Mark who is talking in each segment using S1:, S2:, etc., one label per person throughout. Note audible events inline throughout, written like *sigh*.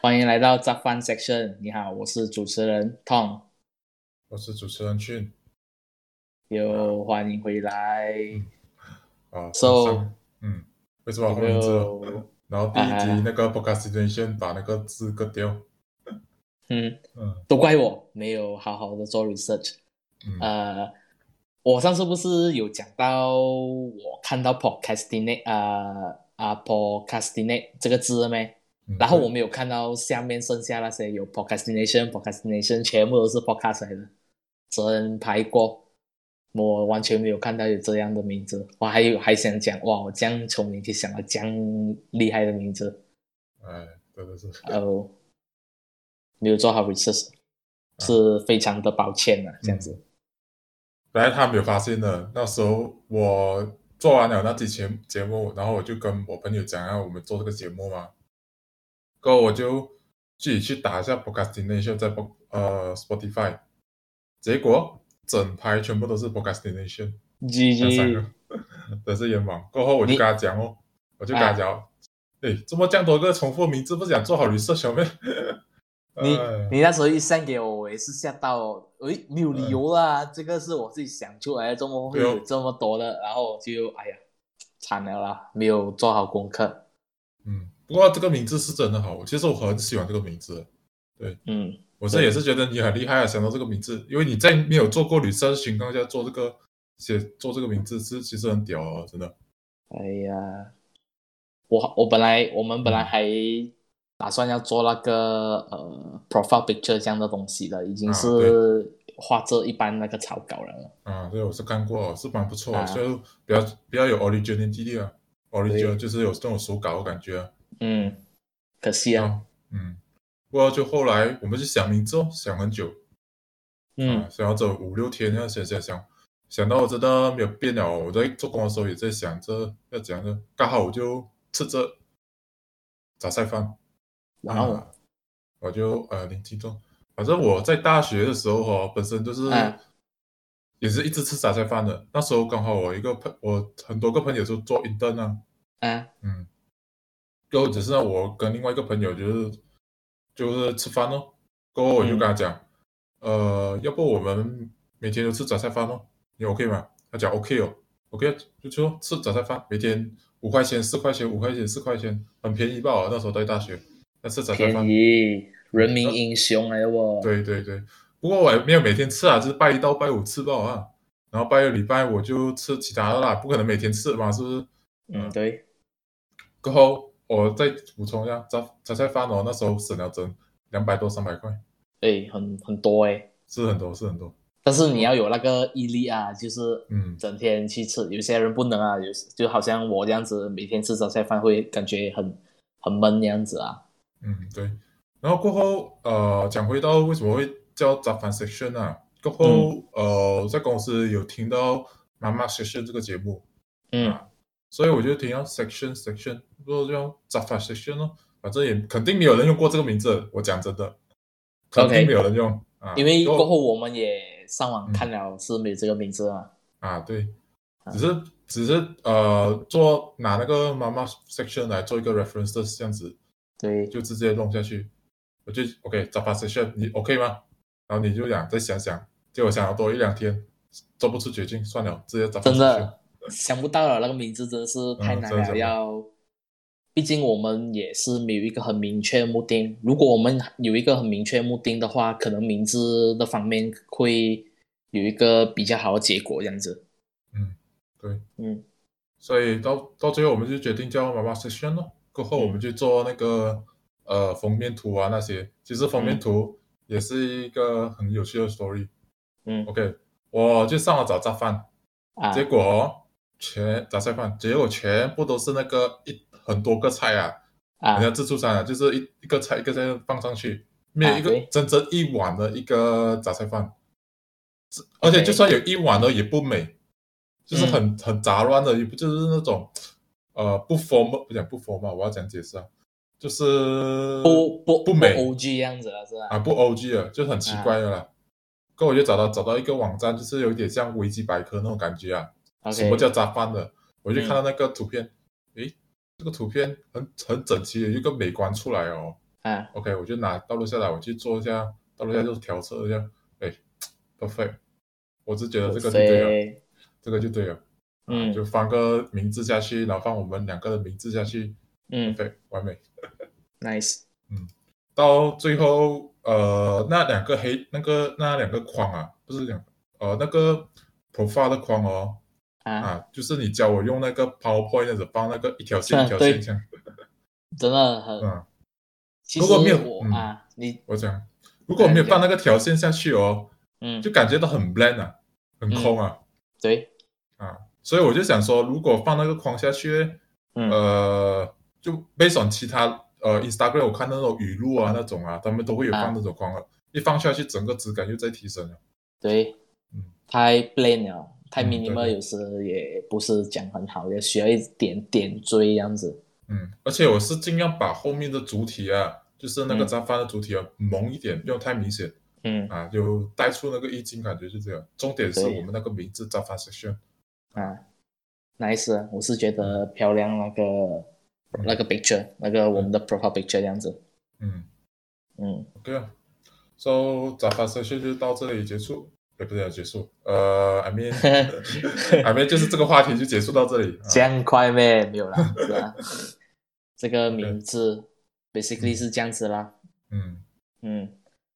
S1: 欢迎来到杂饭 section。你好，我是主持人 Tom，
S2: 我是主持人俊
S1: 又欢迎回来。
S2: 啊。
S1: So-
S2: 上嗯，为什么后面字哦？
S1: 有
S2: 然后第一
S1: 啊
S2: 集那个 podcast situation 把那个字割掉。
S1: 嗯，
S2: 嗯
S1: 都怪我没有好好的做 research。
S2: 嗯
S1: 呃，我上次不是有讲到我看到 procrastinate 啊、啊 procrastinate 这个字了没？
S2: 嗯
S1: 然后我没有看到下面剩下那些有 procrastination、procrastination，全部都是 podcast 来的，真排过，我完全没有看到有这样的名字。我还有还想讲，哇，我这样聪明去想了这样厉害的名字，
S2: 哎，真的是
S1: 哦，没有做好 research，是非常的抱歉啊，这样子。
S2: 本来他没有发现的。那时候我做完了那期节节目，然后我就跟我朋友讲啊，我们做这个节目嘛。过后我就自己去打一下 procrastination 在 po- 呃 Spotify，结果整排全部都是 procrastination，
S1: G
S2: 那三
S1: G，
S2: 个 *laughs* 都是冤枉。过后我就
S1: 你
S2: 跟他讲哦，我就跟他讲，哎，这么这样多个重复名字，不是想做好 research 小妹？
S1: *laughs* 你
S2: 哎
S1: 你那时候一 send 给我，我也是吓到哦，诶，没有理由啦，这个是我自己想出来的，怎么会
S2: 哎对
S1: 有
S2: 哦
S1: 这么多的？然后我就哎呀，惨了啦，没有做好功课。
S2: 嗯，不过这个名字是真的好，其实我很喜欢这个名字。
S1: 嗯，
S2: 我这也是觉得你很厉害啊，想到这个名字，因为你在没有做过 research 情况下做这个写做这个名字是其实很屌哦，真的。
S1: 哎呀，我我本来我们本来
S2: 嗯
S1: 还打算要做那个呃 profile picture 这样的东西的，已经
S2: 啊
S1: 是画这一般那个草稿了。
S2: 啊，对，我是看过，是蛮不错
S1: 啊
S2: 的，就比较比较有 originality 啊
S1: 对
S2: ，original 就是有这种手稿的感觉啊。
S1: 嗯，可惜啊。
S2: 啊嗯，不过就后来我们就想名字哦，想很久，
S1: 嗯
S2: 啊，想要走五六天，要想想想，想到我真的没有变了。我在做工的时候也在想这要怎样呢？刚好我就吃着杂菜饭，
S1: 然后
S2: 啊、我就呃零七中，反正我在大学的时候哈、哦，本身就是、
S1: 嗯
S2: 也是一直吃杂菜饭的。那时候刚好我一个朋，我很多个朋友都做 intern 啊，
S1: 啊，
S2: 嗯，然后只是我跟另外一个朋友就是就是吃饭哦，过后我就跟他讲，
S1: 嗯
S2: 呃，要不我们每天都吃早餐饭哦，你 OK 吗？他讲 OK 哦，OK 就说吃早餐饭，每天五块钱、四块钱、五块钱、四块钱，很便宜吧？那时候在大学，那吃早餐
S1: 便
S2: 饭，
S1: 宜，人民英雄来的哦。
S2: 啊对对对。不过我也没有每天吃啊，就是拜一到拜五吃吧啊，然后拜六礼拜我就吃其他的啦，不可能每天吃嘛，是不是？
S1: 嗯，对。
S2: 过后我再补充一下，杂杂菜饭哦，那时候省了整两百多三百块，
S1: 对，很很多诶，
S2: 是很多是很多。
S1: 但是你要有那个毅力啊，就是
S2: 嗯，
S1: 整天去吃。有些人不能啊，有就好像我这样子，每天吃早餐饭会感觉很很闷那样子啊。
S2: 嗯，对。然后过后，呃，讲回到为什么会叫杂饭 section 啊？过后，
S1: 嗯
S2: 呃，在公司有听到妈妈 section 这个节目，
S1: 嗯
S2: 所以我就听到 section section，不过叫杂饭 section 咯，反正也肯定没有人用过这个名字，我讲真的，肯
S1: OK
S2: 定没有人用啊。
S1: 因为
S2: 过
S1: 过后我们也上网
S2: 嗯
S1: 看了，是没有这个名字啊。
S2: 啊，对
S1: 啊，
S2: 只是只是呃，做拿那个妈妈 section 来做一个 reference 这样子，
S1: 对，
S2: 就直接弄下去。我就 OK，杂发 section 你 OK 吗？然后你就想再想想，结果想了多一两天，做不出决定，算了，直接杂发
S1: 真
S2: section。
S1: 的想不到了，那个名字真的是太难
S2: 嗯真的想
S1: 了。
S2: 不到
S1: 要，毕竟我们也是没有一个很明确的目的。如果我们有一个很明确的目的的话，可能名字的方面会有一个比较好的结果，这样子。
S2: 嗯，对，
S1: 嗯，
S2: 所以到到最后我们就决定叫妈妈 section 咯。过
S1: 嗯
S2: 后我们就做那个、呃封面图啊那些，其实封面图也是一个很有趣的 story。
S1: 嗯
S2: OK，我就上网找杂饭。
S1: 啊，
S2: 结果哦全杂菜饭，结果全部都是那个一很多个菜啊，
S1: 啊
S2: 人家自助餐啊，就是一一个菜一个菜放上去，没
S1: 啊
S2: 有一个、
S1: 对
S2: 真正一碗的一个杂菜饭，这而且
S1: OK
S2: 就算有一碗呢也不美，就是
S1: 嗯
S2: 很、很杂乱的，也不就是那种呃不 formal 不讲不 formal，我要讲解释啊，就是
S1: 不不
S2: 不美
S1: O G 样子了是吧？
S2: 啊，不 OG 了，就很奇
S1: 啊
S2: 怪的啦。过后我就找到找到一个网站，就是有点像维基百科那种感觉啊。
S1: OK 嗯
S2: 什么叫杂饭的？我就看到那个图片，诶，这个图片很很整齐，有一个美观出来哦。
S1: 啊
S2: OK，我就拿道路下来，我去做一下道路下就是调色一下，哎，perfect，我是觉呃得这个就对了，
S1: 对，
S2: 这个就对了，
S1: 嗯
S2: 就放个名字下去，然后放我们两个的名字下去
S1: 嗯
S2: ，perfect，完美。
S1: ，nice，
S2: 到最后，呃，那两个黑那个那两个框啊，不是两，呃，那个 profile 的框哦，
S1: 啊，
S2: 啊，就是你教我用那个 PowerPoint 那种放那个一条线
S1: 啊
S2: 一条
S1: 对
S2: 线这样，
S1: 真的很，
S2: 嗯，
S1: 其
S2: 如
S1: 实
S2: 果没有
S1: 我
S2: 嗯
S1: 啊，你
S2: 我讲，如果没有放那个条线下去哦，
S1: 嗯
S2: 就，感觉到很 bland 啊，很空啊，
S1: 对，
S2: 啊，所以我就想说，如果放那个框下去，
S1: 嗯
S2: 呃，就 based on 其他呃 Instagram 我看那种语录啊那种啊，他们都会有放那种框啊，一放下去，整个质感又在提升了。啊
S1: 对
S2: 嗯，
S1: 太 plain 了，太
S2: 嗯对
S1: minimal
S2: 对
S1: 有时也不是讲很好，也需要一点点缀这样子。
S2: 嗯，而且我是尽量把后面的主体啊，就是那个
S1: 嗯
S2: 杂发的主体啊，蒙一点，不用太明显
S1: 嗯
S2: 啊，有带出那个意境感觉，就这样。重点是
S1: 对
S2: 我们那个名字杂发 section，
S1: 啊，nice，啊我是觉得
S2: 嗯
S1: 漂亮那个那个 picture，那个我们的 profile picture 这样子。
S2: 嗯
S1: 嗯，
S2: ，OK 啊，so 杂发 section 就到这里结束，也不是要结束，呃，I
S1: *laughs*
S2: mean，I mean 就是这个话题就结束到这里，
S1: 这
S2: 啊、
S1: 样快咩？没有
S2: *laughs*
S1: 啦，是啊，这个名字 basically 是这样子啦。
S2: 嗯，
S1: 嗯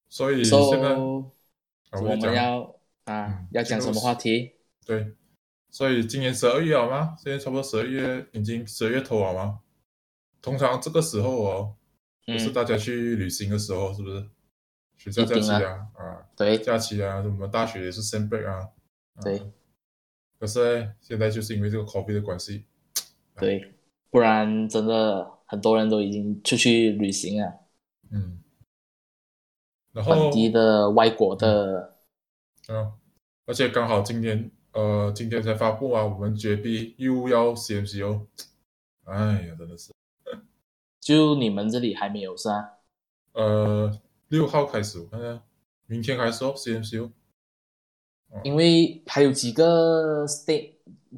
S2: 所以
S1: ，so
S2: 现在啊我
S1: 我
S2: 就讲
S1: 们要啊
S2: 嗯
S1: 要讲什么话题？
S2: 对，所以今年十二月好吗？现在差不多十二月，已经十二月头好吗？通常这个时候哦。
S1: 嗯
S2: 不，是大家去旅行的时候，是不是？学校假期
S1: 一定
S2: 啊，啊，
S1: 对
S2: 假期啊，什么大学也是 sem break 啊。啊
S1: 对。
S2: 可是呢现在就是因为这个 COVID 的关系，
S1: 对，不然真的很多人都已经出去旅行了。
S2: 嗯，然
S1: 本
S2: 后
S1: 地
S2: 哦
S1: 的、外国的，
S2: 啊，而且刚好今天呃，今天才发布啊，我们绝壁又要 CMCO，哎呀，真的是，
S1: 就你们这里还没有是吧？
S2: 呃，六号开始，我看看，明天开始哦，CMCO，
S1: 因为还有几个 state、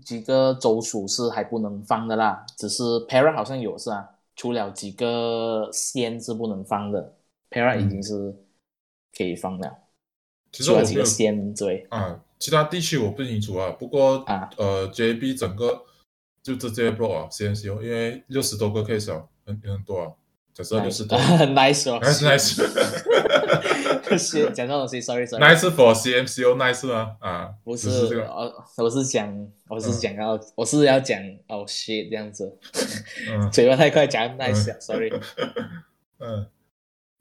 S1: 几个州属是还不能放的啦，只是 Para 好像有是吧？除了几个县是不能放的，Para
S2: 嗯
S1: 已经是可以放了，
S2: 其实
S1: 除了
S2: 我没
S1: 几个
S2: 有
S1: 县对
S2: 啊，其他地区我不清楚啊，不过
S1: 啊，
S2: 呃，JB 整个就这些 block 啊，CNCO，因为六十多个 case 啊，很很多啊，假设六十
S1: *laughs*
S2: 多
S1: nice 哦 *laughs*
S2: ，nice nice
S1: 是讲这种东西，sorry sorry，
S2: nice for CMCO nice 吗？啊，
S1: 不
S2: 只
S1: 是
S2: 是这个，
S1: 我我是讲我是
S2: 嗯
S1: 讲要我是要讲哦 shit 这样子，
S2: 嗯
S1: *laughs*
S2: 啊
S1: 嘴巴太快讲 nice 了，sorry，
S2: *laughs* 嗯，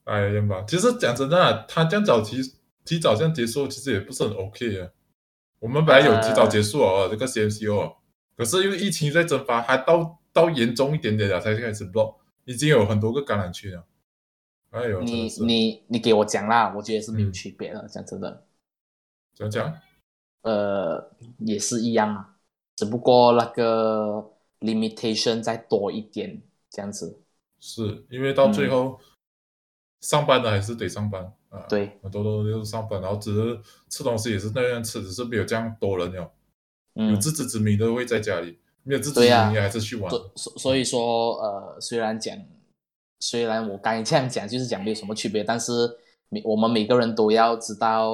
S2: 哎呀吧，其实讲真的啊，他这样早提提早这样结束，其实也不是很 OK 啊。我们本来有提
S1: 呃
S2: 早结束哦，这个 CMCO，哦可是因为疫情在蒸发，还到到严重一点点了才开始 block，已经有很多个感染区了。哎呦，真
S1: 你
S2: 的是
S1: 你你给我讲啦，我觉得是没有
S2: 嗯
S1: 区别的，讲真的，
S2: 怎么讲？
S1: 呃，也是一样啊，只不过那个 limitation 再多一点这样子，
S2: 是因为到
S1: 嗯
S2: 最后、上班的还是得上班啊，，
S1: 对，
S2: 很多都就是上班，然后只是吃东西也是那样吃，只是没有这样多人了。有
S1: 嗯，
S2: 自知之明的会在家里，没有自知
S1: 对
S2: 之明
S1: 呀
S2: 的还是去玩。
S1: 所所所以说，呃，虽然讲，虽然我刚才这样讲，就是讲没有什么区别，但是每我们每个人都要知道，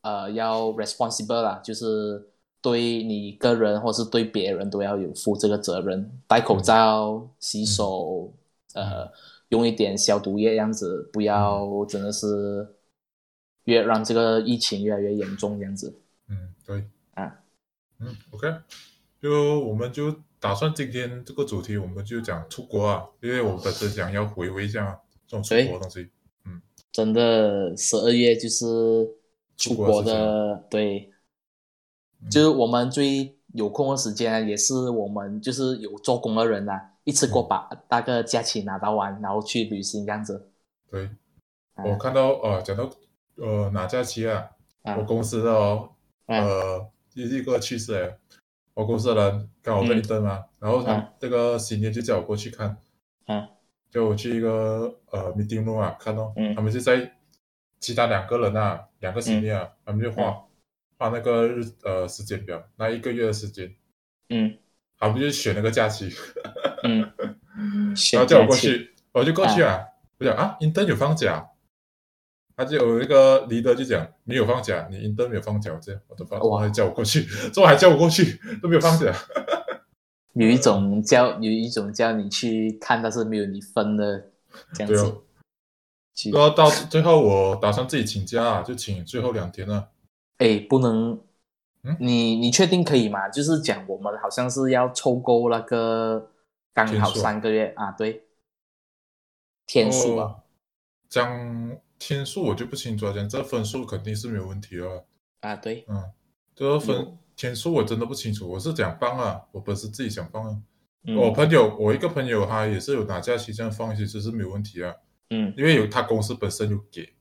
S1: 呃，要 responsible 啦，就是对你个人或是对别人都要有负这个责任，戴口罩、洗手，呃，用一点消毒液，这样子，不要真的是越让这个疫情越来越严重，这样子。
S2: 嗯，对，
S1: 啊，
S2: 嗯，OK，就我们就打算今天这个主题，我们就讲出国啊，因为我本身想要回味一下这种出国的东西。
S1: 真的十二月就是出国
S2: 出国
S1: 的，对，
S2: 嗯
S1: 就是我们最有空的时间，也是我们就是有做工的人啦、一次过把那个假期拿到完，然后去旅行这样子。
S2: 对，
S1: 啊
S2: 我看到呃，讲到呃哪假期啊，
S1: 啊
S2: 我公司的哦，
S1: 啊
S2: 呃，一个去世哎，我公司的人
S1: 嗯
S2: 刚好在一顿嘛，然后他
S1: 啊
S2: 这个新年就叫我过去看，
S1: 啊
S2: 就我去一个呃 meeting room 啊看哦，
S1: 嗯
S2: 他们就在其他两个人啊，两个新年啊，他们就画、
S1: 嗯
S2: 画那个日呃时间表，那一个月的时间，
S1: 嗯
S2: 他们就选那个假期，
S1: 嗯，
S2: 然
S1: 选
S2: 后叫我
S1: 假
S2: 过
S1: 期嗯
S2: 去，我就过去啊，我就讲啊，intern 有放假，他就有一个 leader 就讲没有放假，你 intern 没有放假，我这样我的妈，
S1: 哇
S2: 还叫我过去， *laughs* 之后还叫我过去，都没有放假，
S1: 有一种叫有一种叫你去看，但是没有你分的这样
S2: 对哦
S1: 子。去
S2: 然后到最后我打算自己请假啊，就请最后两天啊了。
S1: 哎，不能
S2: 嗯，
S1: 你你确定可以吗？就是讲我们好像是要凑够那个刚好
S2: 天数
S1: 三个月啊，对，天数啊，
S2: 哦讲天数我就不清楚了，讲这分数肯定是没有问题了。
S1: 啊对，
S2: 嗯，这个分、
S1: 有
S2: 天数我真的不清楚，我是讲放啊，我本身自己想放啊。
S1: 嗯
S2: 我朋友，我一个朋友他也是有拿假期这样放，其实是没有问题啊，
S1: 嗯
S2: 因为有他公司本身有给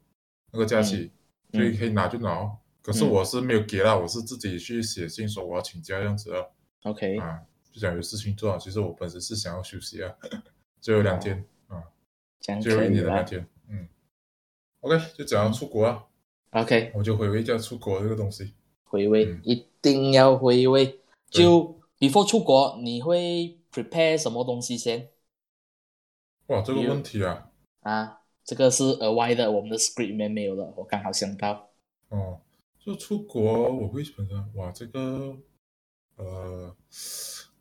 S2: 那个假期，
S1: 嗯
S2: 所以可以拿就拿哦。可是
S1: 嗯
S2: 我是没有给啦，我是自己去写信说我要请假这样子啊，
S1: ，OK，
S2: 啊，就讲有事情做啊。其实我本身是想要休息啊，最后两天，
S1: 这样
S2: 最后
S1: 哦可
S2: 一
S1: 以
S2: 年的两
S1: 了
S2: 天，嗯。OK，就讲到出国啊，
S1: ，OK，
S2: 我就回味一下出国这个东西。
S1: 回味、
S2: 嗯
S1: 一定要回味。
S2: 对
S1: 就 before 出国，你会 prepare 什么东西先
S2: 哇，这个
S1: 有
S2: 问题啊，
S1: 啊？这个是额外的，我们的 script 里面没有的，我刚好想到。
S2: 哦，就出国我会本身哇，这个呃，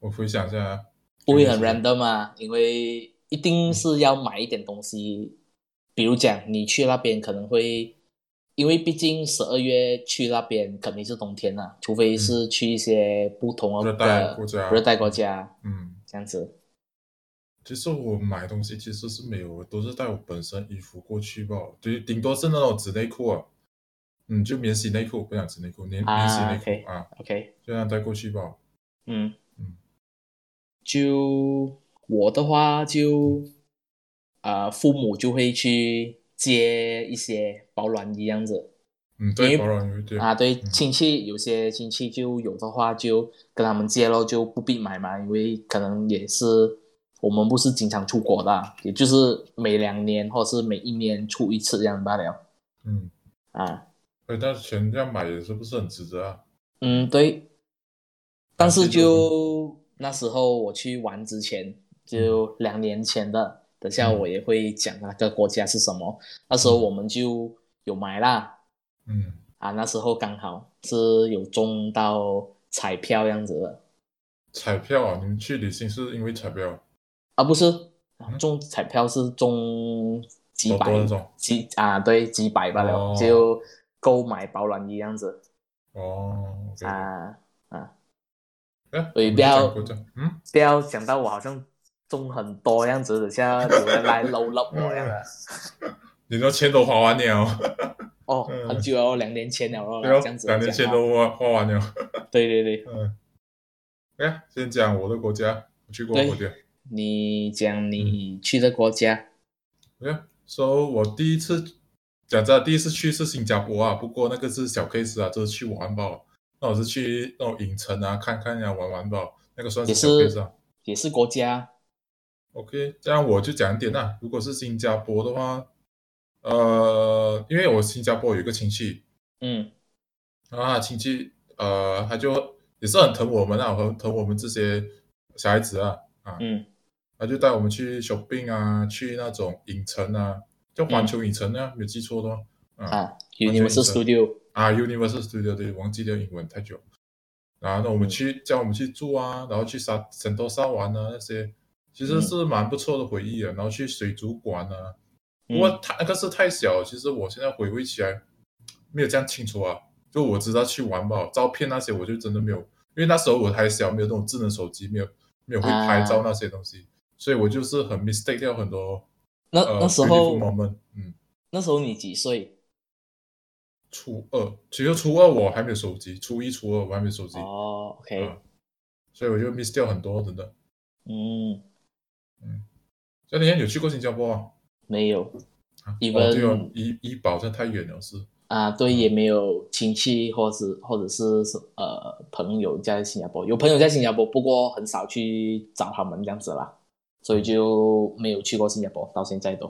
S2: 我回想一下啊，
S1: 不会很
S2: 感觉
S1: random 啊，因为一定是要买一点东西，比如讲你去那边可能会，因为毕竟十二月去那边肯定是冬天啦、除非是去一些不同
S2: 是
S1: 的
S2: 嗯热带国家，
S1: 热带国，家
S2: 嗯，
S1: 这样子。
S2: 其实我买东西其实是没有，我都是带我本身衣服过去吧，对，顶多是那种纸内裤啊，嗯，就免洗内裤，不想纸内裤，免免洗
S1: 啊
S2: 内
S1: ，OK
S2: 裤啊，
S1: OK，
S2: 就这样带过去吧。
S1: 嗯
S2: 嗯，
S1: 就我的话就，啊、父母就会去接一些保暖衣这样子。
S2: 嗯，
S1: 因为
S2: 对，保暖衣对，
S1: 啊，对
S2: 嗯
S1: 亲戚有些亲戚就有的话就跟他们借咯，就不必买嘛，因为可能也是我们不是经常出国的啊，也就是每两年或者是每一年出一次这样罢了
S2: 嗯，
S1: 啊。
S2: 对，但是钱这样买也是不是很值得啊？
S1: 嗯，对。但是
S2: 这个
S1: 就那时候我去玩之前，就两年前的，等下
S2: 嗯
S1: 我也会讲那个国家是什么。那时候我们就有买啦，
S2: 嗯，
S1: 啊，那时候刚好是有中到彩票这样子的。
S2: 彩票啊，你们去旅行是因为彩票
S1: 啊，不是
S2: 嗯
S1: 中彩票是中几
S2: 多
S1: 百
S2: 多那种
S1: 几啊，对，几百罢了，
S2: 哦
S1: 就购买保暖衣这样子
S2: 哦，OK。
S1: 啊。
S2: 哎，
S1: 我也
S2: 们
S1: 不要
S2: 讲过这样嗯，
S1: 不要讲到我好像中很多这样子，等下有人来搂搂我这样的。
S2: 嗯你的钱都花完了，
S1: 哦，
S2: 嗯
S1: 很久哦，两年前了
S2: *laughs*
S1: 哦，
S2: 对哦
S1: 这样子
S2: 两年
S1: 讲
S2: 钱
S1: 话
S2: 都花花完了。
S1: 对对对，
S2: 嗯，哎，先讲我的国家，我去过的国家。
S1: 你讲你去的国家，
S2: 哎，说我第一次讲真的，第一次去是新加坡啊，不过那个是小 case 啊，就是去玩吧。那我是去那种影城啊，看看呀、玩玩吧，那个算
S1: 也
S2: 小
S1: 是
S2: case 啊。
S1: 也是国家
S2: OK，这样我就讲一点啦。如果是新加坡的话，呃，因为我新加坡有一个亲戚，
S1: 嗯
S2: 然后他亲戚呃，他就也是很疼我们啊，很疼我们这些小孩子啊，
S1: 嗯
S2: 他就带我们去 shopping 啊，去那种影城啊，叫环球影城啊，没有记错的话啊
S1: 啊，Universal
S2: 完
S1: Studio
S2: 啊，Universal Studio 对，忘记掉英文太久。然后呢，我
S1: 嗯
S2: 们去叫我们去住啊，然后去沙圣多沙玩啊那些，其
S1: 嗯
S2: 实是蛮不错的回忆啊。然后去水族馆啊，不过
S1: 嗯
S2: 它那个是太小，其实我现在回味起来没有这样清楚啊。就我知道去玩吧，照片那些我就真的没有，因为那时候我还小，没有那种智能手机，没有没有会
S1: 啊
S2: 拍照那些东西，所以我就是很 mistake 掉很多
S1: 那
S2: 呃
S1: 那时
S2: beautiful
S1: 候
S2: moment。嗯，
S1: 那时候你几岁？
S2: 初二，其实初二我还没有手机，初一、初二我还没有手机，
S1: 哦，OK，
S2: 啊所以我就 miss 掉很多真的。
S1: 嗯。
S2: 小李有去过新加坡啊？
S1: 没有
S2: 啊哦
S1: Even-
S2: 对哦，医医保这太远了是。
S1: 啊，对，也没有亲戚或者或者是什呃朋友在新加坡，有朋友在新加坡，不过很少去找他们这样子啦，所以就没有去过新加坡，到现在都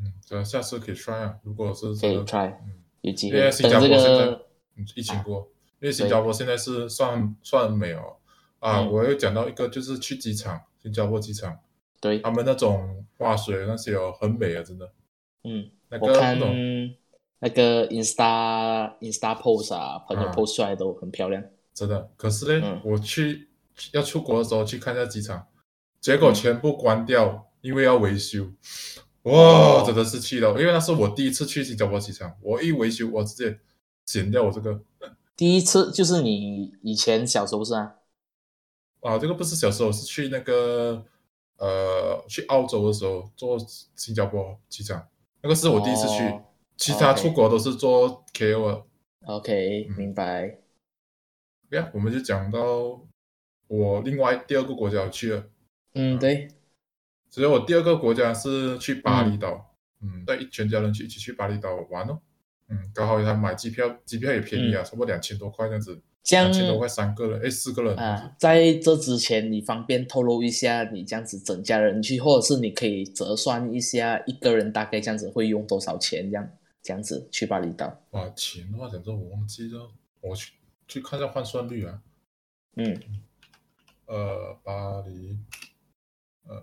S2: 嗯，这样下次可以 try 啊，如果是
S1: 可
S2: 真
S1: 以
S2: 的，
S1: try
S2: 嗯，
S1: 有机
S2: 因
S1: 会。
S2: 为新加
S1: 等
S2: 坡
S1: 这
S2: 现在
S1: 个
S2: 嗯疫情
S1: 啊
S2: 过，因为新加坡现在是算算美哦。啊，
S1: 嗯
S2: 我又讲到一个，就是去机场，新加坡机场，
S1: 对
S2: 他们那种化水那些哦，很美啊，真的。
S1: 嗯，
S2: 那
S1: 我
S2: 个嗯
S1: 看
S2: 不懂
S1: 那个 Insta Insta post 啊，朋友
S2: 啊
S1: post 出来都很漂亮。
S2: 真的。可是呢，
S1: 嗯
S2: 我去要出国的时候去看一下机场，结
S1: 嗯
S2: 果全部关掉，因为要维修。哇，
S1: 哦
S2: 真的是气到，因为那是我第一次去新加坡机场，我一维修，我直接剪掉我这个
S1: 第一次就是你以前小时候是啊，
S2: 啊，这个不是小时候，是去那个呃去澳洲的时候坐新加坡机场，那个是我第一次去，
S1: 哦
S2: 其他
S1: OK
S2: 出国都是坐 KO 的。
S1: ，OK，
S2: 嗯
S1: 明白。
S2: 呀我们就讲到我另外第二个国家我去了，
S1: 嗯，对，
S2: 所以我第二个国家是去巴厘岛，嗯，带一全家人去一起去巴厘岛玩哦，嗯，刚好他买机票，机票也便宜啊，差不多两千多块这样子，
S1: 这样
S2: 两千多块三个人，哎，四个人，
S1: 啊，在这之前，你方便透露一下你这样子整家人去，或者是你可以折算一下一个人大概这样子会用多少钱，这样这样子去巴厘岛。
S2: 哇，钱的话，讲真我忘记了，我去去看一下换算率啊，
S1: 嗯，
S2: 呃，巴黎，呃，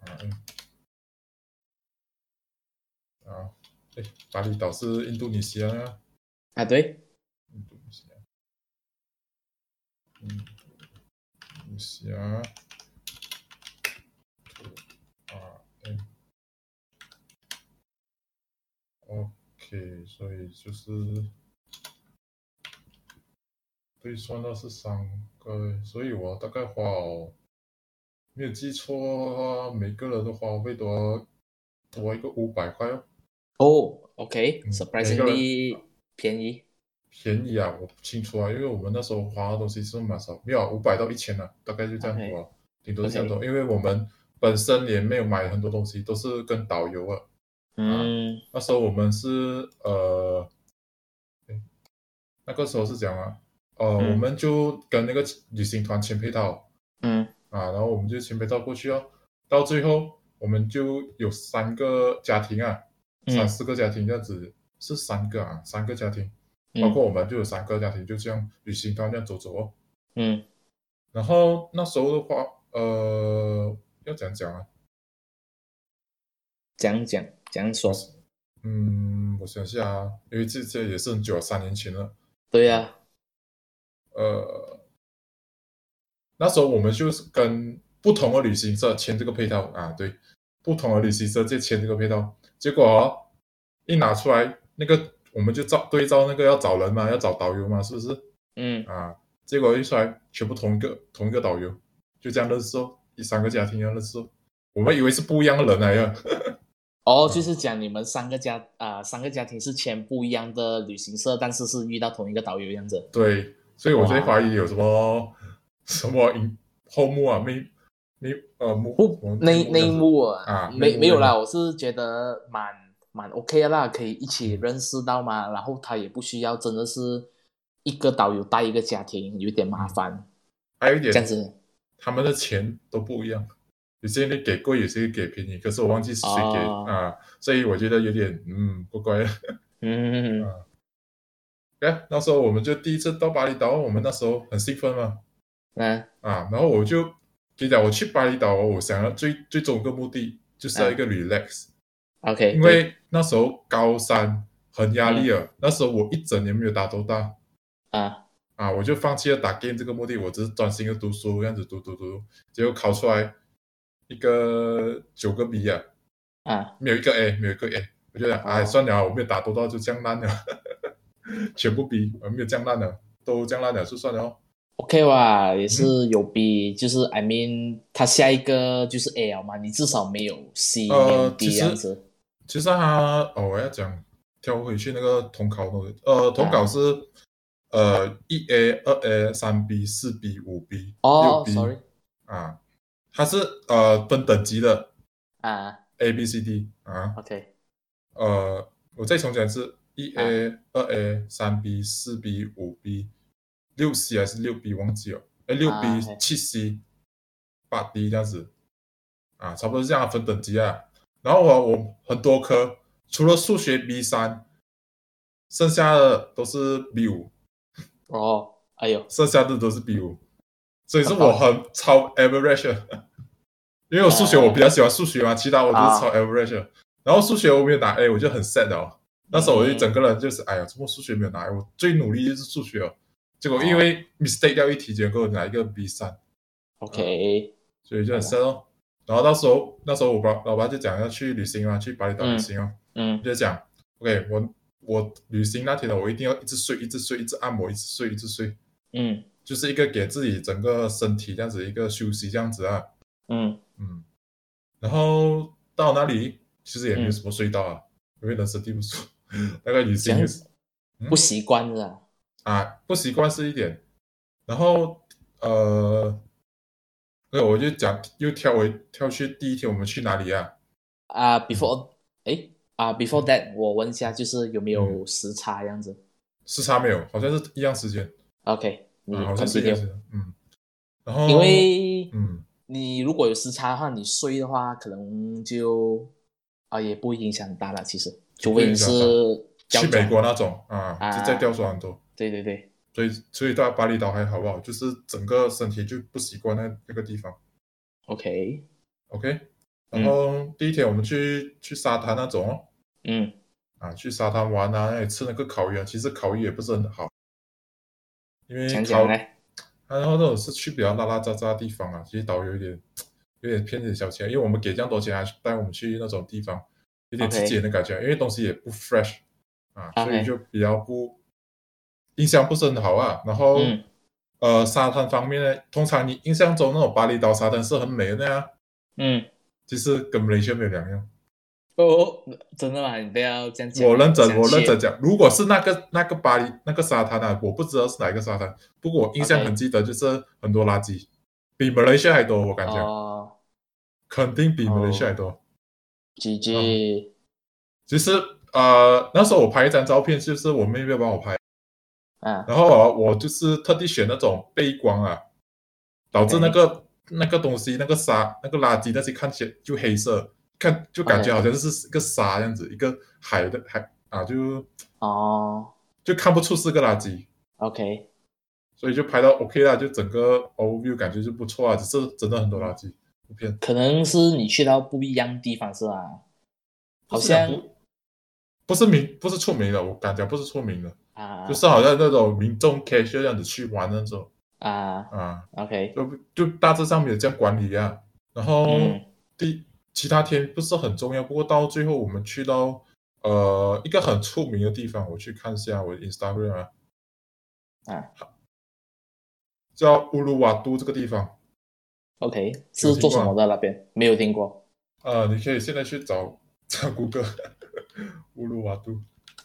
S2: 啊，嗯，啊，哎，巴厘岛是印度尼西亚啊。
S1: 啊，对，
S2: 印度尼西亚，印度尼西亚，土啊嗯 OK，所以就是对算到是三个，所以我大概花哦，没有记错的话，每个人的花费多多一个五百块哦，
S1: 哦，OK，
S2: 嗯
S1: surprisingly 便宜。
S2: 便宜啊，我不清楚啊，因为我们那时候花的东西是蛮少，没有五百到一千啊，大概就这样多、啊，顶多是这样多，因为我们本身也没有买很多东西，都是跟导游啊。
S1: 嗯，
S2: 那时候我们是呃，诶那个时候是讲啊，呃，
S1: 嗯
S2: 我们就跟那个旅行团签配套
S1: 嗯
S2: 啊，然后我们就签配套过去哦，到最后我们就有三个家庭啊，三
S1: 嗯
S2: 四个家庭这样子，是三个啊，三个家庭。
S1: 嗯
S2: 包括我们就有三个家庭就这样旅行团这样走走哦。
S1: 嗯
S2: 然后那时候的话，呃，要讲讲啊，
S1: 这样讲这样说，
S2: 嗯，我想一下啊，因为这这也是很久了，三年前了。
S1: 对啊呀、
S2: 呃，那时候我们就是跟不同的旅行社签这个配套啊，对，不同的旅行社就签这个配套，结果、哦、一拿出来，那个我们就照对照那个要找人嘛，要找导游嘛，是不是？
S1: 嗯
S2: 啊，结果一出来全部同一个同一个导游，就这样认识哦，一三个家庭一样认识哦。我们以为是不一样的人来呀，
S1: 哦，就是讲你们三个家啊、三个家庭是签不一样的旅行社，但是是遇到同一个导游这样子。
S2: 对，所以我就会
S1: 哇
S2: 怀疑有什么什么因后幕啊，没没呃幕
S1: 不，内内
S2: 幕
S1: 幕啊，
S2: 啊内
S1: 没
S2: 幕
S1: 没有
S2: 内
S1: 啦，我是觉得蛮蛮 OK 的啦，可以一起认识到嘛，然后他也不需要真的是一个导游带一个家庭，有点麻烦，
S2: 还有一点
S1: 这样子
S2: 他们的钱都不一样，有些人给贵，有些人给便宜，可是我忘记是谁给、
S1: 哦
S2: 啊，所以我觉得有点嗯怪怪的。
S1: 嗯，
S2: *laughs* 哎，那时候我们就第一次到巴厘岛，我们那时候很兴奋嘛，
S1: 那
S2: 啊，然后我就跟你讲，我去巴厘岛哦，我想要最最终一个目的就是要一个 relax，、
S1: 嗯啊 OK，
S2: 因为那时候高三很压力了，那时候我一整年没有打多大
S1: 对啊，
S2: 啊，我就放弃了打 game 这个目的，我只是专心的读书，这样子读读读，结果考出来一个九个 B 啊，
S1: 啊，
S2: 没有一个 A，没有一个 A，我就想，哎，算了啊，我没有打多到就降烂了， *laughs* 全部 B，我没有降烂了，都降烂了就算了哦。
S1: OK 吧，也是有比，就是 I mean，他下一个就是 A 了嘛，你至少没有 C
S2: 呃
S1: 没有
S2: 其
S1: D
S2: 实
S1: 这样子。
S2: 其实他哦，我要讲跳回去那个统考的东西，呃，统考是、呃一 A、二 A、三 B、四 B、五 B、
S1: 哦
S2: 六 B
S1: ，sorry，
S2: 啊，它是呃分等级的
S1: 啊
S2: A、B、C、D 啊，
S1: ，OK，
S2: 呃，我再重讲一次，一 A、二 A、三 B、四 B、五 B、六 C 还是六 B 忘记了，哎，六
S1: 啊
S2: B、
S1: ，OK
S2: 七 C、八 D 这样子，啊，差不多是这样分等级啊。然后我我很多科，除了数学 B 三，剩下的都是 B 五，
S1: 哦，哎呦，
S2: 剩下的都是 B 五，所以是
S1: 很棒
S2: 我很超 average 的因为我数学我比较喜欢数学嘛，其他我都
S1: 啊
S2: 是超 average 的。然后数学我没有拿 A，我就很 sad 哦。那时候我就整个人就是，哎呀，怎么数学没有拿 A？我最努力就是数学哦，结
S1: 啊
S2: 果因为 mistake 掉一题，结果拿一个 B 三，
S1: OK，
S2: 所以就
S1: 啊
S2: 很 sad 哦。然后到时候那时候我爸老爸就讲要去旅行啊，去巴厘岛旅行哦，
S1: 嗯
S2: 就讲 OK，我我旅行那天哦呢，我一定要一直睡，一直睡，一直按摩，一直睡，一直睡，
S1: 嗯
S2: 就是一个给自己整个身体这样子一个休息这样子啊。
S1: 嗯
S2: 嗯，然后到那里其实也
S1: 嗯
S2: 没有什么隧道啊，因为人生地不熟， *laughs* 大概旅行也是
S1: 不习惯是吧？
S2: 啊不习惯是一点。然后呃，对，我就讲又跳回跳去第一天我们去哪里啊？
S1: 啊，before，诶，啊，before that，我问一下，就是有没
S2: 嗯
S1: 有时差这样子
S2: 时差没有，好像是一样时间，
S1: ？OK，你
S2: 啊，好像是一
S1: continue
S2: 样时间，嗯。然后
S1: 因为
S2: 嗯，
S1: 你如果有时差的话，你睡的话可能就啊也不会影响很大了。其实，除非你是
S2: 去
S1: 胶
S2: 美
S1: 卷
S2: 国那种啊，
S1: 啊
S2: 就在吊耍很多。
S1: 对对对，
S2: 所以，所以到巴厘岛还好不好？就是整个身体就不习惯那那个地方。
S1: OK，
S2: OK，
S1: 嗯
S2: 然后第一天我们去去沙滩那种哦，
S1: 嗯
S2: 啊，去沙滩玩啊，那里吃那个烤鱼啊，其实烤鱼也不是很好，因为
S1: 讲啊
S2: 烤，
S1: 讲来，
S2: 啊然后那种是去比较拉拉杂杂的地方啊，其实导游有点有点骗点小钱，因为我们给这样多钱，还带我们去那种地方，有点
S1: OK
S2: 刺激人的感觉因为东西也不 fresh 啊，所
S1: OK
S2: 以就比较不印象不是很好啊。然后、
S1: 嗯
S2: 呃，沙滩方面呢，通常你印象中那种巴厘岛沙滩是很美的那样，啊
S1: 嗯，
S2: 其实跟马来西亚没有两样。
S1: 哦，真的吗？你不要这样讲，
S2: 我认真，我认
S1: 想
S2: 真
S1: 去
S2: 讲，如果是那个那个巴黎那个沙滩啊，我不知道是哪一个沙滩，不过我印象
S1: OK
S2: 很记得，就是很多垃圾，比马来西亚还多，我感觉、
S1: 哦
S2: 肯定比马来西亚还多。
S1: ，GG，
S2: 其实呃，那时候我拍一张照片，就是我妹妹帮我拍，
S1: 啊
S2: 然后啊，我就是特地选那种背光啊，导致
S1: OK
S2: 那个那个东西那个沙那个垃圾那些看起来就黑色，看就感觉好像是一个沙这样子，一个海的海啊，就
S1: 哦
S2: 就看不出是个垃圾。
S1: ，OK，
S2: 所以就拍到 OK 啦，就整个 overview 感觉就不错啊，只是真的很多垃圾，不骗。
S1: 可能是你去到不一样的地方是吧？好
S2: 不是啊
S1: 像
S2: 不不是名，不是出名的，我敢讲不是出名的，
S1: 啊，
S2: 就是好像那种民众 K 这样子去玩那种
S1: 啊
S2: 啊，
S1: ，OK，
S2: 就就大致上没有这样管理啊。然后、
S1: 嗯
S2: 第其他天不是很重要，不过到最后我们去到呃一个很出名的地方，我去看一下我的 Instagram 啊，
S1: 啊
S2: 叫乌鲁瓦都这个地方，
S1: ，OK，是做什么的那边？没有听过，
S2: 呃，你可以现在去找 *laughs* 找谷歌乌鲁瓦都。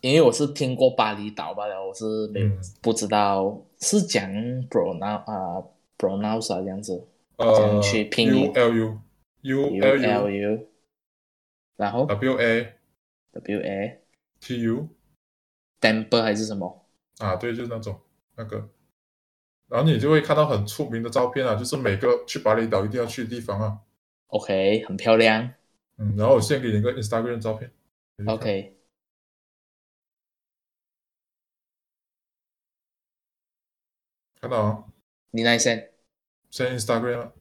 S1: 因为我是听过巴厘岛罢了，我是没有
S2: 嗯
S1: 不知道是讲 pronoun 啊 pronounce 啊这样子怎
S2: 呃
S1: 样去拼音
S2: U L U U
S1: ，U
S2: L
S1: L
S2: U
S1: U，然后
S2: W A
S1: W A
S2: T U
S1: temper 还是什么？
S2: 啊，对，就是那种那个，然后你就会看到很出名的照片啊，就是每个去巴厘岛一定要去的地方啊。
S1: OK，很漂亮。
S2: 嗯，然后我先给你一个 Instagram 照片。你去看
S1: OK，
S2: 看到啊，
S1: 你那先
S2: 先 Instagram，啊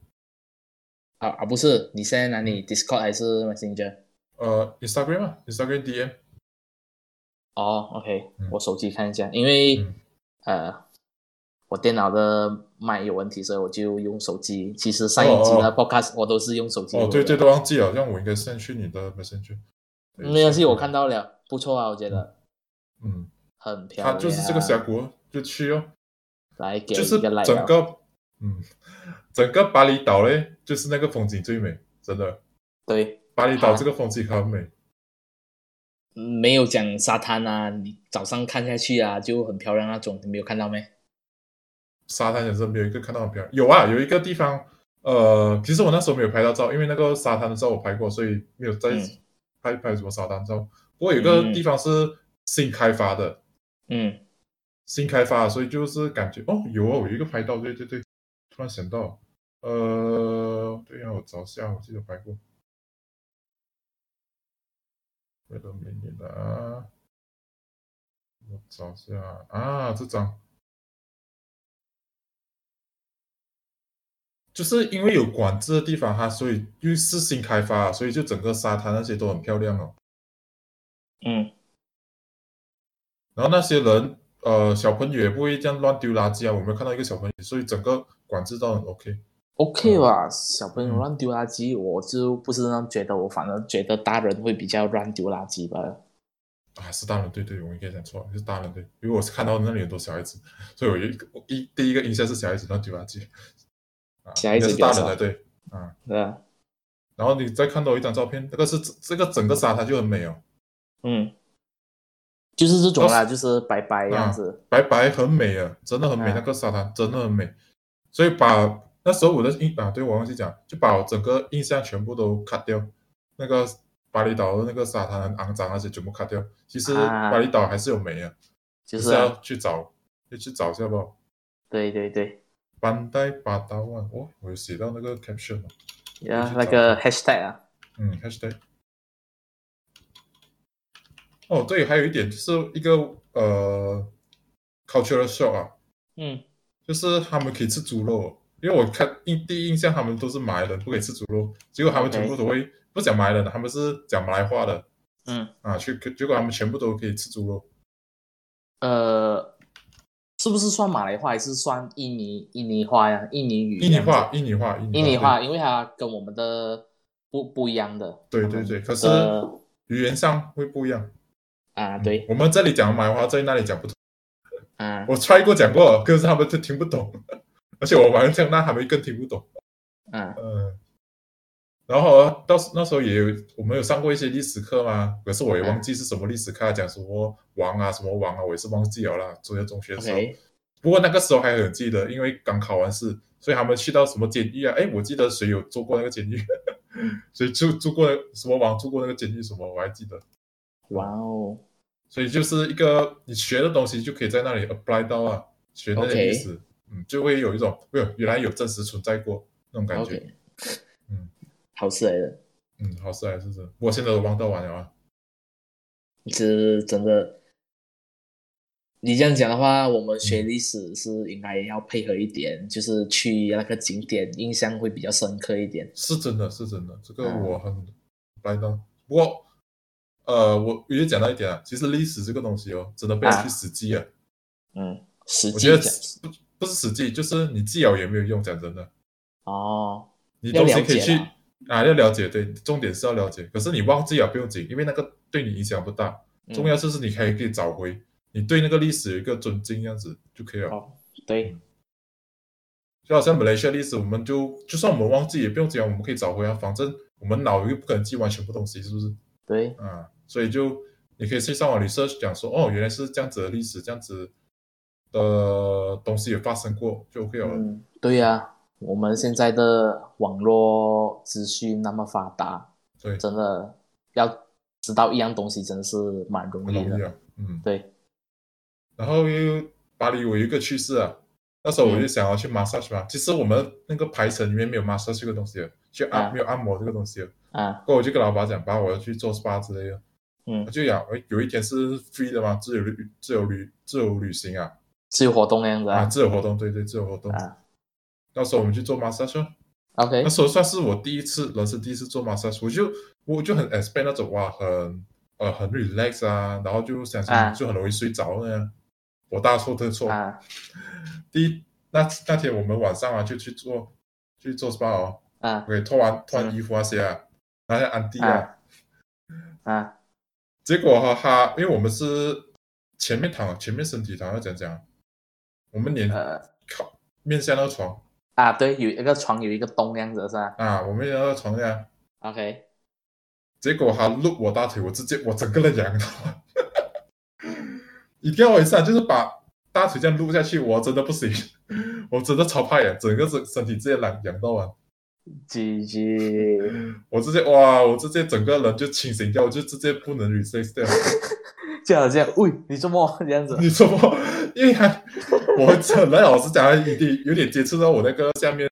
S1: 啊啊不是，你现在哪
S2: 嗯
S1: 里？Discord 还是 Messenger？
S2: 呃，Instagram 啊，Instagram DM，
S1: 哦，OK，
S2: 嗯
S1: 我手机看一下，因为、
S2: 嗯
S1: 呃，我电脑的麦有问题，所以我就用手机。其实上一集的
S2: 哦
S1: Podcast 我都是用手机录的。
S2: 哦，对对，都忘记了，这样我应该先去你的 Messenger。对
S1: 没关系，我看
S2: 到，
S1: 到了，不错啊，我觉得
S2: 嗯，
S1: 很漂
S2: 它
S1: 亮。
S2: 就是这个峡谷，就去哦。
S1: 来给
S2: 就
S1: 我
S2: 是
S1: 一个 like 哦
S2: 整
S1: 吧
S2: 个，嗯，整个巴厘岛嘞，就是那个风景最美，真的。
S1: 对，
S2: 巴厘岛
S1: 啊
S2: 这个风景很美，
S1: 嗯没有讲沙滩啊，你早上看下去啊就很漂亮那种，你没有看到没？
S2: 沙滩也是没有一个看到很漂亮。有啊，有一个地方，呃，其实我那时候没有拍到照，因为那个沙滩的照我拍过，所以没有再
S1: 嗯
S2: 拍、拍什么沙滩照。不过有个地方是新开发的，
S1: 嗯，
S2: 新开发的，所以就是感觉哦，有哦，有一个拍到，对对对，突然想到，呃，对呀、我找一下，我记得拍过。为了美女的啊，我找一下啊，这张就是因为有管制的地方哈，所以又是新开发，所以就整个沙滩那些都很漂亮哦。
S1: 嗯，
S2: 然后那些人，呃，小朋友也不会这样乱丢垃圾啊。我没有看到一个小朋友，所以整个管制到很 OK。嗯
S1: OK 吧，小朋友乱丢垃圾，我就不是那样觉得，我反而觉得大人会比较乱丢垃圾吧。
S2: 啊，是大人对对，我应该讲错了，是大人对，因为我是看到那里有很多小孩子，所以我一我一第一个印象是小孩子乱丢垃圾，啊，
S1: 小孩子
S2: 应该是大人才对。
S1: 对吧，
S2: 然后你再看到一张照片，那个是这个整个沙滩就很美哦，
S1: 嗯，就是这种啦，
S2: 哦
S1: 就是白白这样子。
S2: 白白很美啊，真的很美，
S1: 啊
S2: 那个沙滩真的很美。所以把那时候我的印啊，对我忘记讲，就把我整个印象全部都 cut 掉。那个巴厘岛的那个沙滩很肮脏那些全部 cut 掉。其实
S1: 啊
S2: 巴厘岛还是有美啊，
S1: 就
S2: 只
S1: 是
S2: 是啊要去找，要去找一下吧。
S1: 对对对，
S2: 班代巴达万，哦，我有写到那个 caption 了，
S1: 然后那个 hashtag 啊，
S2: 嗯，hashtag。哦，对，还有一点就是一个呃 cultural shock 啊，
S1: 嗯，
S2: 就是他们可以吃猪肉，因为我看印第一印象他们都是马来人，不可以吃猪肉，结果他们
S1: OK
S2: 全部都会不讲马来人的，他们是讲马来话的，
S1: 嗯，
S2: 啊，去结果他们全部都可以吃猪肉，
S1: 呃，是不是算马来话还是算印尼印尼话呀？印尼语？
S2: 印尼话，，印尼话，印尼
S1: 印尼话，因为它跟我们的不不一样的。
S2: 对，对对对，可是
S1: 呃
S2: 语言上会不一样，
S1: 啊，对
S2: 我们这里讲马来话，在那里讲不同，
S1: 啊
S2: 我 try 过讲过，可是他们都听不懂， *laughs* 而且我玩这样，那他们更听不懂。
S1: 啊
S2: 嗯，然后啊到时那时候也有我们有上过一些历史课嘛，可是我也忘记是什么历史课，讲什么王啊什么王啊，我也是忘记了啦。昨天中学的时候，
S1: ，OK，
S2: 不过那个时候还很记得，因为刚考完试，所以他们去到什么监狱啊？哎，我记得谁有做过那个监狱， *laughs* 所以住住过什么王住过那个监狱什么，我还记得。
S1: 哇哦，
S2: 所以就是一个你学的东西就可以在那里 apply 到啊，学那些
S1: OK
S2: 历史嗯，就会有一种，哎呦，原来有真实存在过那种感觉。
S1: OK，
S2: 嗯，
S1: 好事来的，
S2: 嗯，好事还是真，我现在都忘到完了啊。
S1: 是真的。你这样讲的话，我们
S2: 嗯
S1: 学历史是应该要配合一点，就是去那个景点，印象会比较深刻一点。
S2: 是真的，是真的，这个
S1: 嗯
S2: 我很来到。不过，呃，我我也讲到一点啊，其实历史这个东西哦，真的不要去死记啊。
S1: 嗯，实
S2: 我
S1: 际
S2: 觉得
S1: 讲
S2: 不不是死记，就是你记了也没有用。讲真的，
S1: 哦，
S2: 你东
S1: 要
S2: 西
S1: 了
S2: 可以
S1: 解
S2: 去
S1: 啦
S2: 啊，要了解，对，重点是要了解。可是你忘记了不用紧，因为那个对你影响不大。
S1: 嗯
S2: 重要就是你还可以找回你对那个历史有一个尊敬，这样子就可以了。
S1: 哦，对，
S2: 就好像马来西亚历史，我们就就算我们忘记也不用紧，我们可以找回啊。反正我们脑又不可能记完全部东西，是不是？
S1: 对，
S2: 啊，所以就你可以去上网 research 讲说，哦，原来是这样子的历史，这样子的东西也发生过，就 OK 了。
S1: 嗯，对呀、我们现在的网络资讯那么发达，
S2: 对，
S1: 真的要知道一样东西，真的是蛮容
S2: 很
S1: 易
S2: 容易
S1: 的。
S2: 啊。嗯，
S1: 对，
S2: 然后又巴黎我有一个趣事啊，那时候我就
S1: 嗯
S2: 想要去 massage 嘛，其实我们那个排程里面没有 massage 这个东西的，去按、
S1: 啊
S2: 没有按摩这个东西的。
S1: 啊，
S2: 过后我就跟老板讲，爸，我要去做 SPA 之类的。
S1: 嗯
S2: 我，就讲，哎，有一天是 free 的嘛，自由旅自由旅自由旅行啊，
S1: 自由活动那样子
S2: 啊，
S1: 啊。
S2: 自由活动，对对，自由活动。
S1: 啊
S2: 到时候我们去做 massage 哦。
S1: OK，
S2: 那时候算是我第一次，人生第一次做 massage，我就我就
S1: 嗯
S2: 很 expect 那种哇，很呃很 relax 啊，然后就想
S1: 啊
S2: 想就很容易睡着那样。我大错特错，
S1: 啊
S2: 第一那那天我们晚上啊就去做去做 SPA 哦，
S1: 啊
S2: 给脱完脱完衣服那些啊，然后安迪啊，
S1: 啊啊
S2: 结果哈、哈，因为我们是前面躺前面身体躺要怎样讲啊，我们脸
S1: 呃
S2: 靠面向到床
S1: 啊，对，有一个床有一个洞那样子是吧
S2: 啊，我们面向到床这样，
S1: ？OK，
S2: 结果他撸我大腿，我直接我整个人痒到，你听我 *laughs* 一下，啊就是把大腿这样撸下去，我真的不行， *laughs* 我真的超怕痒，整个身身体直接痒痒到完，
S1: g g
S2: 我直接哇，我直接整个人就清醒掉，我就直接不能 resist 掉。
S1: 就好像，喂，你做梦这样子
S2: *laughs* 你说我，因
S1: *laughs*
S2: 为还我这来老实讲，有点有点接触到我那个下面，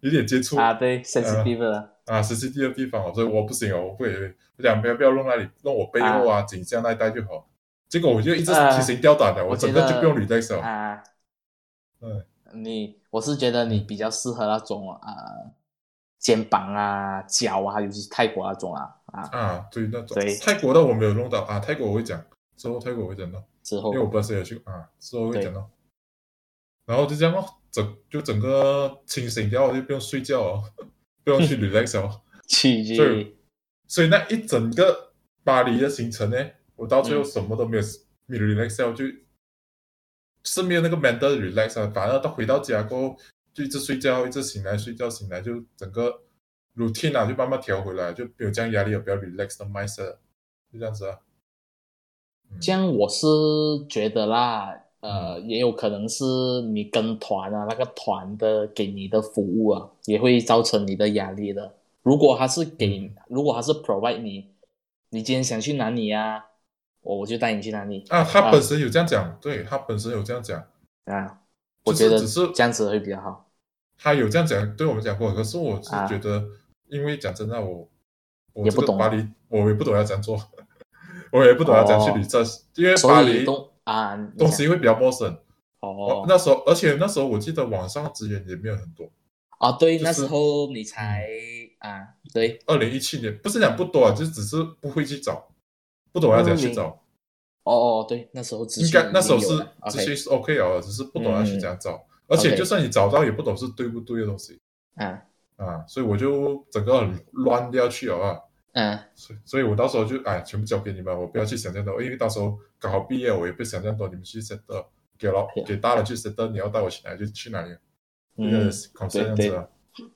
S2: 有点接触
S1: 啊？对，sensitive 的
S2: 啊，十七 D 的地方哦，所以我不行哦，我不会，我讲不要不要弄那里，弄我背后啊、颈项那一带就好。结果我就一直
S1: 啊
S2: 提心吊胆的，
S1: 我
S2: 我
S1: 觉
S2: 整
S1: 得
S2: 个就不用 relax 了。
S1: 啊。
S2: 嗯
S1: 你我是觉得你比较适合那种啊、呃肩膀啊、脚啊，尤其是泰国那种啊啊
S2: 啊，对那种
S1: 对
S2: 泰国的我没有弄到啊，泰国我会讲，之后泰国我会讲到，
S1: 之
S2: 因
S1: 后
S2: 为我本身也去啊，之后会
S1: 哦对
S2: 讲到，然后就这样哦，整就整个清醒掉，就不用睡觉哦， *laughs* 不用
S1: *laughs*
S2: 去 relax 哦，
S1: 去
S2: 所
S1: 去
S2: 以所以那一整个巴黎的行程呢，我到最后什么都没有，没有 relax 掉，就是没有那个 mental relax 啊，反而到回到家过后就一直睡觉，一直醒来，睡觉醒来，就整个 routine 啊就慢慢调回来，就没有这样压力，也比较 relax 的 mindset，就这样子啊。
S1: 这样我是觉得啦，呃，
S2: 嗯
S1: 也有可能是你跟团啊，那个团的给你的服务啊，也会造成你的压力的。如果他是给
S2: 嗯，
S1: 如果他是 provide 你，你今天想去哪里呀、啊，我我就带你去哪里
S2: 啊，他
S1: 啊
S2: 本身有这样讲，对他本身有这样讲，
S1: 啊。我
S2: 就
S1: 觉
S2: 是
S1: 得
S2: 只是
S1: 这样子会比较好。
S2: 他有这样讲，对我们讲过，可是我是
S1: 啊
S2: 觉得，因为讲真的，我我
S1: 也
S2: 这
S1: 不
S2: 个
S1: 懂啊
S2: 巴黎，我也不懂要怎样做，我也不懂要怎样去
S1: 哦
S2: 理这，因为巴
S1: 所以
S2: 黎
S1: 东啊，你
S2: 东
S1: 想
S2: 西会比较陌生。
S1: 哦
S2: 那时候，而且那时候我记得网上资源也没有很多，
S1: 啊，对，
S2: 就是
S1: 那时候你才啊，对，
S2: 二零一七年不是讲不多啊，就只是不会去找，不懂要怎样去找。
S1: 哦哦，对，那时候嗯资
S2: 应
S1: 讯
S2: 该那时候
S1: 已经有
S2: 是
S1: 了
S2: 这
S1: OK 嗯
S2: 些是 OK 了，只是不懂要去怎样找，而且
S1: OK
S2: 就算你找到，也不懂是对不对的东西
S1: 啊
S2: 啊，所以我就整个很乱掉去了啊。
S1: 嗯
S2: 所以所以我到时候就哎，全部交给你们，我不要去想象多，因为到时候刚好毕业，我也不想象多，你们去 set 给老
S1: 对啊
S2: 给大人去 set，你要带我去哪里就去哪里，这个
S1: 嗯，
S2: concern 这样子啊。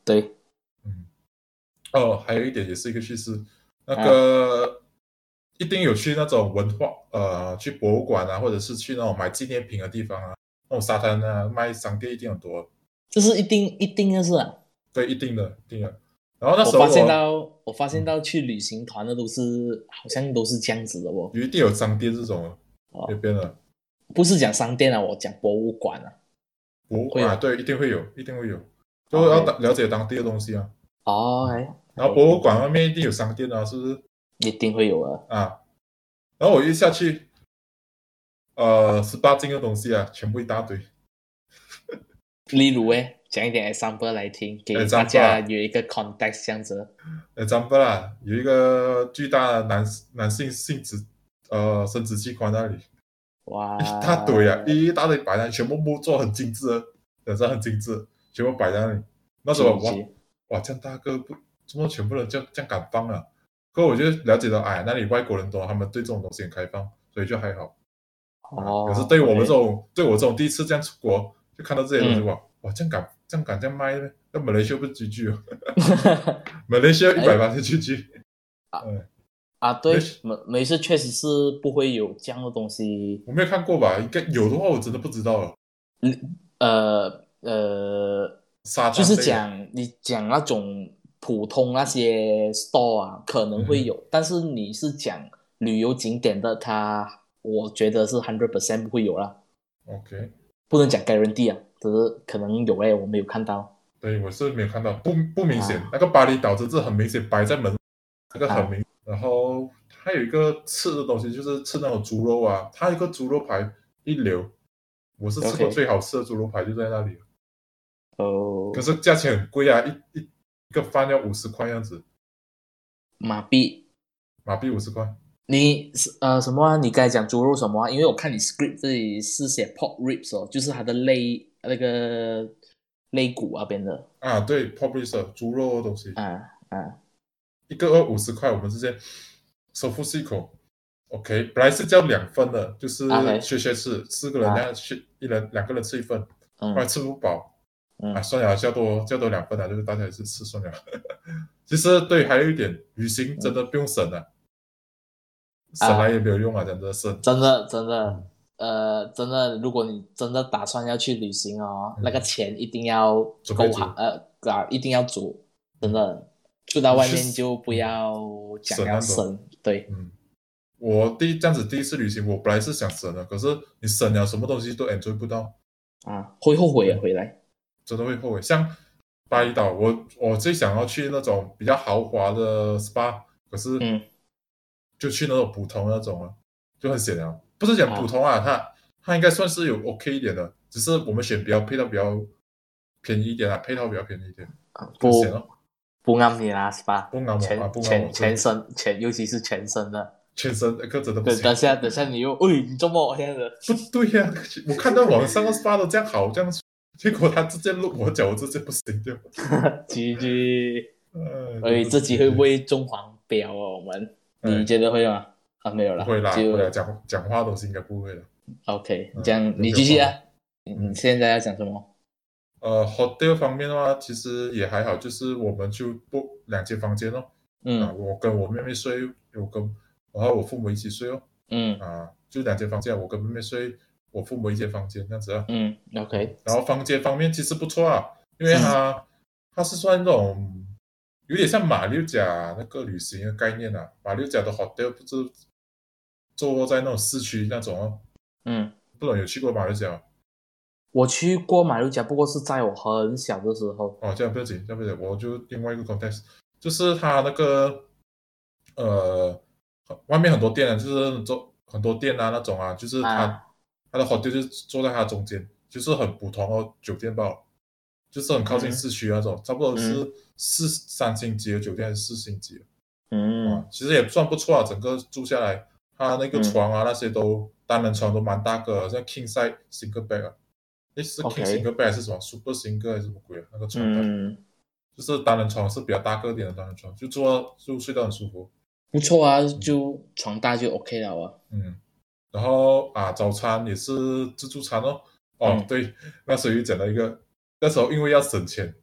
S1: 对，
S2: 嗯，哦，还有一点也是一个趋势，那个、一定有去那种文化，呃，去博物馆啊，或者是去那种买纪念品的地方啊，那种沙滩啊，卖商店一定很多，
S1: 这是一定一定的事啊。
S2: 对，一定的，一定的。然后那
S1: 我
S2: 时候
S1: 发现
S2: 我嗯
S1: 到，我发现到去旅行团的都是好像都是这样子的哦，
S2: 有一定有商店这种
S1: 哦
S2: 那边的
S1: 不是讲商店啊，我讲博物馆啊。
S2: 博
S1: 嗯
S2: 物
S1: 会
S2: 馆
S1: 有
S2: 啊，对，一定会有，一定会有，就是要
S1: 哦
S2: 了解当地的东西啊。
S1: 哦，哎
S2: 然后博物馆外面一定有商店啊，是不是？
S1: 一定会有啊。
S2: 啊，然后我一下去，呃，十八禁的东西啊，全部一大堆。
S1: 例如诶，讲一点 example 来听，给
S2: Example 啊
S1: 大家有一个 context 这样子。
S2: example 啦，有一个巨大的男男性性殖呃生殖器官那里
S1: 哇，
S2: 一大堆啊，一大堆摆在那里全部木做很精致的，本身很精致，全部摆在那里。那时候哇
S1: 紧急
S2: 哇，这样大个不，怎么全部人这样这样敢放啊？可我就了解到，哎，那里外国人多，他们对这种东西很开放，所以就还好。
S1: 哦，
S2: 可是对我们
S1: 对
S2: 这种，对我这种第一次这样出国，就看到这些东西，
S1: 嗯
S2: 哇哇，这样敢这样敢这样卖呗？那马来西亚不是 GG
S1: *laughs*
S2: 哦，马来西亚一百
S1: 哎
S2: 八十 GG。
S1: 啊，对
S2: 没事，
S1: 没没事，确实是不会有这样的东西。
S2: 我没有看过吧？应该有的话，我真的不知道了。
S1: 呃呃，
S2: 沙滩
S1: 就是
S2: 类的
S1: 讲你讲那种普通那些 store 啊，可能会有，但是你是讲旅游景点的，它我觉得是 hundred percent 不会有啦，
S2: ，OK，
S1: 不能讲 guarantee 啊，只是可能有哎、我没有看到。
S2: 对我是没有看到，不不明显。
S1: 啊
S2: 那个巴厘岛真是很明显，摆在门，那个很明。然后还有一个吃的东西，就是吃那种猪肉啊，它一个猪肉排一流，我是吃过
S1: OK
S2: 最好吃的猪肉排就在那里，
S1: 哦
S2: 可，是价钱很贵啊，一一一个饭要五十块样子，
S1: 马币，
S2: 马币五十块。
S1: 你是呃什么啊？你刚才讲猪肉什么啊？因为我看你 script 这里是写 pork ribs 哦，就是它的肋那个肋骨那边的
S2: 啊，对 p o p r i s 猪肉的东西，
S1: 啊啊，
S2: 一个二五十块，我们直接收付四口。OK，本来是叫两份的，就是
S1: OK
S2: 学学吃，四个人那样去，一人两个人吃一份，
S1: 啊嗯
S2: 后来吃不饱，
S1: 嗯
S2: 啊，算了，叫多叫多两份啊，就是大家也是吃算了。 *laughs* 其实对，还有一点，旅行真的不用省啊，
S1: 嗯
S2: 省来也没有用啊，真的省。
S1: 真的真的，呃，真的，如果你真的打算要去旅行哦，
S2: 嗯
S1: 那个钱一定要
S2: 准备
S1: 够
S2: 足
S1: 好，呃啊，一定要足，真的，住到外
S2: 你去
S1: 面就不要讲
S2: 省
S1: 要
S2: 那种
S1: 省，对，
S2: 嗯，我第一这样子第一次旅行，我本来是想省的，可是你省了什么东西都 enjoy 不到。
S1: 啊，会后悔啊，回
S2: 对
S1: 来，
S2: 真的会后悔。像巴厘岛，我我最想要去那种比较豪华的 SPA，可是
S1: 嗯
S2: 就去那种
S1: 哦
S2: 普通的那种啊，就很显然，不是讲普通啊，它它应该算是有 OK 一点的，只是我们选比较配套比较便宜一点啊，配套比较便宜一点，
S1: 啊
S2: 很
S1: 不
S2: 闲哦
S1: 不按你啦是吧？
S2: 不安我啊，
S1: 全
S2: 不安我，
S1: 全全身全，尤其是全身的。
S2: 全身呃那个真的不
S1: 等
S2: 行
S1: 等，下等下你又，喂，你这么哎 *laughs* 现在的
S2: 不对呀、我看到网上 SPA 都这样好，这样，结果他直接露我脚，我直接不行就，
S1: GG，
S2: *laughs* 呃，
S1: 所以这集哎会为中环标哦，我们
S2: 哎
S1: 你觉得会吗？啊，没有
S2: 不
S1: 了，
S2: 会啦，不
S1: 就
S2: 会啦，讲讲话的东西应该不会了。
S1: OK，
S2: 嗯
S1: 这样
S2: 就嗯
S1: 你
S2: 没
S1: 继续
S2: 有
S1: 啊。你你现在要讲什么？
S2: 呃，hotel 方面的话，其实也还好，就是我们就 book 两间房间咯。啊，
S1: 嗯
S2: 我跟我妹妹睡，我跟我和我父母一起睡哦。
S1: 嗯
S2: 啊，就两间房间，我跟妹妹睡，我父母一间房间这样子啊。
S1: 嗯，OK，
S2: 然后房间方面其实不错啊，因为它它是算那种有点像马六甲那个旅行的概念啊。马六甲的 hotel 不是坐落在那种市区那种哦，
S1: 嗯，
S2: 不懂有去过马六甲吗？
S1: 我去过马六甲，不过是在我很小的时候。
S2: 哦，这样不要紧，这样不要紧，我就另外一个 context，就是它那个呃，外面很多店啊，就是做很多店啊那种啊，就是它、
S1: 啊
S2: 它的 hotel 就是坐在它中间，就是很普通哦酒店吧，就是很靠近
S1: 嗯
S2: 市区那种，差不多是四三星级的酒店还是四星级的、
S1: 嗯
S2: 啊，其实也算不错啊，整个住下来，它那个
S1: 嗯
S2: 床啊、那些都单人床都蛮大个啊的，像 king size single bed 啊，诶是
S1: OK
S2: king single bed 还是什么 super single 还是什么鬼啊？那个床单。
S1: 嗯，
S2: 就是单人床是比较大个一点的单人床，就坐就睡得很舒服。
S1: 不错啊，就床大就 OK 了啊。
S2: 嗯，然后啊，早餐也是自助餐哦。哦，
S1: 嗯
S2: 对，那时候又讲到一个，那时候因为要省钱，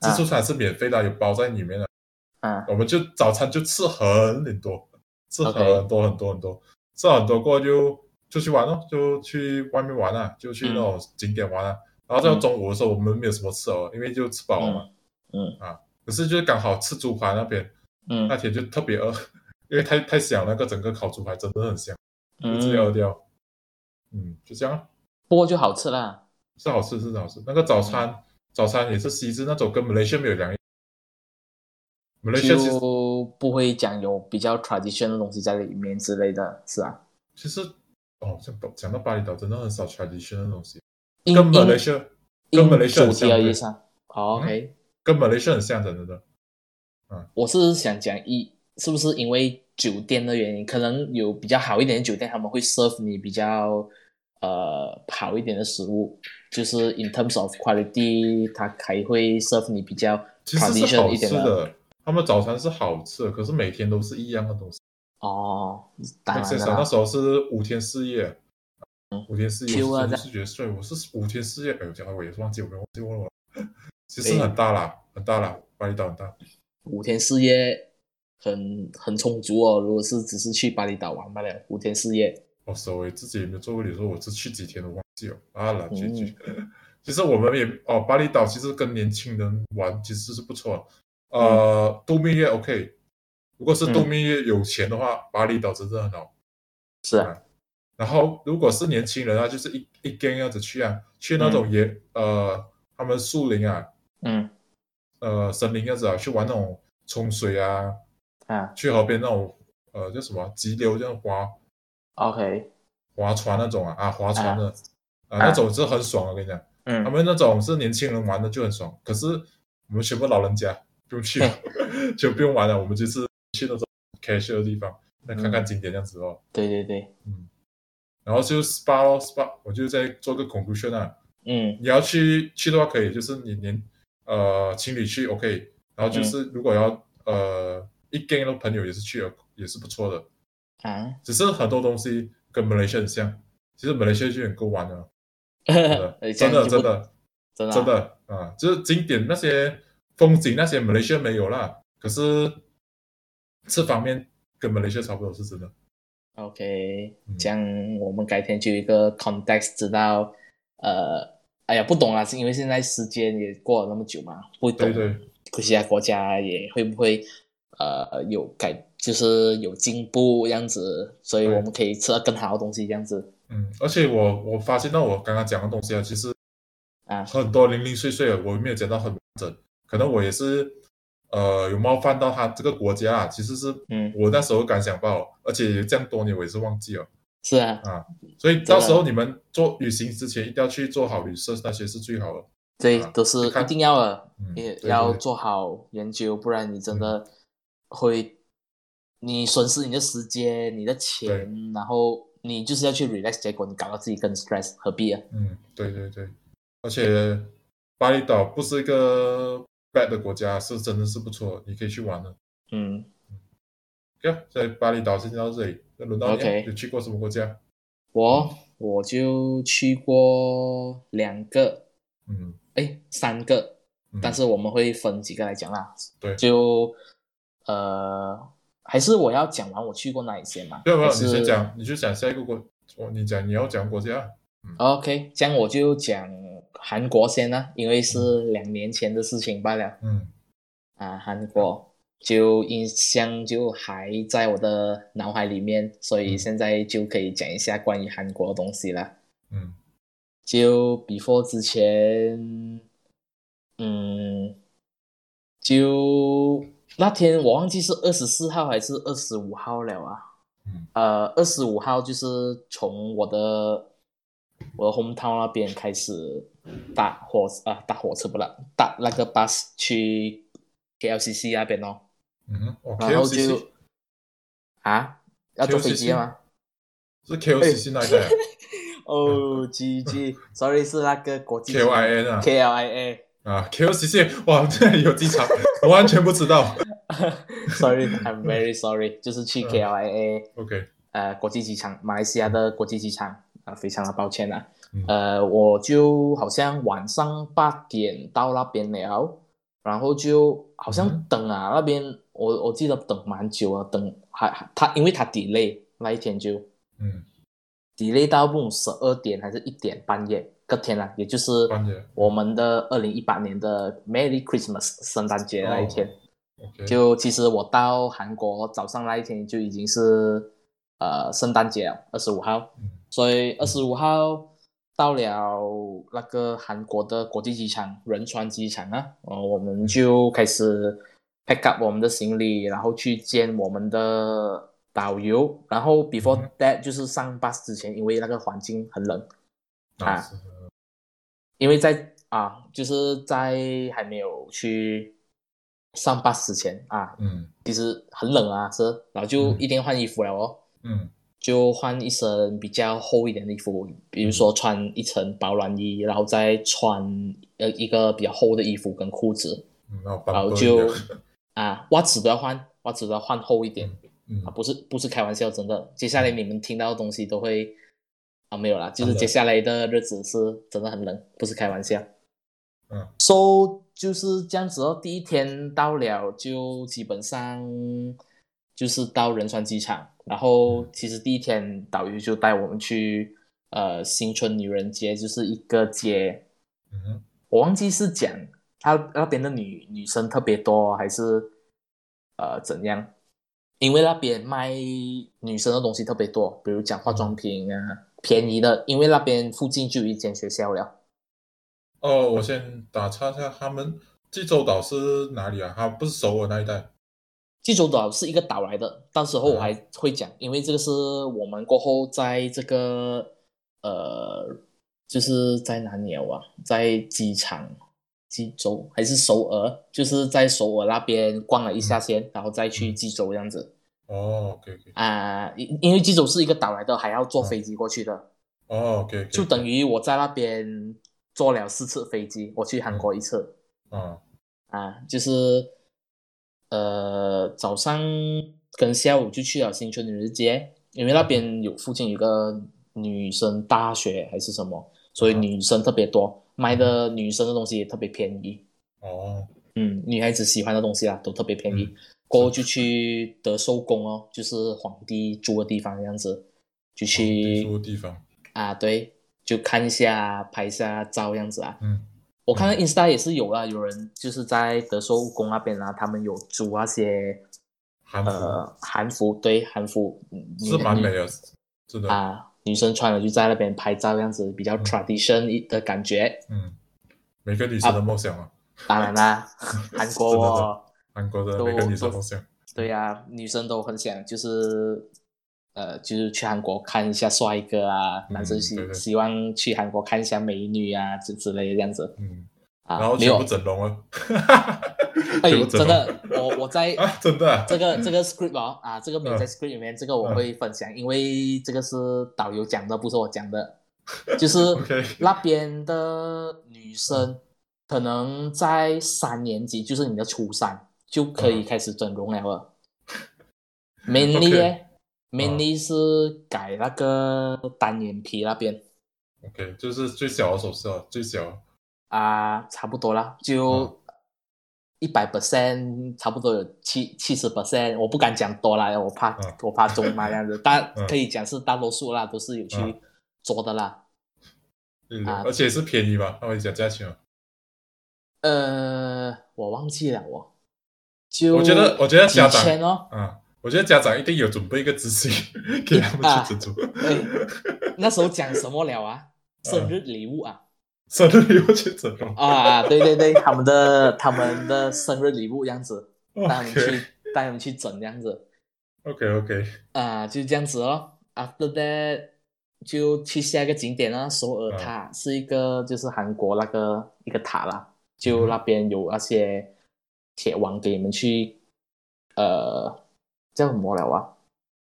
S1: 啊
S2: 自助餐是免费的，有包在里面的，
S1: 啊，
S2: 我们就早餐就吃很多，吃很多很多很多，吃很多过后就就去玩哦，就去外面玩啊，就去那
S1: 嗯
S2: 种景点玩啊。然后到中午的时候，我们没有什么吃哦，因为就吃饱了嘛。
S1: 嗯
S2: 啊，可是就是刚好吃猪排那边。
S1: 嗯
S2: 那天就特别饿，因为太太香，那个整个烤猪排真的很香，就直接
S1: 嗯，
S2: 饿掉。嗯，就这样啊，
S1: 不过就好吃啦。
S2: 是好吃是好吃。那个
S1: 嗯
S2: 早餐、早餐也是西式那种，跟 Malaysia 没有两样。Malaysia 其实
S1: 就不会讲有比较 tradition 的东西在里面之类的，是啊。
S2: 其实哦，讲到讲到巴厘岛真的很少 traditional 的东西，
S1: 因
S2: 跟 Malaysia
S1: 因
S2: 跟
S1: 因
S2: Malaysia
S1: 主
S2: 很
S1: 题啊
S2: 像
S1: 而言
S2: 对，
S1: 上、哦、，OK。
S2: 跟 Malaysia 很像，真的真的。
S1: 我是想讲一，是不是因为酒店的原因，可能有比较好一点的酒店，他们会 serve 你比较呃好一点的食物，就是 in terms of quality，它还会 serve 你比较
S2: 其实是
S1: tradition
S2: 好
S1: 一
S2: 吃
S1: 点
S2: 的，他们早餐是好吃的，可是每天都是一样的东西。
S1: 哦，当
S2: m a
S1: 然
S2: x
S1: 了
S2: 那
S1: 啦，
S2: 时候是五天四夜，五天四夜，
S1: Q 啊这
S2: 我是真的
S1: 样
S2: 是觉得睡，我是五天四夜，哎，我讲我也忘记我没有忘记忘了，其实很大啦，很大啦，巴厘岛很大，
S1: 五天四夜很很充足哦。如果是只是去巴厘岛玩罢了，五天四夜，
S2: 我所谓自己也没有做过旅游，说我是去几天都忘记了，啊啦，
S1: 嗯
S2: 去去，其实我们也哦，巴厘岛其实跟年轻人玩其实是不错，呃，度蜜月 OK，如果是度蜜月有钱的话，巴厘岛真的很好。
S1: 是啊，
S2: 然后如果是年轻人啊，就是一一根样子去啊，去那种野、呃他们树林啊，
S1: 嗯
S2: 呃森林样子啊，去玩那种冲水啊，
S1: 啊
S2: 去河边那种呃叫什么急流这样划
S1: ，OK，
S2: 划船那种啊啊划船的啊
S1: 啊
S2: 那种是很爽的，我跟你讲，他
S1: 嗯，
S2: 们那种是年轻人玩的就很爽，可是我们全部老人家不用去了，就不用玩了，我们就是去那种 casual 的地方，那看看景点这样子哦，
S1: 对对对，
S2: 嗯，然后就 SPA 咯 SPA，我就再做个 conclusion 啊。
S1: 嗯
S2: 你要去去的话可以，就是你连呃情侣去 OK，然后
S1: 嗯
S2: 就是如果要、呃一 gang 的朋友也是去了，也是不错的。
S1: 啊，
S2: 只是很多东西跟 Malaysia 很像，其实 Malaysia 就很够玩的，
S1: 这 *laughs*
S2: 真
S1: 样
S2: 的
S1: 就
S2: 真
S1: 不
S2: 的
S1: 真的啊
S2: 真的啊，就是景点那些风景那些 Malaysia 没有啦，可是这方面跟 Malaysia 差不多是真的。
S1: OK，
S2: 嗯
S1: 这样我们改天就有一个 context 知道，呃，哎呀，不懂啦，是因为现在时间也过了那么久嘛，不懂
S2: 对对，
S1: 其他国家也会不会呃有改，就是有进步这样子，所以
S2: 对
S1: 我们可以吃到更好的东西这样子
S2: 嗯，而且我我发现到我刚刚讲的东西啊，其实
S1: 啊，
S2: 很多零零碎碎的，我没有讲到很完整，可能我也是呃有冒犯到他这个国家啊，其实是
S1: 嗯
S2: 我那时候感想到，而且有这样多年我也是忘记了，
S1: 是啊，
S2: 所以到时候你们做旅行之前一定要去做好 research，那些是最好的。
S1: 对，
S2: 啊
S1: 都是
S2: 你看
S1: 一定要的，
S2: 嗯，
S1: 也
S2: 对嗯对
S1: 要
S2: 对
S1: 做好研究，不然你真的会，你损失你的时间、你的钱，然后你就是要去 relax，结果你搞到自己更 stress，何必啊？
S2: 嗯，对对对，而且巴厘岛不是一个 bad 的国家，是真的是不错，你可以去玩的。
S1: 嗯，
S2: OK，在啊巴厘岛先到这里，那轮到你啊
S1: OK
S2: 有去过什么国家？嗯
S1: 我我就去过两个，
S2: 嗯，
S1: 哎，三个，
S2: 嗯
S1: 但是我们会分几个来讲啦。
S2: 对
S1: 就呃，还是我要讲完我去过哪一些嘛？
S2: 要不要
S1: 还
S2: 你
S1: 是
S2: 先讲，你就讲下一个国，我你讲你要讲国啊家。
S1: 哦 OK，这样我就讲韩国先啦，因为是两年前的事情罢了
S2: 嗯
S1: 啊。韩国就印象就还在我的脑海里面，所以
S2: 嗯
S1: 现在就可以讲一下关于韩国的东西啦。
S2: 嗯
S1: 就 before 之前，嗯，就那天我忘记是二十四号还是二十五号了啊。
S2: 嗯
S1: 呃，二十五号就是从我的我的 hometown 那边开始搭火啊搭火车不啦，搭那个 bus 去 KLCC 那边哦，
S2: 嗯哼，哦
S1: 然后
S2: ，KLCC
S1: 就啊要坐飞机啊的吗？
S2: 是 KLCC
S1: 哎
S2: 那一代啊
S1: *laughs* 哦，G G，sorry 是那个国际机场
S2: ，KLIN 啊
S1: KLIA。
S2: 啊，KLCC，哇，这里有机场，我完全不知道。
S1: *laughs* Sorry，I'm very sorry，就是去
S2: 嗯
S1: KLIA
S2: OK，
S1: 呃国际机场，马来西亚的国际机场啊、非常的抱歉啊
S2: 嗯，
S1: 呃，我就好像晚上八点到那边了，然后就好像
S2: 嗯
S1: 等啊、那边我我记得等蛮久啊，等还还他因为他 delay 那一天就
S2: 嗯，
S1: delay 到不十二点还是一点半夜，隔天啊，也就是
S2: 半夜
S1: 我们的二零一八年的 Merry Christmas 圣诞节那一天。
S2: ，OK，
S1: 就其实我到韩国早上那一天就已经是呃圣诞节了，二十五号，
S2: 嗯
S1: 所以二十五号到了那个韩国的国际机场仁川机场啊，呃，我们就开始 pack up 我们的行李，然后去见我们的导游，然后 before
S2: 嗯
S1: that 就是上 bus 之前，因为那个环境很冷，
S2: 啊
S1: 啊
S2: 是
S1: 因为在啊就是在还没有去上 bus 之前啊，
S2: 嗯
S1: 其实很冷啊，是，然后就
S2: 嗯
S1: 一定换衣服了哦，
S2: 嗯
S1: 就换一身比较厚一点的衣服，比如说穿一层保暖衣，然后再穿呃一个比较厚的衣服跟裤子，
S2: 嗯，那我
S1: 然
S2: 帮
S1: 后
S2: 多一
S1: 就
S2: 点
S1: 啊袜子不要换，袜子都要换厚一点
S2: 嗯
S1: 啊，不是不是开玩笑，真的，接下来你们听到的东西都会啊没有啦，就是
S2: 很冷
S1: 接下来的日子是真的很冷，不是开玩笑。
S2: 嗯
S1: ，so 就是这样子哦。第一天到了就基本上就是到仁川机场，然后
S2: 嗯
S1: 其实第一天导游就带我们去呃新春女人街，就是一个街，
S2: 嗯哼
S1: 我忘记是讲他那边的女女生特别多还是呃怎样，因为那边卖女生的东西特别多，比如讲化妆品啊，便宜的，因为那边附近就有一间学校了。
S2: 哦，我先打岔一下，他们济州岛是哪里啊？他不是首尔那一带。
S1: 济州岛是一个岛来的，到时候我还会讲，因为这个是我们过后在这个呃，就是在哪里啊？在机场，济州还是首尔？就是在首尔那边逛了一下先，然后再去济州这样子
S2: 哦，OK OK，
S1: 啊、因因为济州是一个岛来的，还要坐飞机过去的，
S2: 哦，OK，
S1: 就等于我在那边坐了四次飞机，我去韩国一次。
S2: 啊，
S1: 啊，就是呃早上跟下午就去了新春女人街，因为那边有附近有个女生大学还是什么，所以
S2: 嗯
S1: 女生特别多，卖的女生的东西也特别便宜。
S2: 哦，
S1: 嗯，女孩子喜欢的东西啦，啊都特别便
S2: 嗯
S1: 宜。过后就去德寿宫哦，就是皇帝住的地方，这样子就
S2: 哦
S1: 去
S2: 住的地方，
S1: 啊，对，就看一下，拍一下照，这样子啊。
S2: 嗯
S1: 我看到 Insta 也是有啊，有人就是在德寿宫那边啊，他们有租那些
S2: 韩服
S1: 呃韩服，对韩服，女
S2: 是蛮美
S1: 女
S2: 的，真的，
S1: 啊，女生穿了就在那边拍照，这样子比较
S2: 嗯
S1: tradition 一的感觉。
S2: 嗯，每个女生的梦想啊，
S1: 当然
S2: *laughs*
S1: 啦，韩国哦，
S2: 韩国的
S1: 都
S2: 每个女生的梦想，
S1: 对呀、啊，女生都很想就是呃，就是去韩国看一下帅哥啊，男生
S2: 嗯
S1: 希
S2: 对对
S1: 希望去韩国看一下美女啊，之之类的这样子
S2: 嗯，
S1: 啊，
S2: 然后
S1: 没
S2: 全
S1: 有
S2: 部，整容了，
S1: 哎，
S2: 全部
S1: 真
S2: 整容
S1: 的，我我在
S2: 啊，真的啊，
S1: 这个这个 script 哦，啊，这个没有在
S2: 嗯
S1: script 里面，这个我
S2: 嗯
S1: 会分享，因为这个是导游讲的，不是我讲的，就是
S2: *laughs* OK
S1: 那边的女
S2: 嗯
S1: 生可能在三年级，就是你的初三就可以
S2: 嗯
S1: 开始整容了
S2: *laughs*
S1: 了。mainly 耶，mainly
S2: 嗯
S1: 是改那个单眼皮那边
S2: OK，就是最小的手势啊，最小，
S1: 啊，差不多啦，就
S2: 嗯
S1: 一百 percent，差不多有七七十 percent，我不敢讲多啦，我怕
S2: 嗯
S1: 我怕中嘛这样子，但
S2: *laughs* 嗯
S1: 可以讲是大多数啦，都是有去
S2: 嗯
S1: 做的啦。
S2: 对对对
S1: 啊
S2: 而且是便宜嘛，他们讲价钱嘛，
S1: 呃，我忘记了我，就
S2: 我觉得我觉得
S1: 几
S2: 家长
S1: 千哦，
S2: 啊，我觉得家长一定有准备一个资金 *laughs* 给他们去整容，
S1: 哎，那时候讲什么了
S2: *laughs*
S1: 啊？生日礼物啊
S2: 生日礼物去整容
S1: 啊，对对对，他们的他们的生日礼物这样子，带他们
S2: *laughs* ，OK
S1: 啊去带他们去整这样子
S2: OK OK，
S1: 啊，就这样子咯。After that 就去下一个景点啦，首尔塔是一个就是韩国那个一个塔啦，就
S2: 嗯
S1: 那边有那些铁网给你们去呃叫什么了啊？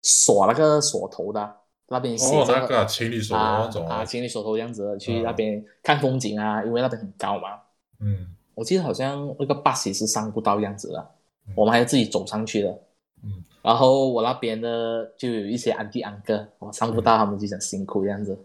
S1: 锁那个锁头的啊，那边写
S2: 哦，
S1: 着
S2: 那个啊情侣手的
S1: 啊
S2: 那种
S1: 啊，
S2: 啊，
S1: 情侣手头这样子去
S2: 嗯
S1: 那边看风景啊，因为那边很高嘛。
S2: 嗯
S1: 我记得好像那个 bus 也是上不到这样子的
S2: 嗯，
S1: 我们还要自己走上去的。
S2: 嗯，
S1: 然后我那边的就有一些安迪安哥，我上不到，他们就很辛苦这样子。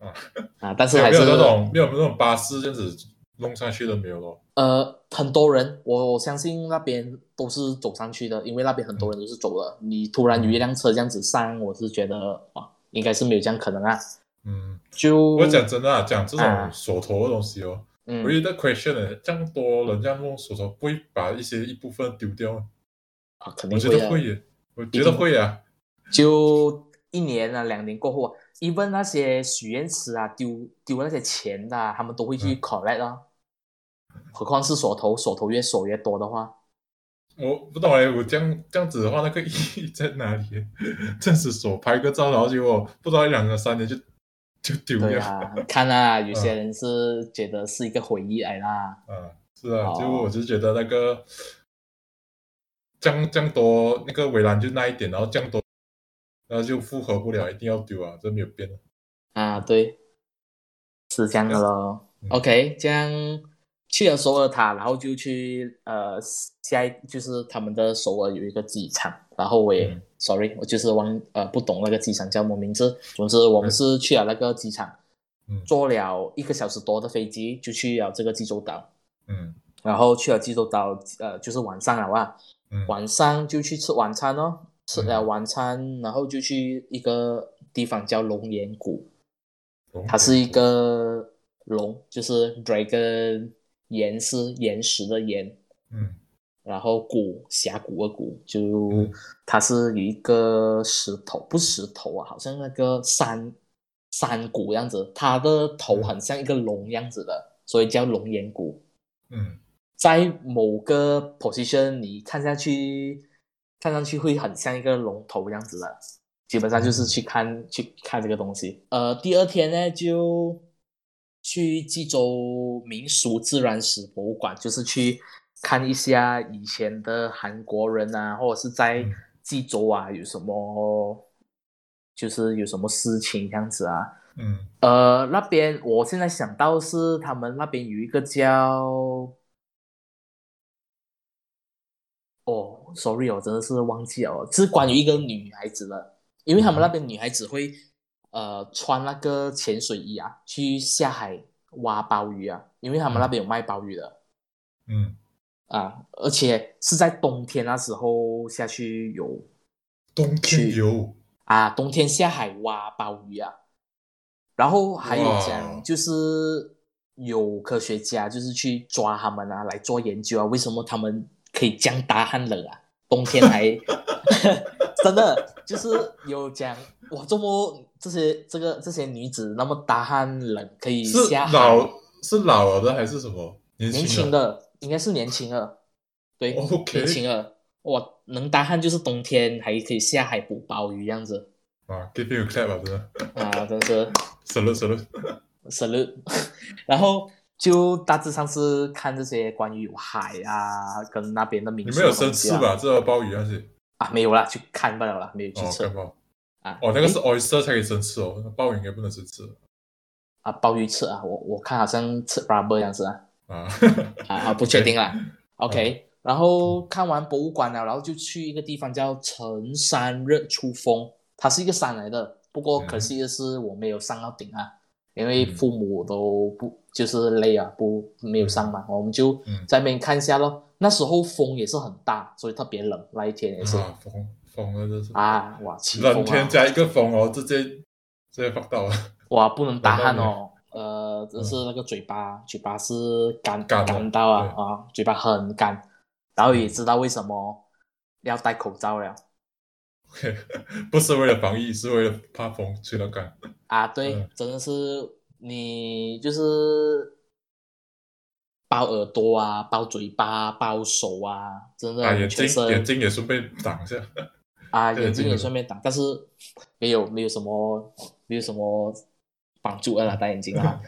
S2: 啊
S1: 啊，但是
S2: 没有
S1: 还
S2: 没
S1: 是
S2: 有那种没有那种巴士这样子弄上去的没有咯，
S1: 呃，很多人，我我相信那边都是走上去的，因为那边很多人都是走的。你突然有一辆车这样子上，我是觉得哇，应该是没有这样可能啊。
S2: 嗯，
S1: 就
S2: 我讲真的啊，讲这
S1: 啊
S2: 种手头的东西哦，
S1: 嗯
S2: 我觉得 question 呢，这样多人这样弄手头，不会把一些一部分丢掉吗？
S1: 啊，肯
S2: 我
S1: 定
S2: 觉
S1: 会
S2: 得
S1: 啊。
S2: 会耶，我
S1: 定
S2: 觉得会啊，
S1: 就一年啊，两年过后啊，even 那些许愿池啊，丢丢那些钱的啊、他们都会去
S2: 嗯
S1: collect 啊。何况是锁头，锁头越锁越多的话，
S2: 我不懂哎，我这样这样子的话，那个意义 *laughs* 在哪里耶？这样子手拍个照，然后结果不知道一两个三年就就丢
S1: 对
S2: 掉
S1: 啊，看啊，有些人是觉得是一个回忆来啦，
S2: 啊，是啊，
S1: 哦
S2: 结果我就觉得那个这样这样多那个围栏就那一点，然后这样多，然后就复合不了，一定要丢啊，这没有变的。
S1: 啊，对，是这样的咯。
S2: 嗯
S1: OK，这样去了首尔塔，然后就去呃下一就是他们的首尔有一个机场，然后我也、
S2: 嗯
S1: sorry，我就是忘呃不懂那个机场叫什么名字。总之我们
S2: 嗯
S1: 是去了那个机场，
S2: 嗯
S1: 坐了一个小时多的飞机就去了这个济州岛，
S2: 嗯
S1: 然后去了济州岛呃就是晚上了啊，
S2: 嗯
S1: 晚上就去吃晚餐哦，吃了
S2: 嗯
S1: 晚餐，然后就去一个地方叫龙岩谷。
S2: 懂
S1: 它是一个龙，就是 dragon 岩是岩石的岩，
S2: 嗯
S1: 然后谷峡谷的谷，就、
S2: 嗯
S1: 它是有一个石头，不是石头啊，好像那个山山谷样子，它的头很像一个龙样子的，所以叫龙岩谷。
S2: 嗯
S1: 在某个 position，你看下去，看上去会很像一个龙头这样子的。基本上就是去看去看这个东西。呃，第二天呢就去济州民俗自然史博物馆，就是去看一下以前的韩国人啊，或者是在
S2: 嗯
S1: 济州啊有什么，就是有什么事情这样子啊。
S2: 嗯
S1: 呃，那边我现在想到是他们那边有一个叫……哦，sorry，我真的是忘记了哦，是关于一个女孩子的，因为他们那边女孩子会呃穿那个潜水衣啊，去下海挖鲍鱼啊，因为他们那边有卖鲍鱼的
S2: 嗯，
S1: 啊，而且是在冬天那时候下去游
S2: 冬天游
S1: 啊，冬天下海挖鲍鱼啊，然后还有
S2: 哇
S1: 讲就是有科学家就是去抓他们啊来做研究啊，为什么他们可以降大汗冷啊？冬天还 *laughs* 真的就是有讲哇，这么这些这个这些女子那么大汗冷可以
S2: 是
S1: 下海，
S2: 老是老了的还是什么？年
S1: 年
S2: 轻
S1: 轻
S2: 的
S1: 的应该是年轻的，对
S2: 哦 OK
S1: 年轻的哇，能大汗就是冬天还可以下海捕鲍鱼这样子。
S2: 啊，give you a clap 啊，真的
S1: 啊，真是
S2: ，salute salute。
S1: salute。然后就大致上是看这些关于海啊，跟那边的民
S2: 你
S1: 宿
S2: 没有
S1: 的东
S2: 生
S1: 西
S2: 吃
S1: 啊
S2: 吧？这个鲍鱼那些？
S1: 啊，没有啦，去看罢了啦，没有去
S2: 哦，
S1: 吃、
S2: 干嘛？
S1: 啊。
S2: 哦，那个是
S1: 诶
S2: oyster 才可以生吃哦，那鲍鱼应该不能生吃
S1: 啊，鲍鱼翅啊，我我看好像吃 rubber 样子啊。
S2: 啊。
S1: 啊，啊不确定
S2: *laughs*
S1: 啦。OK，然后看完博物馆了，然后就去一个地方叫陈山日出峰，它是一个山来的。不过
S2: 嗯
S1: 可惜的是，我没有上到顶啊，因为父母都不就是累啊，不没有上嘛，我们就
S2: 嗯
S1: 在那边看一下咯。那时候风也是很大，所以特别冷，那一天也是
S2: 啊，疯疯了，这是！
S1: 啊，哇，起风
S2: 冷
S1: 啊
S2: 天，加一个风哦，直接直接放到了，
S1: 哇，不能打鼾哦。呃，就是那个嘴巴，嘴巴是干
S2: 嗯干的
S1: 到啊
S2: 对嗯
S1: 啊，嘴巴很干，然后也知道为什么要戴口罩了
S2: 不是为了防疫，是为了怕风吹到干。
S1: 啊。对，
S2: 嗯
S1: 真的是你就是包耳朵啊，包嘴巴、包手啊，真的
S2: 啊，眼睛
S1: 全身
S2: 眼睛也顺便挡一下。
S1: 啊，
S2: 对
S1: 眼睛
S2: 这
S1: 也
S2: 个
S1: 顺便打，但是没有没有什么没有什么帮助啊，戴眼镜
S2: *laughs*
S1: 啊。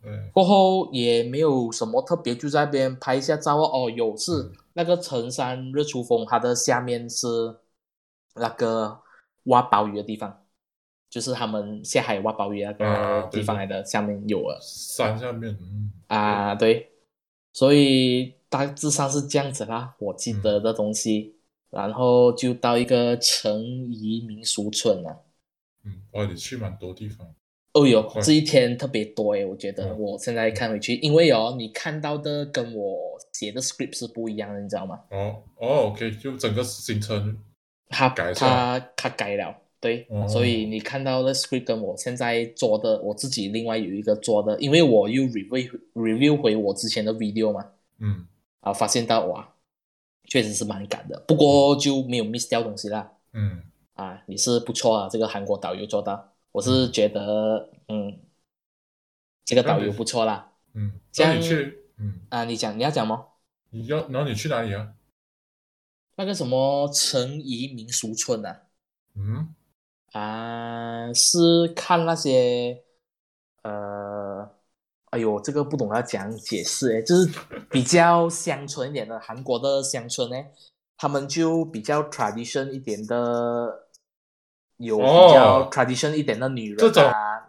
S2: 对，
S1: 过后也没有什么特别，就在那边拍一下照哦。哦，有是、
S2: 嗯
S1: 那个陈山日出峰，它的下面是那个挖鲍鱼的地方，就是他们下海挖鲍鱼那
S2: 啊
S1: 个
S2: 对
S1: 地方来的，下面有了
S2: 山下面，嗯，
S1: 啊，对，所以大致上是这样子啦，我记
S2: 嗯
S1: 得的东西。然后就到一个陈怡民俗村了、啊。
S2: 嗯，哇，你去蛮多地方。
S1: 哦哟，
S2: 快
S1: 这一天特别多诶，我觉得
S2: 嗯
S1: 我现在看回去，因为哦，你看到的跟我写的 script 是不一样的，你知道吗？
S2: 哦哦，OK，就整个行程，
S1: 他
S2: 改一下
S1: 他他改了，对，
S2: 哦
S1: 所以你看到的 script 跟我现在做的，我自己另外有一个做的，因为我又 review review 回我之前的 video 嘛，
S2: 嗯
S1: 啊，发现到哇，确实是蛮赶的，不过就没有 miss 掉东西啦。
S2: 嗯，
S1: 啊，也是不错啊，这个韩国导游做到，我是觉得嗯，这个导游不错啦。
S2: 嗯，
S1: 这样
S2: 那你去，嗯，
S1: 啊，你讲你要讲吗？
S2: 你要，然后你去哪里啊？
S1: 那个什么陈怡民俗村啊，
S2: 嗯，
S1: 啊，是看那些，呃，哎呦，这个不懂要怎样解释诶，就是比较乡村一点的韩国的乡村呢，他们就比较 tradition 一点的，有比较
S2: 哦
S1: tradition 一点的女人
S2: 这种
S1: 啊，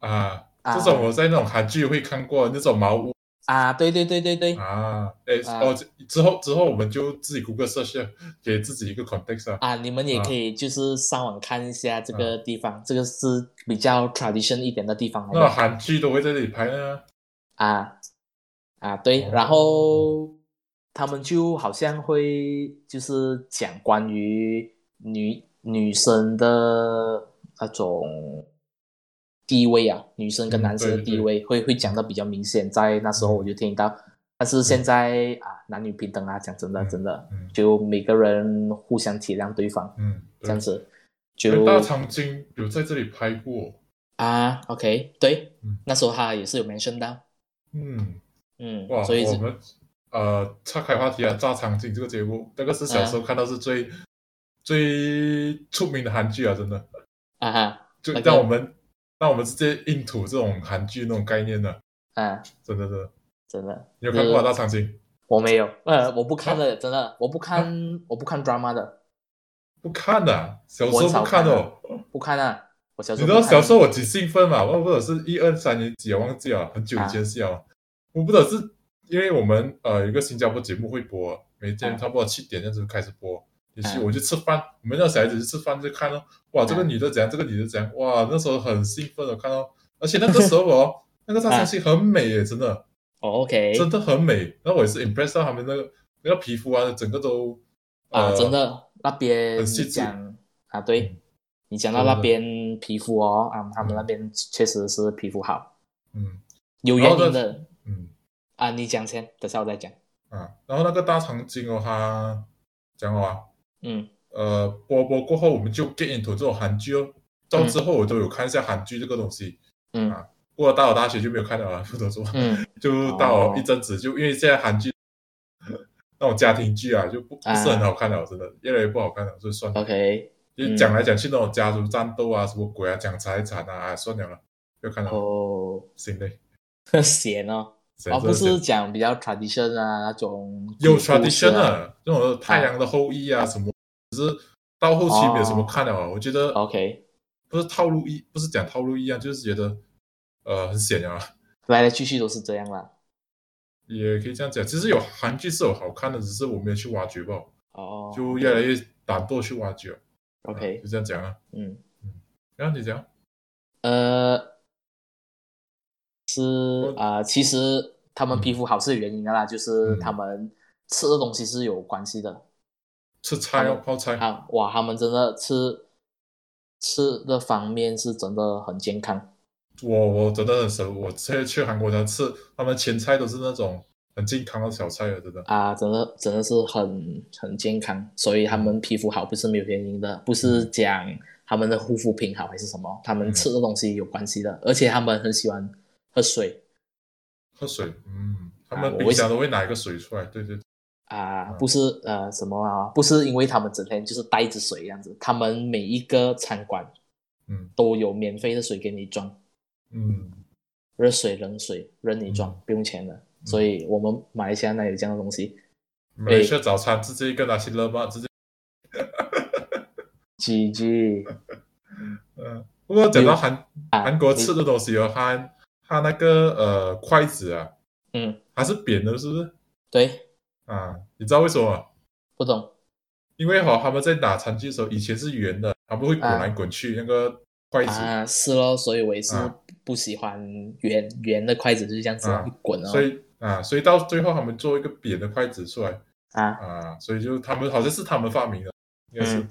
S2: 啊，
S1: 啊
S2: 这种我在那种韩剧会看过，那种茅屋
S1: 啊，对对对对对，
S2: 啊，哎，
S1: 啊
S2: 哦，之后之后我们就自己 Google search，给自己一个 context 啊，
S1: 啊，你们也
S2: 啊
S1: 可以就是上网看一下这个地方，这个是比较 tradition 一点的地方来
S2: 那
S1: 的
S2: 种韩剧都会在这里拍呢，
S1: 啊啊，对，
S2: 哦
S1: 然后他们就好像会就是讲关于女女生的那种地位啊，女生跟
S2: 嗯
S1: 男生的
S2: 对嗯
S1: 地位会会讲的比较明显，在那时候我就听到，但是现在啊，男女平等啊，讲真的，
S2: 嗯
S1: 真的
S2: 嗯
S1: 就每个人互相体谅对方
S2: 嗯，
S1: 这样
S2: 对，
S1: 子，
S2: 哎
S1: 就
S2: 大长今有在这里拍过，
S1: 啊，OK，对
S2: 嗯，
S1: 那时候他也是有 mention 到，
S2: 嗯，
S1: 嗯
S2: 哇，，
S1: 所以
S2: 我
S1: 是
S2: 们呃岔开话题啊，大长今这个节目，那个是小
S1: 嗯
S2: 时候看到是最最出名的韩剧啊，真的。
S1: 啊哈
S2: 就
S1: 那个
S2: 让我们让我们直接硬吐这种韩剧那种概念的，
S1: 啊，
S2: 真的真的，
S1: 真的。
S2: 你有看过啊啊
S1: 嗯
S2: 大长今？
S1: 我没有，呃，我不看的，真的，我不
S2: 啊
S1: 看，我不看 drama 的，
S2: 不看的、啊，小时候
S1: 我很少
S2: 不看哦。
S1: 不看啊。我小时
S2: 你
S1: 候
S2: 知道
S1: 不看
S2: 小时候我几兴奋嘛？我不知道是一二三年级啊，忘记了，很久以前的事啊。我不知道是因为我们呃有一个新加坡节目会播，每
S1: 啊
S2: 天差不多七点这样子开始播。也
S1: 啊
S2: 是我去吃饭，我们那小孩子去吃饭就看咯，哇，这个
S1: 啊
S2: 女的怎样，这个女的怎样，哇，那时候很兴奋的看哦，而且那个时候哦，
S1: 嗯
S2: 那个大长今很美耶，真的，
S1: 哦，OK，
S2: 真的很美。然后我也是 impress 到他们那个那个皮肤啊，整个都
S1: 啊，
S2: 呃
S1: 真的，那边
S2: 很细
S1: 你
S2: 致
S1: 讲啊，对
S2: 嗯，
S1: 你讲到
S2: 真的
S1: 那边皮肤哦，啊，他们那边确实是皮肤好，
S2: 嗯
S1: 有原
S2: 然后
S1: 因
S2: 呢
S1: 的
S2: 嗯
S1: 啊，你讲先，等下我再讲，
S2: 啊。然后那个大长今哦，他讲哦啊，
S1: 嗯
S2: 呃，播播过后我们就 get into 这种韩剧哦。到之后我都有看一下韩剧这个东西，
S1: 嗯
S2: 啊不过到了大学就没有看了啊，不多说。 *laughs*
S1: 嗯
S2: 就到
S1: 哦
S2: 了一阵子，就因为现在韩剧 *laughs*
S1: 哦
S2: 那种家庭剧啊，就不不是很好看了，真的越来越不好看了，所以算了。
S1: ，OK，
S2: 就讲来讲去那种家族战斗啊，什么鬼啊，讲财产啊，哎算了了，不要看了，
S1: 哦，
S2: 心累。
S1: *laughs* 闲哦，
S2: 谁
S1: 而不
S2: 真的
S1: 是讲比较 tradition 啊那种
S2: 有
S1: 故事啊
S2: tradition 啊，那种太阳的后裔啊什么，只是到后期没有什
S1: 哦
S2: 么看了啊。我觉得
S1: OK，
S2: 不是套路一，不是讲套路一样，就是觉得呃很显啊，
S1: 来来去去都是这样啦。
S2: 也可以这样讲。其实有韩剧是有好看的，只是我没有去挖掘吧，
S1: 哦，
S2: 就越来越懒惰去挖掘。啊
S1: OK，
S2: 就这样讲啊。
S1: 嗯，
S2: 然后你讲，
S1: 呃，是啊、其实他们皮肤好是有原因的啦，就是
S2: 嗯
S1: 他们吃的东西是有关系的。
S2: 吃菜哦，泡菜，
S1: 啊，哇，他们真的吃吃的方面是真的很健康。
S2: 我我真的很熟。我现在去韩国才吃，他们前菜都是那种很健康的小菜了，真的。
S1: 啊，真的真的是很很健康，所以他们皮肤好不是没有原因的，不是讲他们的护肤品好还是什么，他们
S2: 嗯
S1: 吃的东西有关系的，而且他们很喜欢喝水
S2: 喝水，嗯，他
S1: 啊
S2: 们
S1: 我
S2: 冰
S1: 为
S2: 箱都会拿一个水出来，对对，
S1: 啊，
S2: 嗯
S1: 不是呃什么啊，不是因为他们整天就是带着水这样子，他们每一个餐馆
S2: 嗯
S1: 都有免费的水给你装，
S2: 嗯，
S1: 哎热水、冷水任你装
S2: 嗯，
S1: 不用钱的，所以我们马来西亚那里有这样的东西，
S2: 马来西亚早餐直接一个拿西乐吧，直接，
S1: 鸡鸡
S2: 嗯，不过讲到韩
S1: 啊，
S2: *laughs* 韩国
S1: 你
S2: 吃的东西哦，它它那个呃筷子啊，
S1: 嗯，
S2: 它是扁的，是不是？
S1: 对，
S2: 啊，你知道为什么吗？
S1: 不懂
S2: 因为哈、他们在打餐具的时候，以前是圆的，他们会滚
S1: 啊
S2: 来滚去、那个筷子，
S1: 啊，是咯，所以我也是
S2: 啊
S1: 不喜欢圆圆的筷子就是这样子
S2: 啊
S1: 一滚哦，
S2: 所以啊，所以到最后他们做一个扁的筷子出来
S1: 啊
S2: 啊，所以就他们好像是他们发明的，应该是、
S1: 嗯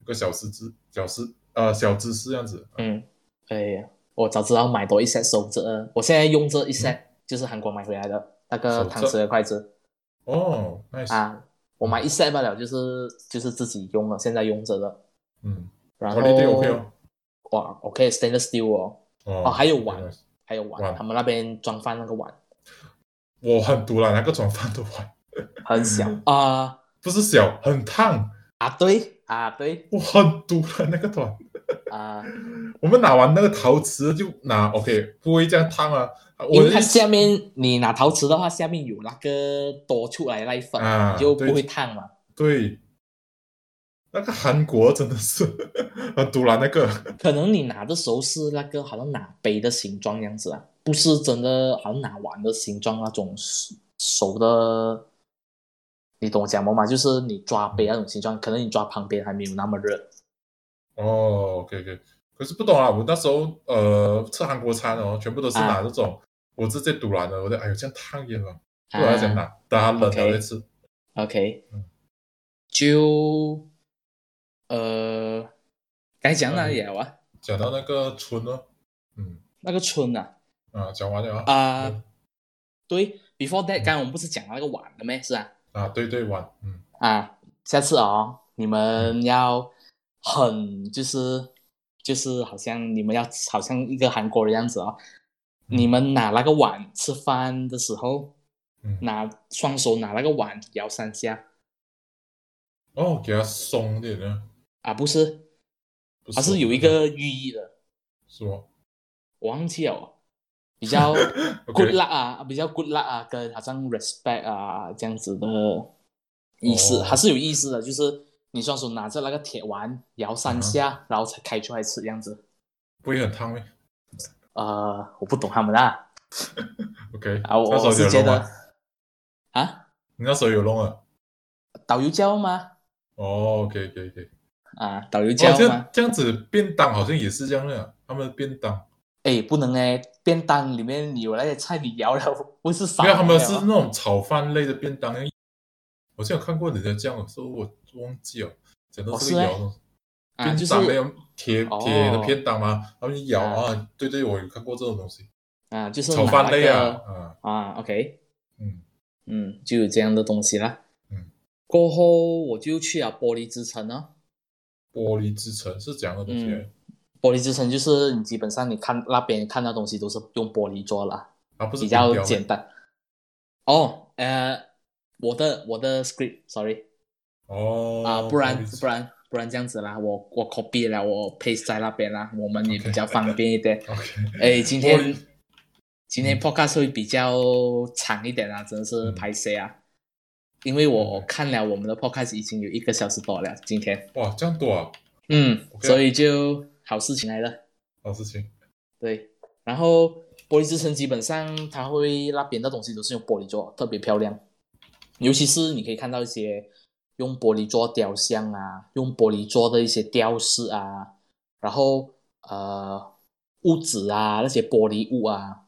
S2: 一个小知识，小知呃小知识这样子，
S1: 嗯，哎呀，我早知道买多一 set 手指了，我现在用这
S2: 嗯
S1: 一 set 就是韩国买回来的那个
S2: 手
S1: 搪
S2: 指
S1: 瓷的筷子。
S2: 哦，nice，、
S1: 啊，我买一 set 罢了，就是就是自己用了，现在用着的。
S2: 嗯，
S1: 然后
S2: 管理队 OK 哦，
S1: 哇，OK stainless steel 哦，
S2: 哦
S1: 哦还有碗
S2: nice
S1: 还有碗，
S2: 碗
S1: 他们那边装饭那个碗
S2: 我很毒了，那个转饭的碗
S1: 很小
S2: 嗯
S1: 啊
S2: 不是小，很烫，
S1: 啊对啊对
S2: 我很毒了那个碗。
S1: 啊，
S2: 我们拿完那个陶瓷就拿 OK，不会这样烫啊。
S1: 因
S2: 我
S1: 为它
S2: 一
S1: 下面你拿陶瓷的话，下面有那个多出来那一份，
S2: 啊
S1: 你就
S2: 对
S1: 不会烫嘛。
S2: 对，那个韩国真的是 *laughs* 很毒了那个
S1: 可能你拿的时候是那个好像拿杯的形状那样子啊，不是真的好像拿碗的形状那种熟熟的，你懂我讲吗嘛？就是你抓杯那种形状，可能你抓旁边还没有那么热
S2: 哦，OK OK。可是不懂啊，我那时候呃吃韩国餐哦，全部都是
S1: 啊
S2: 拿这种，我直接堵了的，我就哎呦这样烫也了，不
S1: 啊。
S2: 然想拿，等它冷了
S1: OK
S2: 再吃。
S1: OK，
S2: 嗯
S1: 就呃，该讲哪里了啊？
S2: 讲到那个春呢，嗯
S1: 那个春啊
S2: 啊，讲完了啊
S1: 啊、
S2: 嗯
S1: 对，before that，刚才我们不是讲到那个碗了没？是啊。
S2: 啊，对对碗，嗯
S1: 啊，下次哦，你们要很就是就是好像你们要好像一个韩国人样子哦，
S2: 嗯
S1: 你们拿那个碗吃饭的时候，
S2: 嗯。
S1: 拿双手拿那个碗摇三下
S2: 哦，给它松一点呢，
S1: 啊，不是，
S2: 不
S1: 它
S2: 松
S1: 啊是有一个寓意的，
S2: 是吗
S1: 我忘记了哦，比
S2: *laughs*
S1: 较
S2: ？OK，
S1: good luck 啊，比较 good luck 啊，跟好像 respect 啊这样子的意思，
S2: 哦
S1: 它是有意思的，就是你双手拿着那个铁碗摇三
S2: 嗯
S1: 下，然后才开出来吃这样子。
S2: 不会很烫咩啊
S1: 呃，我不懂他们啦。
S2: ？OK，
S1: 啊，我
S2: 那时候
S1: 我是
S2: 有
S1: 觉
S2: 弄
S1: 得
S2: 啊，
S1: 啊，
S2: 你那时候有弄啊？
S1: 导游教吗？
S2: 哦，OK OK OK，
S1: 啊，导游
S2: 哦
S1: 教，
S2: 这
S1: 吗
S2: 样？这样子便当好像也是这样的，啊他们的便当，
S1: 哎、不能哎，便当里面你有那些菜，你摇了不是少
S2: 没有他们
S1: 了
S2: 是
S1: 吗
S2: 那种炒饭类的便当，我之前有看过人家这样，所以我忘记了，讲到
S1: 哦
S2: 这
S1: 是
S2: 个
S1: 咩
S2: 窑东西，
S1: 啊，就
S2: 便
S1: 是
S2: 当没有铁
S1: 哦
S2: 铁的便当吗？他们一咬啊，对对，我有看过这种东西，
S1: 啊，就是
S2: 炒
S1: 拿
S2: 饭
S1: 那
S2: 类啊
S1: 个
S2: 啊，
S1: 啊，OK，
S2: 嗯
S1: 嗯，就有这样的东西啦。
S2: 嗯，
S1: 过后我就去了玻璃之城哦。
S2: 玻璃之城是这样的东西
S1: 嗯，玻璃之城就是你基本上你看那边看到东西都是用玻璃做啦，
S2: 啊，不是
S1: 比
S2: 冰
S1: 较
S2: 雕咩
S1: 简单。哦，呃，我的我的 script，sorry。
S2: 哦
S1: 啊，不
S2: 玻
S1: 然
S2: 璃之
S1: 不然不然这样子啦，我我 copy 了，我 paste 在那边啦，我们也
S2: OK
S1: 比较方便一点。
S2: *laughs* OK，
S1: 哎，今天
S2: 我
S1: 今天
S2: 嗯
S1: podcast 会比较长一点啊，真的是
S2: 嗯
S1: 拍谁啊？因为我
S2: 嗯
S1: 我看了我们的 podcast 已经有一个小时多了，今天，
S2: 哇，这样多啊，
S1: 嗯，
S2: OK 啊
S1: 所以就好事情来了。
S2: 老事情。
S1: 对，然后玻璃之城基本上它会那边的东西都是用玻璃做，特别漂亮。尤其是你可以看到一些用玻璃做雕像啊，用玻璃做的一些吊饰啊，然后呃屋子啊那些玻璃屋啊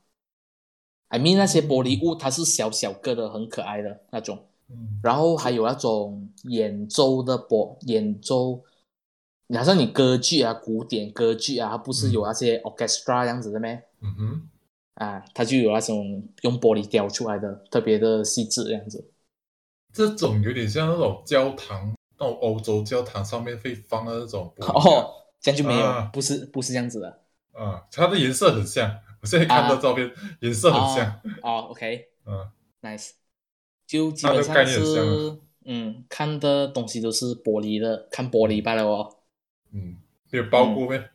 S1: ，I mean 那些玻璃屋它是小小个的，很可爱的那种。
S2: 嗯
S1: 然后还有那种演奏的播演奏，你好像你歌剧啊、古典歌剧啊，它不是有那些 orchestra 这样子的咩？
S2: 嗯哼，
S1: 啊，它就有那种用玻璃雕出来的，特别的细致这样子。
S2: 这种有点像那种教堂，那种欧洲教堂上面会放的那种玻璃啊
S1: 哦，这样就没有，
S2: 啊
S1: 不是不是这样子的。
S2: 啊，它的颜色很像。我现在看到
S1: 啊
S2: 照片，颜色很像。
S1: 哦，OK，
S2: 嗯，
S1: Nice，就基
S2: 它
S1: 本
S2: 的
S1: 上
S2: 概念很像
S1: 是
S2: 啊
S1: 嗯，看的东西都是玻璃的，看玻璃罢了哦。
S2: 嗯，没有包过呗，
S1: 嗯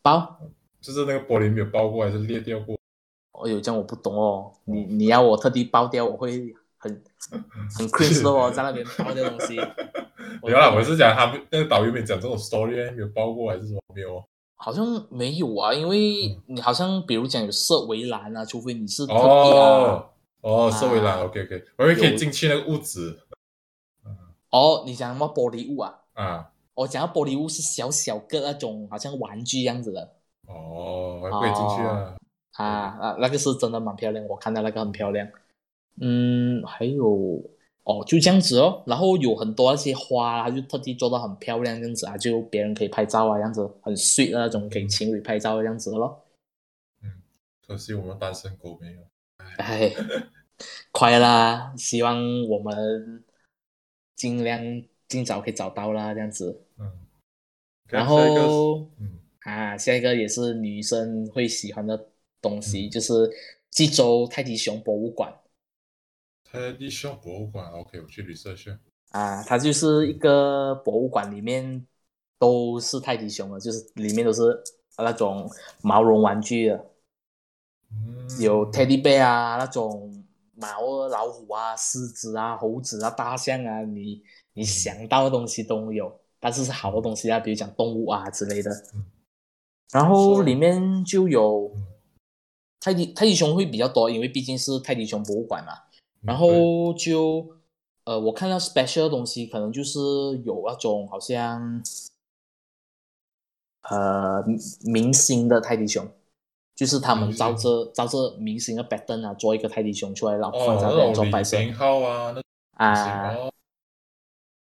S1: 包，
S2: 就是那个玻璃没有包过，还是裂掉过？
S1: 哦呦，这样我不懂哦。你你要我特地包掉，我会很
S2: 嗯
S1: 很
S2: *laughs*
S1: cringe 的哦，在那边包掉东西。
S2: 没有啦，我是讲他们那个导游没讲这种 story 没有包过还是什么没有哦？
S1: 好像没有啊，因为你好像比如讲有设围栏啊，除非你是特地啊。
S2: 哦哦，收回来
S1: 啊
S2: ，OK OK，我们可以
S1: 有
S2: 进去那个屋子
S1: 哦，你讲什么玻璃屋啊？
S2: 啊。
S1: 我讲到玻璃屋是小小个那种，好像玩具样子的
S2: 哦，我还可以进去啊。
S1: 啊啊，那个是真的蛮漂亮，我看到那个很漂亮。嗯，还有哦，就这样子哦。然后有很多那些花啊，就特地做到很漂亮这样子啊，就别人可以拍照啊，这样子很 sweet 的那种，给情侣拍照的啊样子的咯。
S2: 可惜我们单身狗没有。
S1: 哎，快啦！希望我们尽量尽早可以找到啦，这样子。
S2: 嗯，
S1: 然
S2: 下一个是
S1: 后
S2: 嗯
S1: 啊，下一个也是女生会喜欢的东
S2: 嗯
S1: 西，就是济州泰迪熊博物馆
S2: 泰迪熊博物馆，OK，我去 research 一下。
S1: 啊，它就是一个博物馆，里面都是泰迪熊的，就是里面都是那种毛绒玩具的，
S2: 嗯，
S1: 有 teddy bear 啊，那种毛老虎啊、狮子啊、猴子啊、大象啊，你你想到的东西都有，但是是好的东西啊，比如讲动物啊之类的
S2: 嗯。
S1: 然后
S2: 是
S1: 里面就有
S2: 嗯
S1: 泰迪泰迪熊会比较多，因为毕竟是泰迪熊博物馆嘛。
S2: 嗯
S1: 然
S2: 对
S1: 后就呃，我看到 special 的东西，可能就是有那种好像呃明明星的泰迪熊，就是他们
S2: 明星
S1: 照着照着明星的 pattern 啊，做一个泰迪熊出来，然后
S2: 哦
S1: 放，在那
S2: 那
S1: 边做
S2: 种
S1: 摆
S2: 李
S1: 设
S2: 明浩啊，那
S1: 啊，
S2: 哦，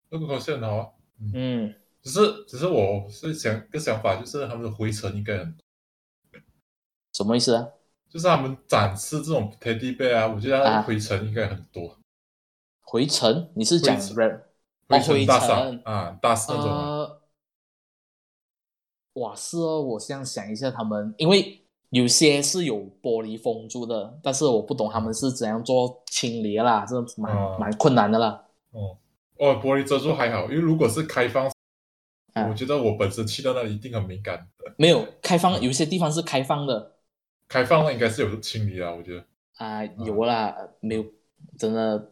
S2: 那个东西很好啊。
S1: 嗯，
S2: 只是只是我是想一个想法，就是他们的灰尘应该很，
S1: 什么意思啊？
S2: 就是他们展示这种 teddy bear 啊，我觉得它
S1: 啊
S2: 的灰尘应该很多，
S1: 回程？你是讲
S2: 回程
S1: rap？哦
S2: 灰尘大
S1: 灰
S2: 赏
S1: 尘
S2: 啊，大赏那种啊。
S1: 呃，哇，是哦，我这样想一下，他们因为有些是有玻璃封住的，但是我不懂他们是怎样做清理的啦，这蛮、
S2: 哦
S1: 蛮困难的啦。
S2: 哦哦，玻璃遮住还好，因为如果是开放，
S1: 啊
S2: 我觉得我本身去到那里一定很敏感。
S1: 没有开放，有些地方是开放的
S2: 开放了应该是有清理啊，我觉得。
S1: 啊、有
S2: 哦
S1: 啦，没有，真的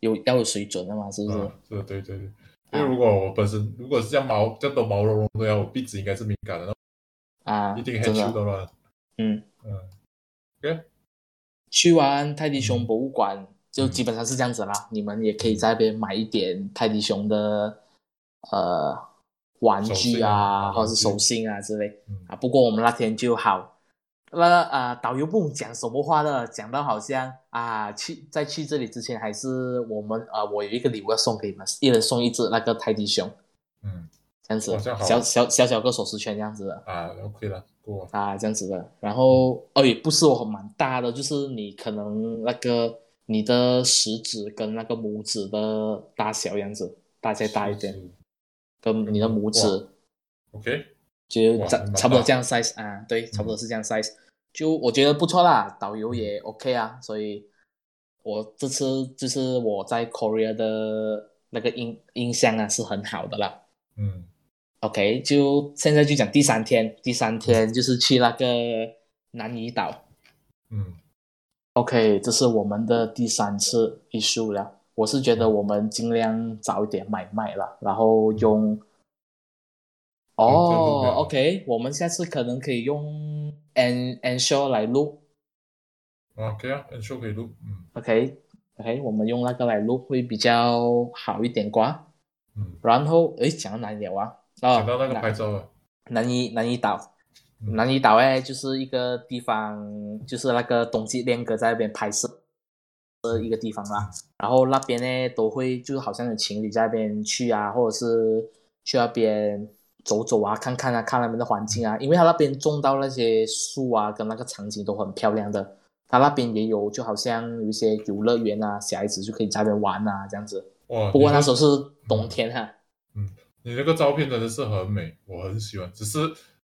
S1: 有要有水准的啊嘛，是不是？
S2: 嗯，是的，对对对。因为如果我本身如果是这样毛这样多毛茸茸的呀，我鼻子应该是敏感的，
S1: 啊，
S2: 那一定
S1: 真
S2: head
S1: 的
S2: shoot 的了。
S1: 嗯
S2: 嗯，
S1: 去完泰迪熊
S2: 嗯嗯
S1: 博物馆，就基本上是这样子啦。你们也可以在那边买一点泰迪熊的呃玩
S2: 手
S1: 具
S2: 信啊
S1: 啊，或者是手
S2: 玩具
S1: 信啊之类
S2: 嗯
S1: 啊。不过我们那天就好，那啊、呃导游不懂讲什么话的，讲到好像啊去在去这里之前，还是我们啊、我有一个礼物要送给你们，一人送一只那个泰迪熊，
S2: 嗯
S1: 这样子
S2: 哇这样好啊
S1: 小小小小个手持圈这样子的。
S2: 啊，OK 了，过了。
S1: 啊，这样子的。然后，哦，也不是我蛮大的，就是你可能那个你的食指跟那个拇指的大小样子，大概大一点，
S2: 是。是
S1: 跟你的拇指
S2: OK，
S1: 就
S2: 哇
S1: 差
S2: 还蛮
S1: 差不多
S2: 大嗯
S1: 这样 size 啊，对，差不多是这样 size，就我觉得不错啦，导游也 OK 啊，所以我这次就是我在 Korea 的那个印印象啊是很好的啦。
S2: 嗯
S1: OK，就现在就讲第三天，第三天就是去那个南怡岛。
S2: 嗯
S1: OK，这是我们的第三次一输了。我是觉得
S2: 嗯
S1: 我们尽量早一点买卖了，然后
S2: 嗯
S1: 用。哦、
S2: 这个不一样
S1: o k 我们下次可能可以用 an ensure 来录。
S2: ，OK 啊，Ensure 可以录，嗯
S1: OK OK，我们用那个来录会比较好一点瓜。
S2: 嗯，
S1: 然后，诶，讲到哪里了啊？哦，
S2: 讲到那个
S1: 南
S2: 拍照啊，
S1: 南怡南怡岛，
S2: 嗯
S1: 南怡岛哎，就是一个地方，就是那个冬季恋歌在那边拍摄的一个地方啦。然后那边呢，都会就是好像有情侣在那边去啊，或者是去那边走走啊，看看啊，看那边的环境啊，因为他那边种到那些树啊，跟那个场景都很漂亮的。他那边也有，就好像有一些游乐园啊，小孩子就可以在那边玩啊，这样子。
S2: 哇，
S1: 不过
S2: 你这
S1: 那时候是冬天啊哈、
S2: 你那个照片真的是很美，我很喜欢，只是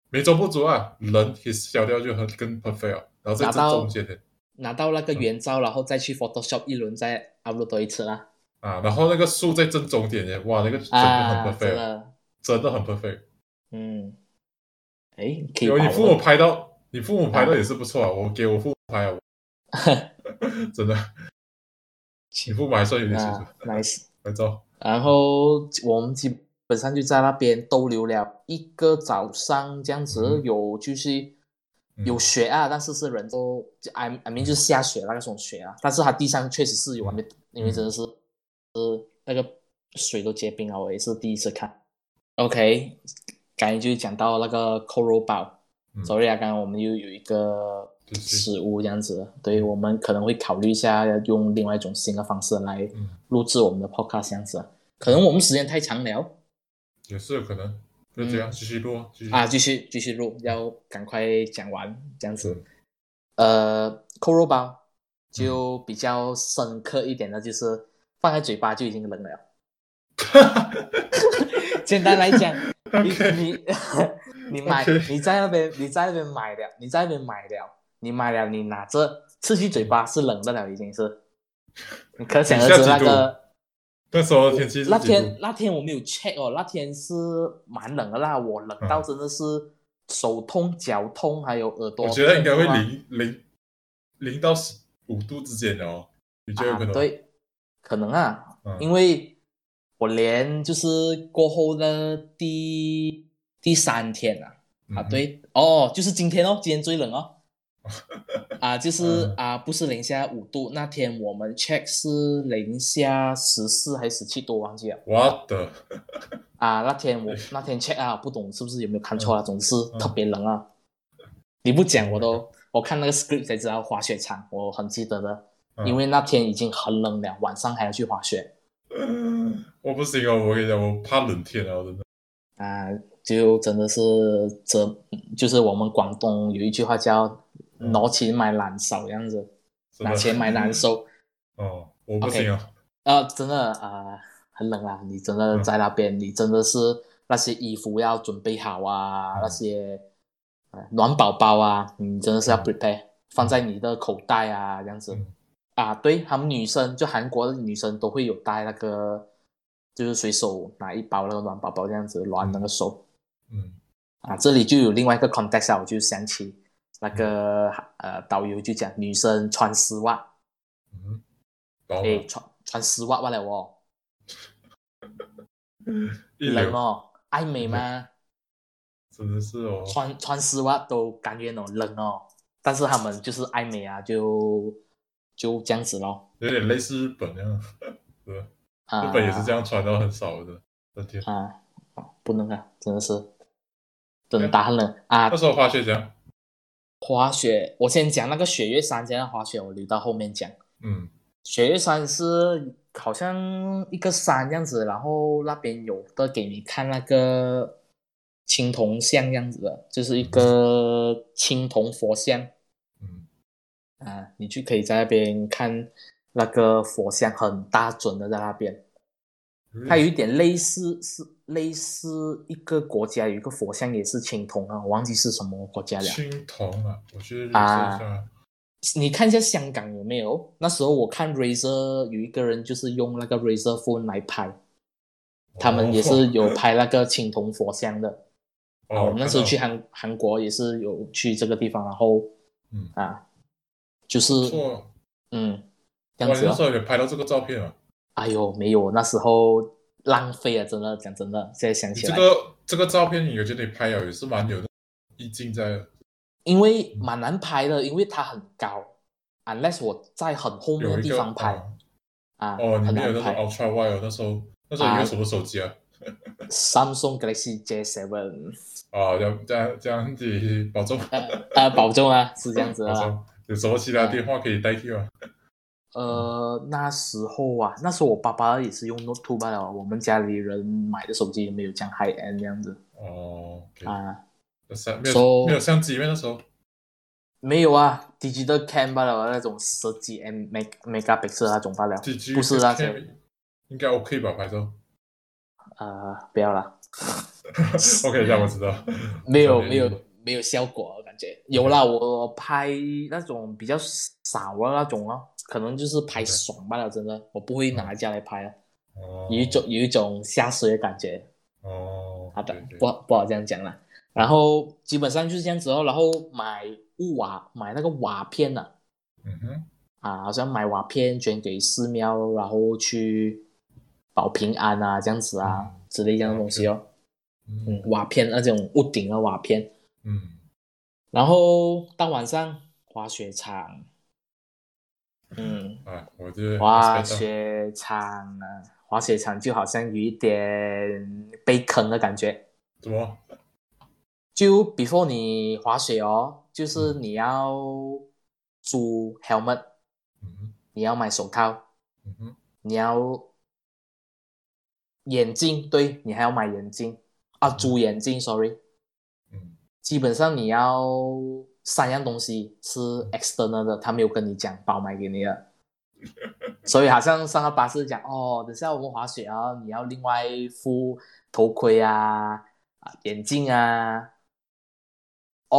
S2: 美中不足啊，人给小掉就很更 perfect 啊，然后这
S1: 拿
S2: 次
S1: 到
S2: 中间的
S1: 拿到那个
S2: 嗯
S1: 原照，然后再去 Photoshop 一轮，再 upload 多一次啦。
S2: 啊，然后那个树在正中点耶，哇，那个真的
S1: 啊，
S2: 很
S1: 真
S2: perfect，、
S1: 的，
S2: 真的很 perfect。
S1: 嗯，诶，可以
S2: 有
S1: 把
S2: 你父
S1: *laughs*
S2: 母
S1: 我
S2: 拍到，你父母拍到也是不错啊，我给我父母 *laughs* 拍啊，我真的，你父母还算有
S1: 们
S2: 点水准
S1: 啊，nice。
S2: 拍照，
S1: 然后我们基本上就在那边逗留了一个早上，这样子
S2: 嗯
S1: 有就是
S2: 嗯
S1: 有雪啊，但是是人都就 I I mean 就是下雪那种雪啊，但是它地上确实是有，啊
S2: 嗯
S1: 因为真的是是那个水都结冰了，我也是第一次看。OK，刚才就讲到那个扣肉包
S2: 嗯
S1: ，sorry 啊，刚刚我们又有一个
S2: 对对
S1: 食物这样子，对我们可能会考虑一下用另外一种新的方式来
S2: 嗯，
S1: 录制我们的 podcast 这样子啊，可能我们时间太长了
S2: 也是有可能，就这样继续录啊，继续
S1: 嗯啊，继续继续录，要赶快讲完这样子
S2: 嗯。
S1: 呃，扣肉包就比较深刻一点的，就是放在嘴巴就已经冷了。 *laughs* 简单来
S2: *laughs*
S1: 讲，你
S2: OK
S1: 你 *laughs* 你买
S2: OK
S1: 你在那边你在那边买了，你在那边买了，你买了你拿着吃去嘴巴是冷的了，已经是。你可想而知那
S2: 你嗯下几
S1: 个
S2: 度那时候天气是
S1: 那
S2: 几
S1: 天
S2: 度？
S1: 那天我没有 check 哦，那天是蛮冷的啦，我冷到
S2: 嗯
S1: 真的是手痛、脚痛，还有耳朵痛
S2: 我
S1: 啊。
S2: 觉得应该会零零零到十五度之间的哦，你觉得有可
S1: 啊，
S2: 能？，
S1: 对，可能啊，
S2: 嗯
S1: 因为我连就是过后的第第三天啊，啊，
S2: 嗯，
S1: 对，哦，就是今天哦，今天最冷
S2: *laughs*
S1: 哦，啊，就是
S2: 嗯
S1: 啊，不是零下五度，那天我们 check 是零下十四还是十七度，忘记了。
S2: 我的， *laughs*
S1: 啊，那天我那天 check 啊，不懂是不是有没有看错啊，总之
S2: 嗯
S1: 特别冷啊。你不讲我都，我看那个 script 才知道滑雪场，我很记得的，
S2: 嗯
S1: 因为那天已经很冷了，晚上还要去滑雪
S2: 我不行哦，我跟你讲，我怕冷天啊，真的。
S1: 啊，就真的是折，就是我们广东有一句话叫“
S2: 嗯
S1: 拿钱买难受”这样子，
S2: 真的
S1: 拿钱买难受
S2: *laughs* 哦，我不行啊，
S1: 啊，真的啊，很冷啊，你真的
S2: 嗯
S1: 在那边，你真的是那些衣服要准备好啊，
S2: 嗯
S1: 那些呃暖宝宝啊，你真的是要 prepare，放在你的口袋啊，这样子
S2: 嗯
S1: 啊，对，他们女生就韩国的女生都会有带那个，就是随手拿一包那个暖宝宝这样子暖那个手
S2: 嗯
S1: 啊，这里就有另外一个 context 啊，我就想起那个呃导游就讲女生穿丝袜，
S2: 嗯，饱
S1: 诶，
S2: 满，
S1: 穿穿丝袜罢了哦。
S2: 一
S1: 冷
S2: 流，
S1: 哦，爱美吗？
S2: 真的是哦，
S1: 穿穿丝袜都甘愿哦，冷哦。但是他们就是爱美啊，就就这样子咯。
S2: 有点类似日本那样，对，日
S1: 啊，
S2: 本也是这样穿到很少的，真的。
S1: 啊，不能啊，真的是等打很冷啊
S2: 那。时候滑雪怎样？
S1: 滑雪，我先讲那个雪月山，先让滑雪我留到后面讲。
S2: 嗯
S1: 雪月山是好像一个山这样子，然后那边有的给你看那个青铜像这样子的，就是一个青铜佛像。
S2: 嗯
S1: 啊，你就可以在那边看那个佛像，很大尊的在那边。
S2: 嗯
S1: 它有一点类似是类似一个国家有一个佛像也是青铜啊，我忘记是什么国家了。
S2: 青铜啊，我去认识一
S1: 啊
S2: 下。
S1: 你看一下香港有没有？那时候我看 Razer 有一个人就是用那个 Razer phone 来拍，他们也是有拍那个青铜佛像的。
S2: 哦
S1: 啊，我们那时候去
S2: 看
S1: 韩韩国也是有去这个地方，然后
S2: 嗯
S1: 啊，就是
S2: 到不错，
S1: 嗯这
S2: 哇，
S1: 样
S2: 你
S1: 子、
S2: 那
S1: 哦
S2: 时。候也拍到这个照片啊？
S1: 哎呦，没有，那时候浪费了，真的讲真的，现在想
S2: 你
S1: 起
S2: 这
S1: 来，
S2: 个这个照片，我觉得你拍了也是蛮有意境在的，
S1: 因为蛮难拍的，因为它很高，unless 我在很后面
S2: 有
S1: 的
S2: 一
S1: 地
S2: 个
S1: 方拍
S2: 啊
S1: 啊，
S2: 哦，你
S1: 很
S2: 没有
S1: 难
S2: 那种
S1: 拍。
S2: Ultra Wide，哦那时候那时候你用什么手机啊？
S1: Samsung Galaxy J7，
S2: 啊，这样这样这样子保重，
S1: 呃呃，保重啊，是这样子
S2: 保
S1: 啊。
S2: 重。有什么其他电话可以代替吗？
S1: 呃，那时候啊，那时候我爸爸也是用 Note 2罢了，我们家里人买的手机也没有讲 high end 这样子
S2: 哦，OK，
S1: 啊，
S2: 那相没
S1: So-
S2: 有没有相机，因为那时候
S1: 没有啊，digital cam 罢了，那种十几 M meg megapixel 那种罢了，
S2: 几 G
S1: 不是那些
S2: 应该 OK 吧？拍照
S1: 呃，不要啦，
S2: *laughs* OK，让
S1: *laughs*
S2: 我知道。
S1: 没有
S2: 小便宜
S1: 没有没有效果，我感觉有啦，我拍那种比较少的那种啊，可能就是拍爽罢了，真的，我不会
S2: 嗯
S1: 拿来家来拍啊，
S2: 哦
S1: 有一种有一种下水的感觉。
S2: 哦，
S1: 好的
S2: 对，对
S1: 不好不好这样讲了。然后基本上就是这样子哦，然后买物瓦买那个瓦片呢、
S2: 嗯哼，
S1: 啊，好像买瓦片捐给寺庙，然后去保平安啊，这样子啊、
S2: 嗯
S1: 之类这样的东西哦。嗯
S2: 嗯，
S1: 瓦片那种屋顶的瓦片，
S2: 嗯，
S1: 然后到晚上滑雪场，嗯，
S2: 哎，我就是
S1: 滑
S2: respect 到
S1: 雪场啊，滑雪场就好像有一点被坑的感觉。
S2: 怎么？
S1: 就 before 你滑雪哦，就是你要租 helmet，
S2: 嗯
S1: 你要买手套，
S2: 嗯哼，
S1: 你要眼镜，对你还要买眼镜啊，
S2: 嗯
S1: 租眼镜，sorry。
S2: 嗯
S1: 基本上你要三样东西是 external 的，他没有跟你讲包买给你
S2: *laughs*
S1: 的，所以好像上个巴士讲哦，等下我们滑雪啊，你要另外付头盔啊、啊眼镜啊，哦哦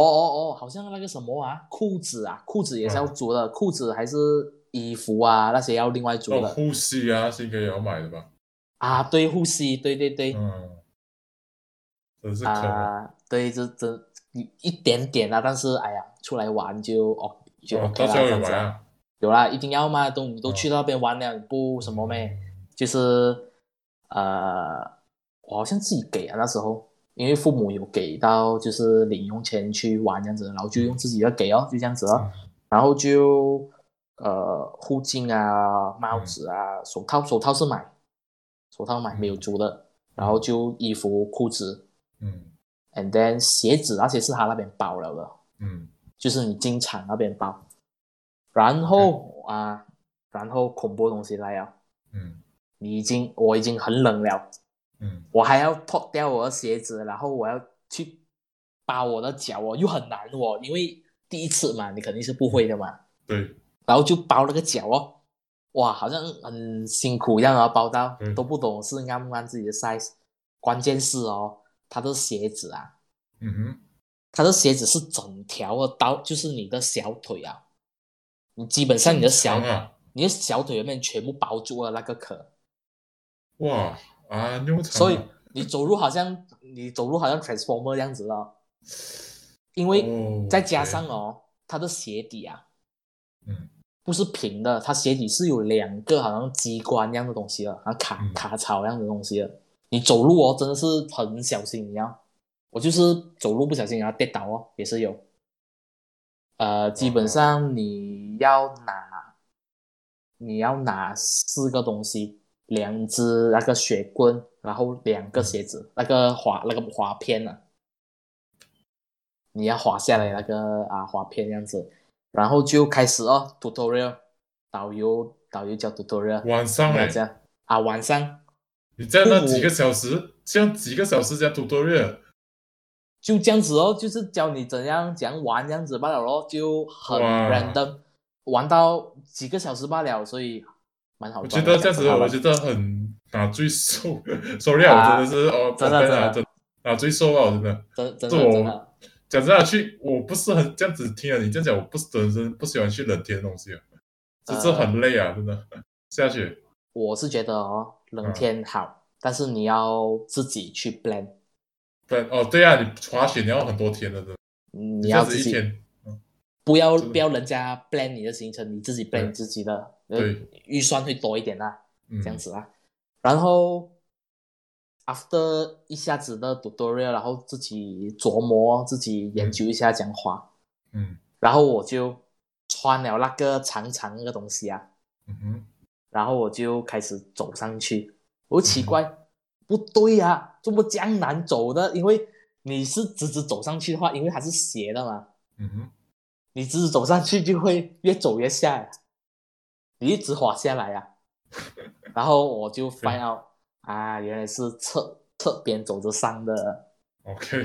S1: 哦，好像那个什么啊，裤子啊，裤子也是要
S2: 嗯
S1: 租的，裤子还是衣服啊那些要另外租
S2: 哦，
S1: 的、
S2: 护膝啊，是应该也要买的吧？
S1: 啊，对护膝，对对对，
S2: 嗯，真是可能。
S1: 啊，对，这这一一点点啦，但是哎呀，出来玩就哦就
S2: 哦，
S1: OK
S2: 到
S1: 啦，
S2: 时候
S1: 这
S2: 有
S1: 样子
S2: 买
S1: 啊
S2: 啊？
S1: 有啦，一定要嘛，都你都
S2: 嗯
S1: 去那边玩了，你不什么咩？就是呃，我好像自己给啊那时候，因为父母有给到就是零用钱去玩这样子，然后就用自己的给哦，就这样子
S2: 嗯
S1: 哦，然后就呃护镜啊、帽子啊、手套，手套是买，手套买没有租的，然后就衣服、裤子。
S2: 嗯
S1: and then 鞋子那些是他那边包了的，
S2: 嗯
S1: 就是你进场那边包。然后啊，然后恐怖的东西来了，
S2: 嗯
S1: 你已经我已经很冷了，
S2: 嗯
S1: 我还要脱掉我的鞋子，然后我要去扒我的脚哦，又很难哦，因为第一次嘛，你肯定是不会的嘛。
S2: 对，
S1: 然后就包了个脚哦，哇，好像很辛苦一样啊，包到
S2: 嗯
S1: 都不懂是按不按自己的 size，关键是哦，他的鞋子啊，
S2: 嗯哼，
S1: 它的鞋子是整条的到，就是你的小腿啊，你基本上你的小
S2: 长啊，
S1: 你的小腿里面全部包住了那个壳，
S2: 哇啊，牛长啊，
S1: 所以你走路好像你走路好像 transformer 这样子哦，因为
S2: 哦
S1: 再加上
S2: 对
S1: 哦，它的鞋底啊，
S2: 嗯，
S1: 不是平的，它鞋底是有两个好像机关一样的东西的，好像卡
S2: 嗯
S1: 卡槽一样的东西的，你走路哦真的是很小心，你要，我就是走路不小心然后跌倒哦，也是有。呃，基本上你要拿，你要拿四个东西，两只那个雪棍，然后两个鞋子，那个滑那个滑片啊，你要滑下来那个啊滑片这样子，然后就开始哦，tutorial，导游导游教 tutorial，
S2: 晚上
S1: 你要
S2: 哎，
S1: 这样啊晚上
S2: 你在那几个小时，这样几个小时加读多月，
S1: 就这样子哦，就是教你怎样怎样玩这样子罢了咯，就很
S2: 哇
S1: random，玩到几个小时罢了，所以蛮好
S2: 我觉
S1: 赚的。
S2: 得这
S1: 讲
S2: 样子
S1: 真话吧
S2: 我觉得很拿罪 *laughs* 受，sorry 啊，
S1: 啊
S2: 我真的是哦，
S1: 真的
S2: 真的
S1: 真
S2: 真的拿罪受啊，我真的。
S1: 真真
S2: 这
S1: 的
S2: 我
S1: 真的，
S2: 讲真的，啊去我不是很这样子听了啊你这样讲，我不是真的不喜欢去冷天的东西啊，这这
S1: 呃
S2: 很累啊，真的下雪。嗯
S1: 我是觉得哦，冷天好，但是你要自己去 plan，
S2: 对哦，对啊，你滑雪你要很多天的，真的
S1: 嗯你
S2: 你
S1: 要
S2: 这
S1: 自
S2: 样子一
S1: 己
S2: 天，
S1: 不要
S2: 真的
S1: 不要人家 plan 你的行程，你自己 plan
S2: 对
S1: 你自己的，呃
S2: 对，
S1: 预算会多一点啦，
S2: 嗯，
S1: 这样子啦。然后 after 一下子的 tutorial，然后自己琢磨、自己研究一下讲话，
S2: 嗯
S1: 然后我就穿了那个长长的东西啊，
S2: 嗯哼，
S1: 然后我就开始走上去。我奇怪，不对呀、啊，这么江南走的？因为你是直直走上去的话，因为它是斜的嘛，
S2: 嗯哼，
S1: 你直直走上去就会越走越下呀，你一直滑下来
S2: *laughs*
S1: 呀、然后我就 find out 啊，原来是侧侧边走着上的， *laughs*
S2: ，OK，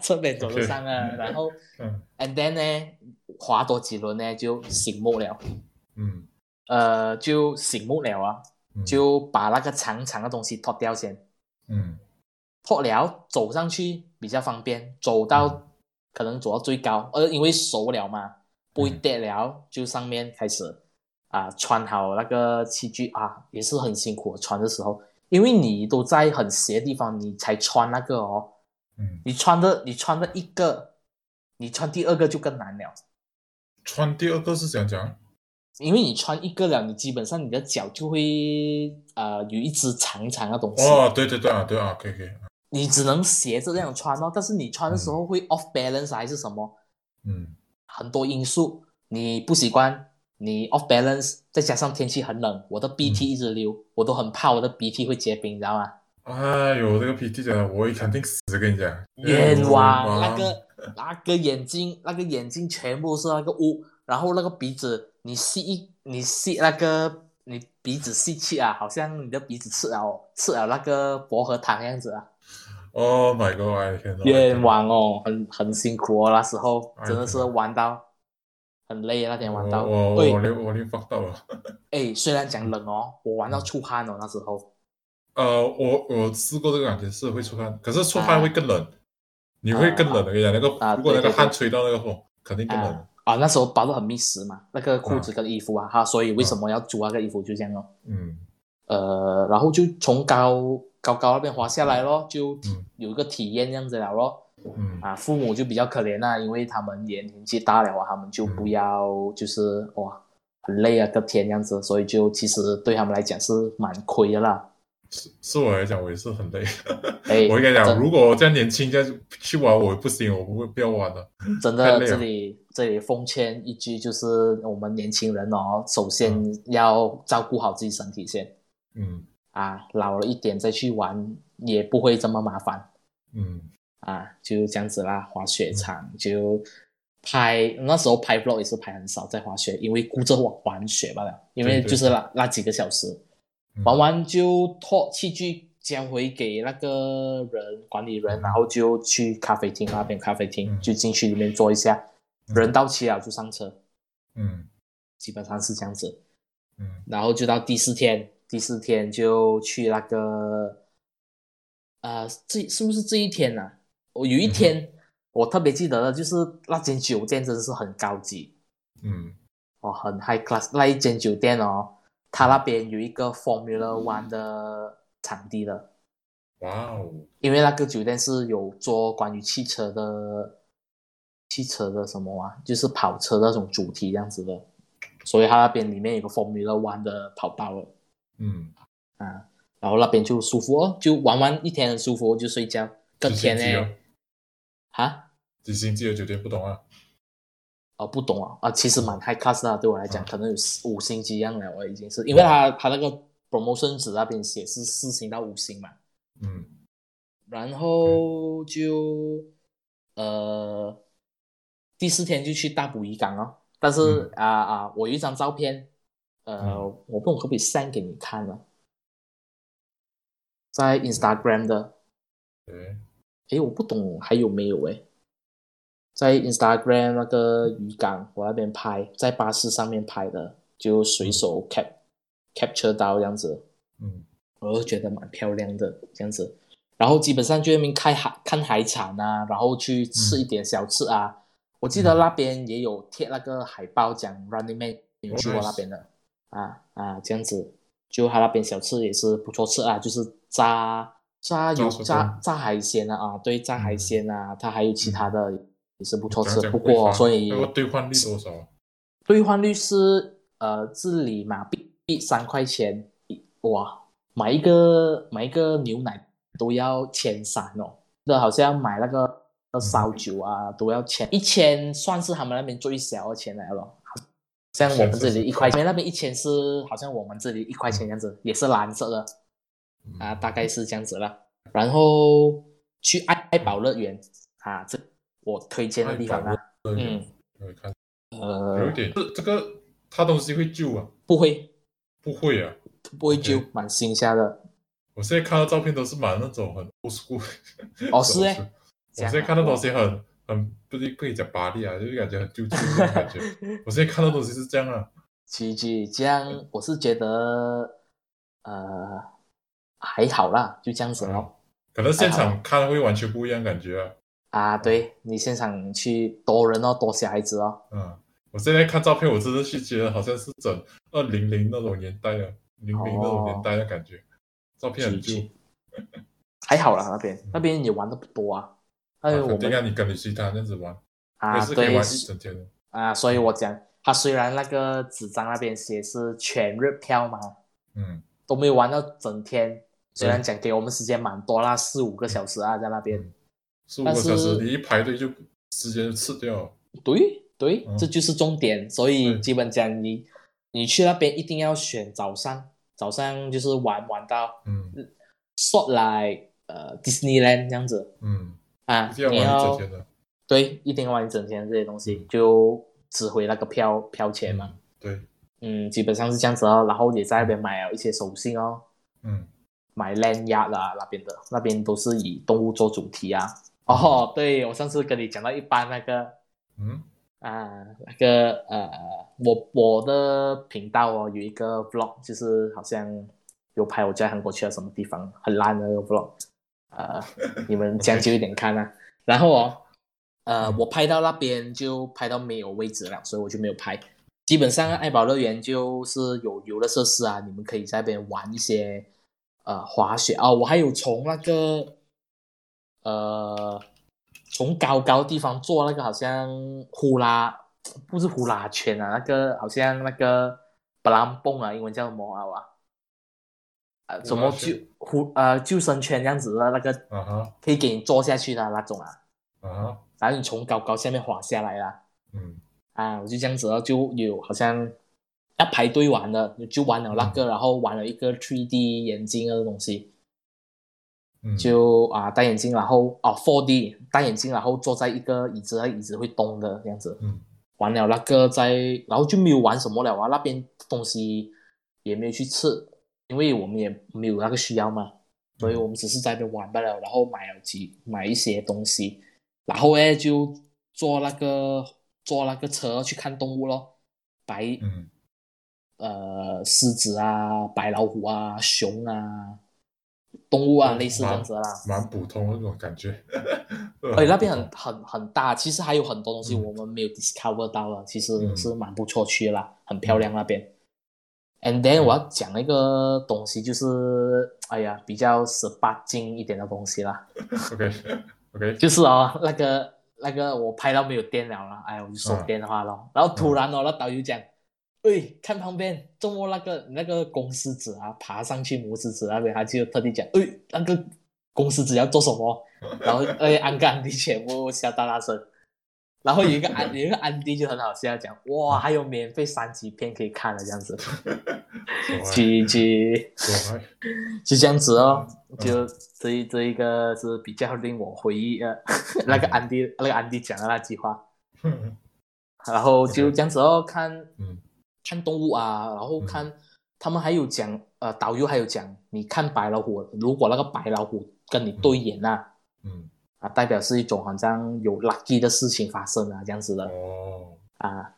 S1: 侧边走着上的。
S2: Okay
S1: 然后
S2: *laughs* 嗯
S1: and then 呢，滑多几轮呢就醒目了，
S2: 嗯，
S1: 呃，就醒目了啊，
S2: 嗯
S1: 就把那个长长的东西脱掉先。
S2: 嗯
S1: 破了走上去比较方便，走到、
S2: 嗯
S1: 可能走到最高，呃，因为熟了嘛，不
S2: 嗯
S1: 会跌了，就上面开始啊、穿好那个器具啊，也是很辛苦穿的时候，因为你都在很斜的地方，你才穿那个哦，
S2: 嗯，
S1: 你穿的你穿的一个，你穿第二个就更难了，
S2: 穿第二个是想讲，
S1: 因为你穿一个了，你基本上你的脚就会呃有一只长长的东西，
S2: 哦，对对对啊，对啊，可以可以，
S1: 你只能斜着这样穿哦，但是你穿的时候会 off balance 还是什么？
S2: 嗯
S1: 很多因素，你不习惯，你 off balance，再加上天气很冷，我的鼻涕一直流，我都很怕我的鼻涕会结冰，你知道吗？
S2: 哎呦，这个 PT 讲，我肯定死，跟你讲，
S1: 冤枉，啊那
S2: 嗯
S1: 个那个眼睛，那个眼睛全部是那个雾，然后那个鼻子，你吸一，你吸那个，你鼻子吸气啊，好像你的鼻子吃了吃了那个薄荷糖样子啊，
S2: ，Oh my God，I cannot，
S1: 冤枉哦，很很辛苦哦，那时候
S2: 哎
S1: 真的是
S2: 呀
S1: 玩到很累，那天玩到，
S2: 我我
S1: 喂
S2: 我连我连 fuck 到了。
S1: 哎，虽然讲冷哦，我玩到出汗哦，那时候
S2: 呃，我我试过这个感觉是会出汗，可是出汗会更冷，你会更冷的。跟你讲，那个、
S1: 啊
S2: 如果那个
S1: 对对对
S2: 汗吹到那个风，肯定更冷。
S1: 啊啊，那时候包的很密实嘛，那个裤子跟衣服啊，哈，所以为什么要租那个衣服就这样咯，
S2: 嗯
S1: 呃，然后就从高高高那边滑下来咯，就体
S2: 嗯
S1: 有一个体验这样子了咯。
S2: 嗯
S1: 啊，父母就比较可怜啦、因为他们也年纪大了啊，他们就不要就是哇很累啊，个天这样子，所以就其实对他们来讲是蛮亏的啦。
S2: 是是我来讲，我也是很累。
S1: 哎，
S2: 我跟你
S1: 真
S2: 讲，如果我再年轻再去玩，我不行，我不会不要玩了。
S1: 真
S2: 太
S1: 的，
S2: 累了
S1: 这里这里奉劝一句，就是我们年轻人哦，首先要照顾好自己身体先
S2: 嗯
S1: 啊，老了一点再去玩也不会这么麻烦
S2: 嗯
S1: 啊，就这样子啦。滑雪场就拍，那时候拍 vlog 也是拍很少，在滑雪，因为顾着玩玩雪罢了，因为
S2: 对对
S1: 就是那那几个小时，
S2: 嗯
S1: 玩完就托器具交回给那个人管理人，
S2: 嗯
S1: 然后就去咖啡厅那边咖啡厅
S2: 嗯
S1: 就进去里面坐一下，
S2: 嗯
S1: 人到齐了就上车，
S2: 嗯
S1: 基本上是这样子。
S2: 嗯
S1: 然后就到第四天，第四天就去那个，呃，这是不是这一天呢、我有一天、我特别记得的就是那间酒店真的是很高级
S2: 嗯
S1: 哦，很 high class。那一间酒店哦，它那边有一个 Formula One 的场地的，
S2: 哇哦，
S1: 因为那个酒店是有做关于汽车的，汽车的什么啊，就是跑车的那种主题这样子的，所以它那边里面有个 Formula One 的跑道了
S2: 嗯，
S1: 啊，然后那边就舒服哦，就玩完一天很舒服哦就睡觉，隔天
S2: 几星级
S1: 呢
S2: 哦，
S1: 啊
S2: 几星级的酒店不懂啊？
S1: 哦不懂啊啊，其实蛮 high class 的啊，对我来讲可能有四五星级一样了，我已经是因为它它那个 promotion 值那边写是四星到五星嘛，
S2: 嗯
S1: 然后就呃第四天就去大埔渔港哦，但是
S2: 嗯
S1: 啊啊，我有一张照片，呃，
S2: 嗯
S1: 我不懂可不可以 send 给你看了，在 Instagram 的，
S2: 对，
S1: 诶，我不懂还有没有诶，在 Instagram 那个渔港我那边拍，在巴士上面拍的，就随手 cap capture 到这样子，
S2: 嗯
S1: 我就觉得蛮漂亮的这样子。然后基本上就在那边看海看海产啊，然后去吃一点小吃啊。我记得那边也有贴那个海报，讲 Running Man 有去过
S2: nice
S1: 那边的、啊啊，这样子就他那边小吃也是不错吃啊，就是炸炸油
S2: 炸什么
S1: 炸炸海鲜啊，啊对，炸海鲜啊，它还有其他的也是不错
S2: 讲
S1: 吃。
S2: 讲
S1: 不
S2: 兑
S1: 过啊
S2: 换
S1: 所以
S2: 那个兑换率多少啊？
S1: 兑换率是呃治理马币三块钱，哇，买一个买一个牛奶都要千三哦，那好像买那个烧酒啊都要千一千，算是他们那边最小的钱来了。像我们这里一块钱，那边一千是好像我们这里一块钱这样子，也是蓝色的
S2: 嗯
S1: 啊，大概是这样子了。然后去爱爱宝乐园啊，这我推荐的地方啊，嗯，
S2: 我看有
S1: 呃
S2: 一，点，这这个他东西会旧啊？
S1: 不会
S2: 不会啊，
S1: 不会就蛮新鲜的。
S2: 我现在看到照片都是蛮那种很 old school。
S1: 哦是
S2: 哎
S1: 欸，
S2: 我现在看到东西很很不是可以讲巴力啊，就是感觉很旧旧的那种感觉。我现在看到东西是这样啊，
S1: 奇迹，这
S2: 嗯
S1: 样我是觉得，呃，还好啦，就这样子咯。
S2: 可能现
S1: 哎
S2: 场看会完全不一样感觉啊。
S1: 啊，对你现场去多人哦，多小孩子哦，
S2: 嗯，我现在看照片，我真的是觉得好像是整二零零那种年代啊，零零那种年代的感觉，照片
S1: 奇
S2: 很旧。
S1: 迹， *laughs* 还好啦，那边那边也玩的不多啊，因为
S2: 嗯啊
S1: 我
S2: 肯定
S1: 们
S2: 让你跟你其他这样子玩，
S1: 啊
S2: 也是可以
S1: 对
S2: 玩一整天的。
S1: 啊，所以我讲，他虽然那个纸张那边写是全日票嘛，
S2: 嗯，
S1: 都没有玩到整天，虽然讲给我们时间蛮多啦，四五个小时啊，在那边。
S2: 十五
S1: 但
S2: 个小时，
S1: 是
S2: 你一排队就时间就吃掉了。
S1: 对对
S2: 嗯，
S1: 这就是重点。所以
S2: 对
S1: 基本讲你，你去那边一定要选早上，早上就是玩玩到
S2: 嗯
S1: short like 呃 Disneyland 这样子
S2: 嗯，
S1: 啊
S2: 一，定要
S1: 你
S2: 玩一整
S1: 要
S2: 天的。
S1: 对，一定要玩一整天这些东西
S2: 嗯，
S1: 就值回那个票票钱嘛。
S2: 嗯对，
S1: 嗯，基本上是这样子哦。然后也在那边买了一些手信哦，
S2: 嗯，
S1: 买 lanyard 啊那边的，那边都是以动物做主题啊。哦，对，我上次跟你讲到一般那个
S2: 嗯，
S1: 啊，那个呃，我我的频道哦有一个 vlog，就是好像有拍我在韩国去啊了什么地方，很烂的那个 vlog，呃，你们将就一点看啊。然后哦，呃，
S2: 嗯
S1: 我拍到那边就拍到没有位置了，所以我就没有拍。基本上爱宝乐园就是有游乐设施啊，你们可以在那边玩一些呃滑雪啊、我还有从那个呃从高高地方做那个好像呼啦，不是呼啦圈啊，那个好像那个布朗蹦啊，英文叫什么啊？哇呃，什么
S2: 呼啦
S1: 救
S2: 圈
S1: 呼呃救生圈这样子的那个，
S2: 啊哈，
S1: 可以给你坐下去的那种啊，
S2: 啊哈，
S1: 然后你从高高下面滑下来啦。
S2: 嗯
S1: 啊，我就这样子了，就有好像要排队玩的，就玩了那个，然后玩了一个 3D 眼镜的东西，
S2: 嗯，
S1: 就啊戴眼镜，然后啊 4D 戴眼镜，然后坐在一个椅子，那椅子会动的这样子，
S2: 嗯
S1: 玩了那个在，然后就没有玩什么了啊，那边东西也没有去吃，因为我们也没有那个需要嘛，
S2: 嗯
S1: 所以我们只是在那边玩罢了，然后买了几买一些东西，然后呢就坐那个坐那个车去看动物咯，白
S2: 嗯
S1: 呃狮子啊、白老虎啊、熊啊、动物啊，
S2: 嗯
S1: 类似这样子的啦。
S2: 蛮普通的那种
S1: *laughs*
S2: 感觉。
S1: 而哦且那边
S2: *laughs*
S1: 很很很大，其实还有很多东西
S2: 嗯
S1: 我们没有 discover 到了，其实
S2: 嗯
S1: 是蛮不错去的啦，很漂亮那边。And then
S2: 嗯
S1: 我要讲一个东西，就是哎呀，比较十八禁一点的东西啦，
S2: OK OK，
S1: 就是哦，那个那个我拍到没有电了啦，哎呀，我就收
S2: 嗯
S1: 电话咯。然后突然哦，那导游讲，喂，看旁边，周末那个那个公狮子啊，爬上去母狮子那啊边，他就特地讲，喂，那个公狮子要做什么？ *laughs* 然后那些安哥安迪全部笑到大声。然后有一个安有一个安迪就很好笑，讲哇，还有免费三级片可以看了这样子，
S2: 所
S1: 去去
S2: 爱
S1: 就这样子哦，
S2: 嗯
S1: 就这一这一个是比较令我回忆的， *laughs* 那个安迪那个安迪讲的那句话，
S2: 所爱，
S1: 然后就这样子哦，看
S2: 嗯
S1: 看动物啊，然后看、他们还有讲，呃，导游还有讲，你看白老虎，如果那个白老虎跟你对眼啊，
S2: 嗯
S1: 啊，代表是一种好像有 lucky 的事情发生啊，这样子的
S2: 哦，
S1: 啊，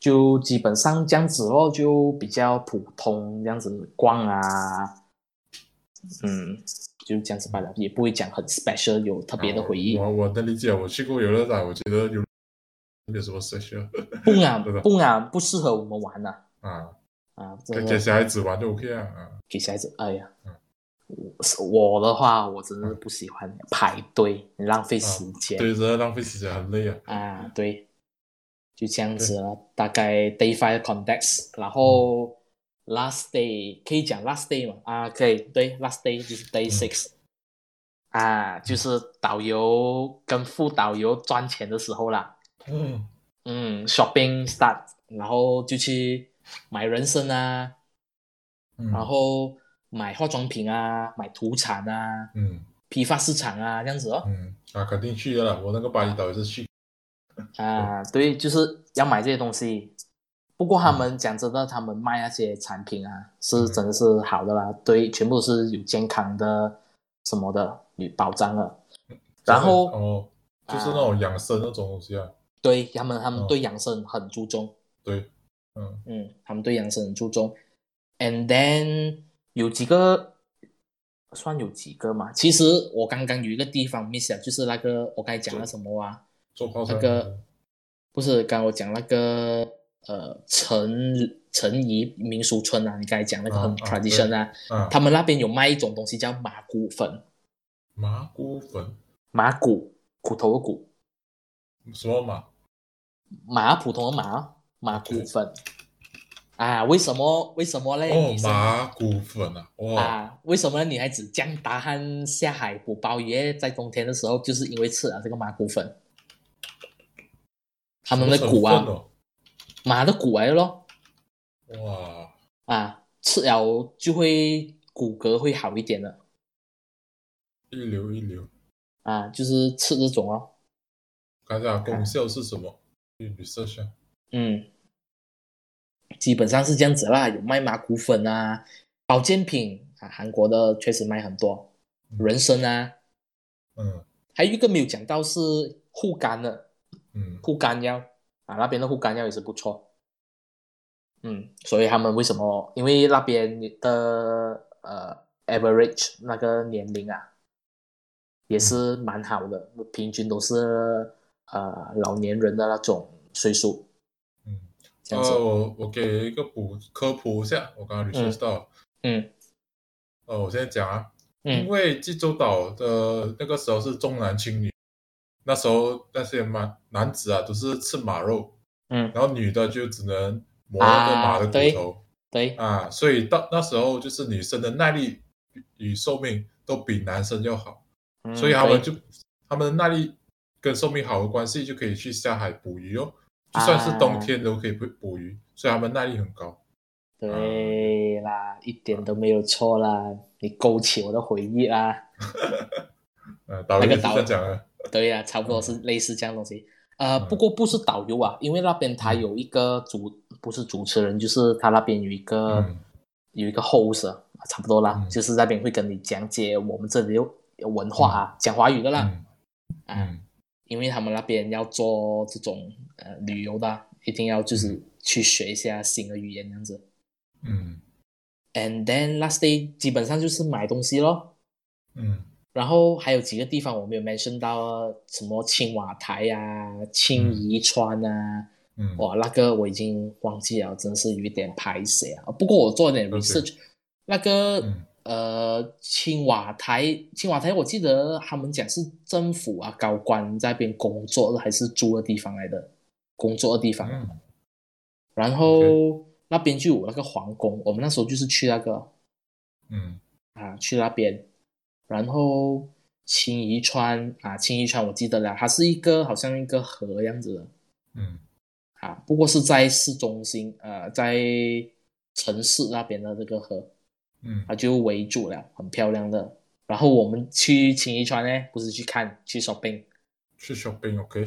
S1: 就基本上这样子咯，就比较普通这样子逛啊，嗯，就这样子罢了，也不会讲很 special 有特别的回忆。
S2: 我我能理解，我去过游乐场，我觉得有没有什么 special
S1: 不啊
S2: *laughs* 对的
S1: 不啊，不适合我们玩啊
S2: 啊？
S1: 啊，真
S2: 跟跟
S1: 的
S2: 小孩子玩就 OK 啊啊，
S1: 给小孩子，哎呀
S2: 嗯，
S1: 我我的话我真的是不喜欢排队，很浪费时间
S2: 对，真的浪费时间很累啊。
S1: 啊，对，就这样子了。大概 day five context，然
S2: 嗯
S1: 后 last day 可以讲 last day 嘛？啊，可以，对，last day 就是 day
S2: 嗯
S1: six，、啊，就是导游跟副导游赚钱的时候啦。
S2: 嗯，
S1: 嗯，shopping start，然后就去买人参啊，
S2: 嗯
S1: 然后买化妆品啊，买土产啊，
S2: 嗯
S1: 批发市场啊，这样子哦。
S2: 嗯啊，肯定去的啦，我那个巴厘岛也是去，
S1: 啊，对，就是要买这些东西。不过他们讲真的，他们卖那些产品啊，
S2: 嗯
S1: 是真的是好的啦，对，全部都是有健康的什么的，有保障的。然后
S2: 就是哦，就是那种养生那种东西啊，
S1: 对他们，他们
S2: 嗯
S1: 对养生很注重，
S2: 对，嗯
S1: 嗯，他们对养生很注重。And then 有几个，算有几个嘛？其实我刚刚有一个地方 miss 了，就是那个我刚才讲了什么啊？
S2: 做泡菜
S1: 那个不是，刚刚我讲那个呃陈陈怡民俗村啊，你刚才讲那个很
S2: 嗯嗯
S1: tradition 啊，
S2: 啊，
S1: 他们那边有卖一种东西叫麻古粉，
S2: 麻菇粉
S1: 麻古骨头的骨，
S2: 什么麻
S1: 麻普通的麻，麻古
S2: OK
S1: 粉啊？为什么？为什么嘞？
S2: 哦
S1: 女生
S2: 麻菇粉啊，哇，
S1: 啊？为什么女孩子这样大汗下海捕鲍鱼耶？在冬天的时候，就是因为吃了这个麻古粉，他们的
S2: 什么
S1: 骨
S2: 成分
S1: 啊，
S2: 哦
S1: 马的骨来的咯。
S2: 哇，
S1: 啊，吃了就会骨骼会好一点的
S2: 一流一流，
S1: 啊，就是吃这种哦。
S2: 看一下功效是什么，去 research 啊一下
S1: 嗯，基本上是这样子啦，有卖麻古粉啊、保健品啊，韩国的确实卖很多，
S2: 嗯
S1: 人参啊，
S2: 嗯
S1: 还有一个没有讲到是护肝的
S2: 嗯
S1: 护肝药啊，那边的护肝药也是不错。嗯，所以他们为什么？因为那边的呃 average 那个年龄啊，也是蛮好的，平均都是呃老年人的那种岁数，
S2: 嗯。
S1: 这样子。
S2: 呃，我我给一个补科普一下，我刚刚 research 到了，
S1: 嗯
S2: 呃，我现在讲啊，因
S1: 嗯
S2: 为济州岛的那个时候是重男轻女，那时候那些马男子啊都是吃马肉，
S1: 嗯，
S2: 然后女的就只能磨那个马的
S1: 啊对
S2: 骨头
S1: 对
S2: 啊所以到那时候就是女生的耐力与寿命都比男生要好，
S1: 嗯
S2: 所以他们
S1: 对
S2: 就他们的耐力跟寿命好的关系就可以去下海捕鱼哦，就算
S1: 啊
S2: 是冬天都可以捕捕鱼，所以他们耐力很高。
S1: 嗯对啦，一点都没有错啦，你勾起我的回忆啦。
S2: 呃，导游
S1: 那
S2: 就
S1: 个
S2: 是
S1: 导
S2: 这样讲的，
S1: 对呀、差不多是类似这样东西。呃，
S2: 嗯
S1: 不过不是导游啊，因为那边他有一个主，不是主持人，就是他那边有一个、
S2: 嗯
S1: 有一个 host，啊差不多啦，
S2: 嗯
S1: 就是那边会跟你讲解我们这里的文化啊，讲华语的啦，
S2: 嗯
S1: 啊，
S2: 嗯
S1: 因为他们那边要做这种呃旅游的啊，一定要就是去学一下新的语言这样子。
S2: 嗯
S1: And then last day 基本上就是买东西咯，
S2: 嗯
S1: 然后还有几个地方我没有 mention 到啊，什么青瓦台啊、青宜川啊，
S2: 嗯，
S1: 哇，那个我已经忘记了，真是有一点排泄啊。不过我做了点
S2: OK
S1: research，那个、
S2: 嗯
S1: 呃青瓦台，青瓦台我记得他们讲是政府啊高官在那边工作的还是住的地方来的，工作的地方。
S2: 嗯
S1: 然后那边就有那个皇宫，我们那时候就是去那个
S2: 嗯
S1: 啊，去那边，然后青宜川啊，青宜川我记得了，它是一个好像一个河样子的
S2: 嗯
S1: 啊，不过是在市中心，呃，在城市那边的这个河，
S2: 嗯
S1: 它就围住了，很漂亮的。然后我们去青宜川呢，不是去看，去 shopping，
S2: 去 shopping OK，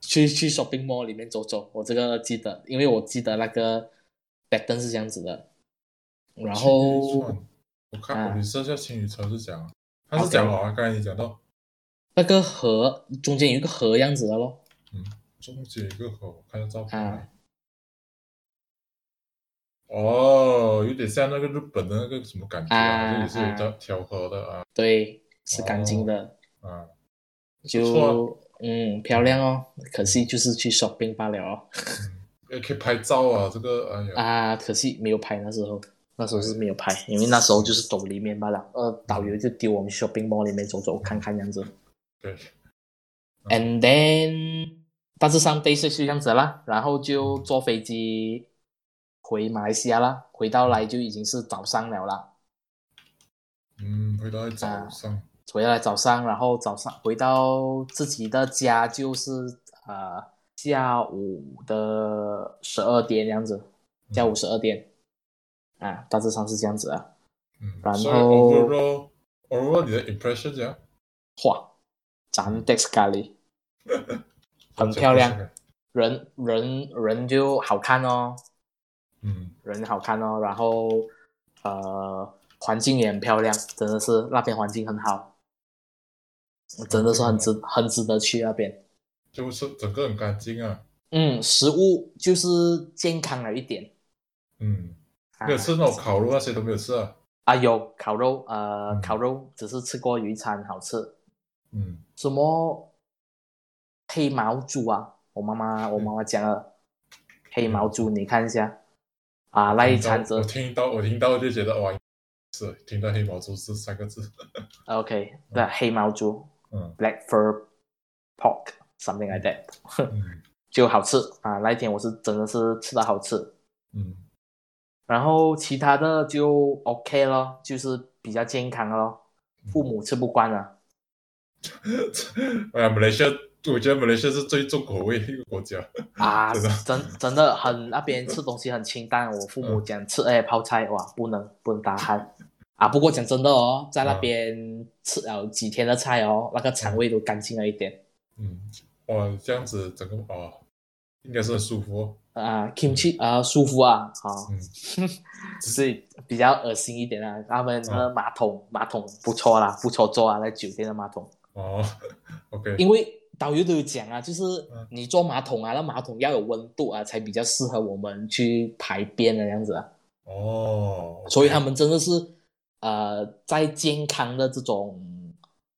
S1: 去去 shopping mall 里面走走，我这个记得，因为我记得那个 b a t t o n 是这样子的，然
S2: 青
S1: 后
S2: 鱼。川我看
S1: 啊
S2: 我你这叫青鱼川是讲，他是讲
S1: OK
S2: 好啊，刚才你讲到
S1: 那个河中间有一个河样子的咯，
S2: 中间有一个口，我看一下照
S1: 啊
S2: 片，哦，有点像那个日本的那个什么感觉
S1: 啊
S2: 啊，这里是有
S1: 啊
S2: 调调和的啊
S1: 对，是干净的。
S2: 啊，不错
S1: 就嗯漂亮哦，可惜就是去 shopping 罢了哦。
S2: 嗯也可以拍照啊，这个哎呀，
S1: 啊，可惜没有拍那时候，那时候是没有拍，因为那时候就是走里面罢了。呃，导游就丢我们 shopping mall 里面走走看看这样子。
S2: 对，
S1: And then 大致上 day six 就这样子啦，然后就坐飞机回马来西亚啦，回到来就已经是早上了啦。
S2: 嗯，回到早上，
S1: 回来早上，然后早上回到自己的家就是呃下午的十二点这样子，下午十二点，啊，大致上是这样子啊。
S2: 嗯，
S1: 然后
S2: 所以 overall overall 你的 impression 怎样？
S1: 哇，
S2: 嗯
S1: 咱 Dex 咖
S2: *laughs*
S1: 喱很漂亮，人人人就好看哦，
S2: 嗯，
S1: 人好看哦，然后呃环境也很漂亮，真的是那边环境很好，真的是很值很值得去那边。
S2: 就是整个很干净啊，
S1: 嗯，食物就是健康了一点。
S2: 嗯，
S1: 啊
S2: 没有吃那种烤肉那些都没有吃啊，
S1: 啊，有烤肉，呃，
S2: 嗯
S1: 烤肉只是吃过鱼餐，好吃。
S2: 嗯
S1: 什么黑毛猪啊？我妈妈我妈妈讲了，黑毛猪，你看一下啊，那一餐
S2: 我
S1: 子
S2: 听到我听到就觉得哇，是听到黑毛猪是三个
S1: *laughs*
S2: 字，
S1: ，OK，那黑毛猪
S2: 嗯
S1: ，black fur pork something like that，
S2: 嗯
S1: 就好吃啊。那一天我是真的是吃到好吃，
S2: 嗯
S1: 然后其他的就 OK 咯，就是比较健康咯，父母吃不惯啊了。
S2: 嗯，哎呀，马来西亚，我觉得马来西亚是最重口味的一个国家，
S1: 啊，
S2: 真的
S1: 真真的很那边吃东西很清淡。我父母讲
S2: 嗯
S1: 吃哎泡菜哇，不能不能打鼾啊。不过讲真的哦，在那边吃了几天的菜哦，那个肠胃都干净了一点
S2: 嗯，哇，这样子整个哦，应该是很舒服、哦，
S1: 啊，kimchi 啊舒服啊啊，
S2: 嗯
S1: *laughs*
S2: 嗯
S1: 所以比较恶心一点啊。他们的马桶马桶不错啦，不错做啊，在酒店的马桶，
S2: 哦，OK，
S1: 因为。导游都有讲啊，就是
S2: 嗯
S1: 你坐马桶啊，那马桶要有温度啊，才比较适合我们去排便的样子啊。
S2: 哦，OK，
S1: 所以他们真的是呃，在健康的这种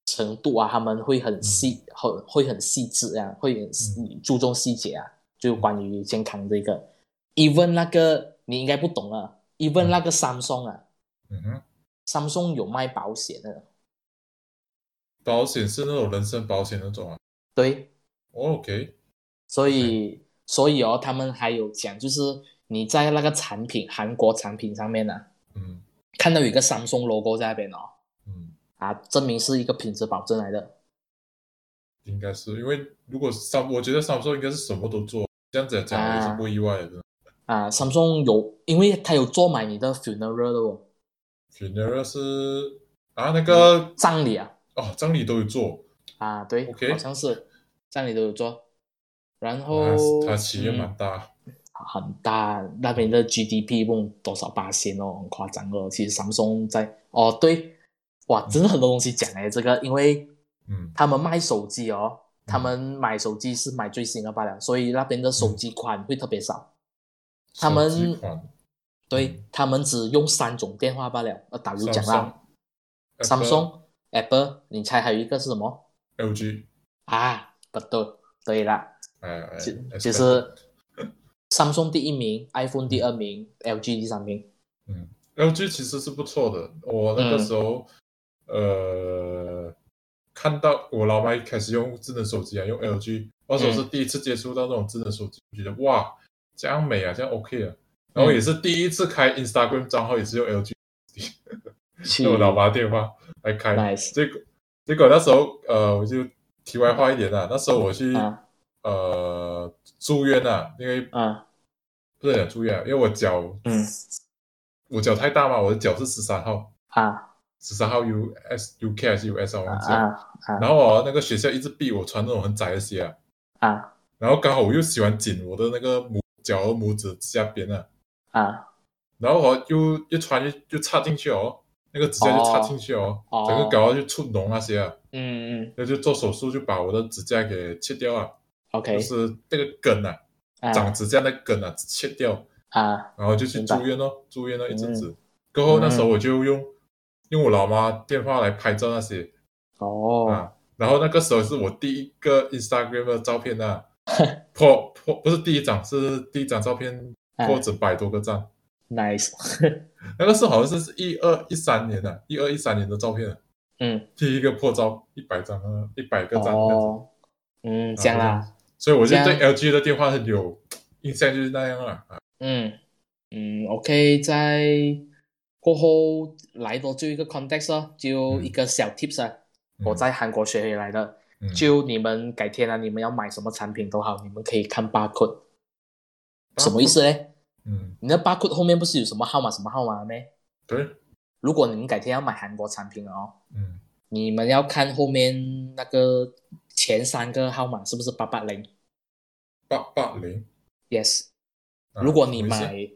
S1: 程度啊，他们会很细，很、会很细致啊，会很细注重细节啊，就关于健康这个。even 那个你应该不懂啊，even
S2: 嗯
S1: 那个 Samsung 啊
S2: 嗯哼，
S1: ，Samsung 有卖保险的，
S2: 保险是那种人身保险那种啊、
S1: 对，
S2: 哦、，OK，
S1: 所以，所以哦，他们还有讲，就是你在那个产品，韩国产品上面呢、啊，
S2: 嗯
S1: 看到有一个 Samsung logo 在那边哦，
S2: 嗯，
S1: 啊，证明是一个品质保证来的。
S2: 应该是因为如果上，我觉得上周应该是什么都做，这样子讲
S1: 啊
S2: 也是不意外的。
S1: 啊，Samsung 有，因为它有做买你的 funeral 的哦，
S2: funeral 是啊，那个、
S1: 葬礼啊，
S2: 哦，张理都有做，
S1: 啊，对
S2: OK
S1: 好像是葬礼都有做。然后
S2: 他啊他企业蛮大，
S1: 嗯很大，那边的 GDP 问多少八仙哦，很夸张哦。其实 Samsung 在哦，对，哇，真的很多东西讲哎，这个因为
S2: 嗯
S1: 他们卖手机哦，
S2: 嗯
S1: 他们买手机是买最新的罢了，所以那边的手机款会特别少。他们
S2: 手机款
S1: 对
S2: 嗯
S1: 他们只用三种电话罢了，呃，导游讲啦。
S2: Samsung，
S1: Samsung、Apple，你猜还有一个是什么
S2: Apple、LG，
S1: 啊？不对，对啦，
S2: 哎哎，
S1: 就
S2: Xperia
S1: 就是 Samsung 第一名，iPhone 第二名，LG 第三名。
S2: LG 其实是不错的，我那个时
S1: 嗯
S2: 候、呃看到我老妈一开始用智能手机啊，用 LG，那时候是
S1: 嗯
S2: 第一次接触到那种智能手机，觉得哇，这样美啊，这样 OK 啊。然
S1: 嗯
S2: 后也是第一次开 Instagram 账号，也是用 LG
S1: 去
S2: 用我老妈电话来开。
S1: Nice
S2: 结果结果那时候呃，我就题外话一点啦、那时候我去、
S1: 啊
S2: 呃住院啊，因为
S1: 啊
S2: 不是讲住院、啊，因为我脚
S1: 嗯
S2: 我脚太大嘛，我的脚是十三号，
S1: 啊
S2: 十三号 US UK 还是 US 啊，我忘记了。
S1: 啊
S2: 然后我那个学校一直逼我穿那种很窄的鞋啊，
S1: 啊
S2: 然后刚好我又喜欢紧我的那个拇脚和拇指指甲边啊，
S1: 啊！
S2: 然后我又又穿又又插进去哦，那个指甲就插进去哦，
S1: 哦
S2: 整个搞到就触脓那些啊，
S1: 嗯嗯
S2: 那就做手术就把我的指甲给切掉啊，
S1: ，OK À,
S2: 就是那个根啊，
S1: 啊
S2: 长指甲那根啊切掉，
S1: 啊
S2: 然后就去
S1: 明白嗯
S2: 住院咯，住院了一阵子，过后那时候我就用用我老妈电话来拍照那些。
S1: 哦 *laughs*
S2: 啊，然后那个时候是我第一个 Instagram 的照片啊，破破不是第一张，是第一张照片
S1: 哎
S2: 破整百多个赞。
S1: À, nice， *laughs*
S2: 那个是好像是一二一三年的，一二一三年的照片啊，
S1: 嗯，
S2: 第一个破照一百张啊，一百个赞这样子。
S1: 哦，嗯，这样啦，
S2: 所以我就对
S1: 这
S2: LG 的电话很有印象，就是那样了啊。
S1: 嗯嗯，OK，在过后来多就一个 context 哦，就一个小 tips 啊，
S2: 嗯
S1: 我在韩国学回来的，
S2: 嗯
S1: 就你们改天啊，你们要买什么产品都好，你们可以看 barcode，什么意？思嘞？
S2: 嗯，
S1: 你的 barcode 后面不是有什么号码什么号码咩？
S2: 对，
S1: 如果你们改天要买韩国产品了哦，
S2: 嗯，
S1: 你们要看后面那个前三个号码是不是八八零
S2: 八八零。
S1: ？Yes，
S2: 啊
S1: 如果你
S2: 什么意思
S1: 买，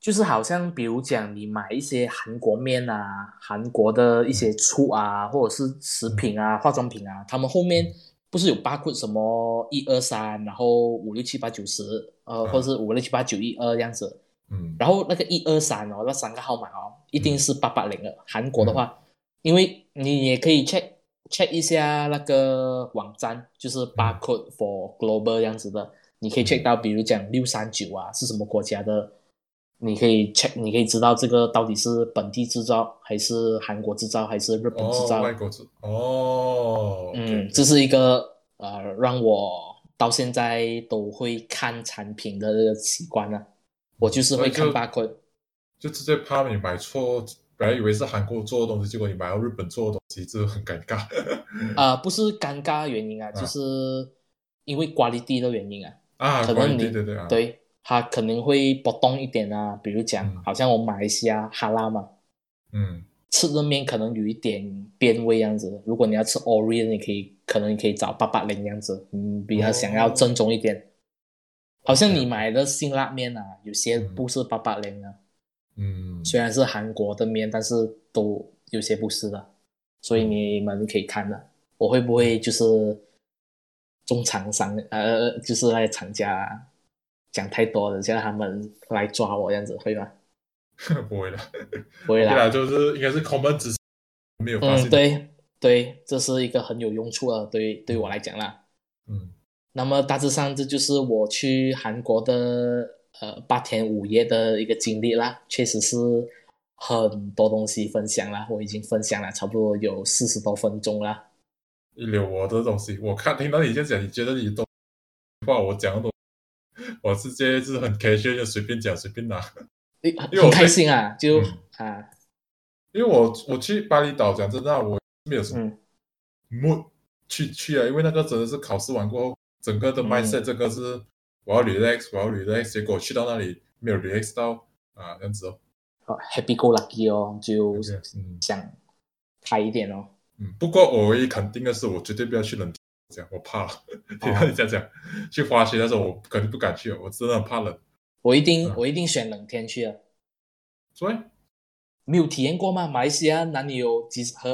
S1: 就是好像比如讲你买一些韩国面啊、韩国的一些醋啊，或者是食品啊、化妆品啊，他们后面不是有八括什么一二三，然后五六七八九十，呃，
S2: 嗯
S1: 或者是五六七八九一二这样子。
S2: 嗯
S1: 然后那个一二三哦，那三个号码哦，一定是八八零
S2: 嗯
S1: 的。韩国的话，因为你也可以 check check 一下那个网站，就是
S2: 嗯
S1: 八 code for global 这样子的，你可以 check 到，比如讲六三九啊是什么国家的，你可以 check，你可以知道这个到底是本地制造还是韩国制造还是日本制
S2: 哦，
S1: 造。
S2: 外国字哦，
S1: 嗯，
S2: OK，
S1: 这是一个呃让我到现在都会看产品的这个习惯了、我就是会
S2: 哦所以就
S1: 看八 code。
S2: 就直接怕你买错，本来以为是韩国做的东西，结果你买到日本做的东西，这很尴尬。 *laughs*
S1: 啊、不是尴尬的原因
S2: 嗯
S1: 啊，就是因为 quality 的原因啊，
S2: 啊，
S1: 可能
S2: 关于
S1: 你
S2: 对对对啊，
S1: 对，它可能会波动一点啊。比如讲，
S2: 嗯
S1: 好像我马来西亚哈拉嘛，
S2: 嗯
S1: 吃的面可能有一点变味样子。如果你要吃 Oreo，你可以可能你可以找八八零样子，嗯，比较想
S2: 哦
S1: 要正宗一点。好像你买的辛辣面啊，有些
S2: 嗯
S1: 不是八八零啊，
S2: 嗯，
S1: 虽然是韩国的面，但是都有些不是的，所以你们可以看的。我会不会就是中厂商呃，就是那些厂家讲太多了，叫他们来抓我这样子，会吗？
S2: *laughs* 不会的，
S1: 不会
S2: *laughs* 对
S1: 啦
S2: 啊，，就是应该是 common 只是没有发
S1: 嗯，
S2: 现。，
S1: 对对，这是一个很有用处的，对对我来讲啦。
S2: 嗯
S1: 那么大致上这就是我去韩国的呃八天五夜的一个经历啦，确实是很多东西分享啦，我已经分享了差不多有四十多分钟啦。
S2: 一流我的东西，我看听到你这样讲，你觉得你懂话，我讲的东西，我直接就是很 casual 就随便讲随便拿。
S1: 诶很
S2: 因为我
S1: 很开心啊，就、
S2: 嗯
S1: 啊，
S2: 因为我我去巴厘岛，讲真的啊，我没有什么
S1: 嗯
S2: mood 去去啊，因为那个真的是考试完过后，整个的
S1: 嗯
S2: mindset 这个是我要 relax，我要 relax，结果去到那里没有 relax 到啊，这样子哦。
S1: 哦 happy go lucky 哦，就
S2: 这样嗯
S1: 想开一点哦。
S2: 嗯，不过我唯一肯定的是，我绝对不要去冷天，这样我怕。 *laughs* 听到你这样讲，去滑雪的时候，我肯定不敢去，我真的很怕冷。
S1: 我一定
S2: 嗯
S1: 我一定选冷天去的，
S2: 所以
S1: 没有体验过吗？马来西亚哪里有几和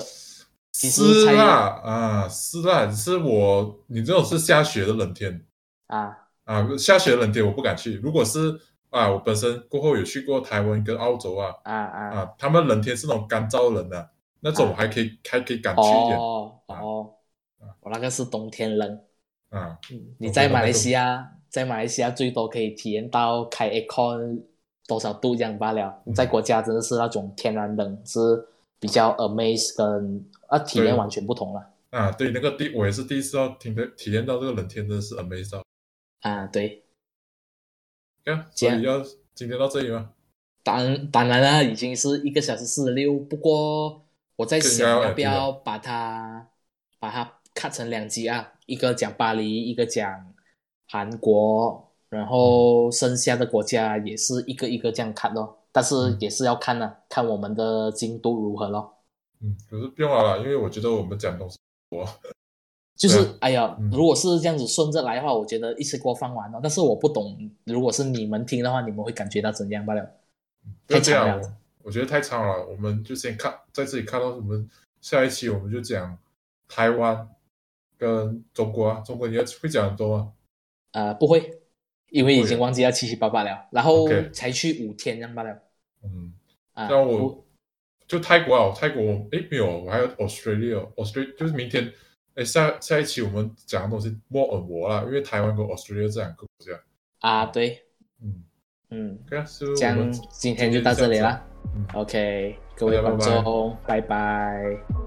S1: 几时
S2: 是
S1: 才有
S2: 啦啊，是啦，是我你这种是下雪的冷天，
S1: 啊？
S2: 啊，下雪冷天我不敢去。如果是啊，我本身过后有去过台湾跟澳洲啊，
S1: 啊啊
S2: 啊，他们冷天是那种干燥冷的、那种，我还可以、还可以啊敢去一点、
S1: 哦哦，我那个是冬天冷。
S2: 啊。
S1: 你在马来西亚，在马来西亚最多可以体验到开 aircon 多少度这样罢了。
S2: 嗯
S1: 在国家真的是那种天然冷，是比较 amaze 跟啊体验
S2: 对
S1: 完全不同了
S2: 啊，对，那个第我也是第一次要体的体验到这个冷天，真的是 amazing 到。
S1: 啊。对，这
S2: 看，所
S1: 样
S2: 以要今天到这里吗？
S1: 当当然啦，已经是一个小时四十六，不过我在想
S2: 这个要
S1: 要不要把它把它 cut 成两集啊，一个讲巴黎，一个讲韩国，然后剩下的国家也是一个一个这样 cut 咯。但是也是要看呢、看我们的进度如何咯。
S2: 嗯，可是不用了啦，因为我觉得我们讲东西，
S1: 就是、
S2: 对啊
S1: 哎呀
S2: 嗯，
S1: 如果是这样子顺着来的话，我觉得一次过放完了。但是我不懂，如果是你们听的话，你们会感觉到怎样罢了？
S2: 不要
S1: 太
S2: 这
S1: 长
S2: 样，
S1: 了
S2: 我我觉得太长了，我们就先看在这里看到我们下一期我们就讲台湾跟中国啊，中国你要会讲很多啊吗？
S1: 呃，不会，因为已
S2: 不
S1: 经
S2: 会
S1: 忘记要七七八八了，然后
S2: OK
S1: 才去五天这样罢了。
S2: 嗯。
S1: 啊，
S2: 像
S1: 不
S2: 我就泰国啊，泰国诶没有，我还有 Australia，Australia 就是明天哎，下下一期我们讲的东西莫尔我啦，因为台湾跟 Australia 这两个国家，
S1: 啊，对，
S2: 嗯
S1: 嗯，
S2: ，OK 啊，所以
S1: 这
S2: 我
S1: 样
S2: 们
S1: 今天就到这里啦。
S2: 嗯
S1: OK，各位
S2: 大家拜
S1: 观
S2: 拜
S1: 众，拜拜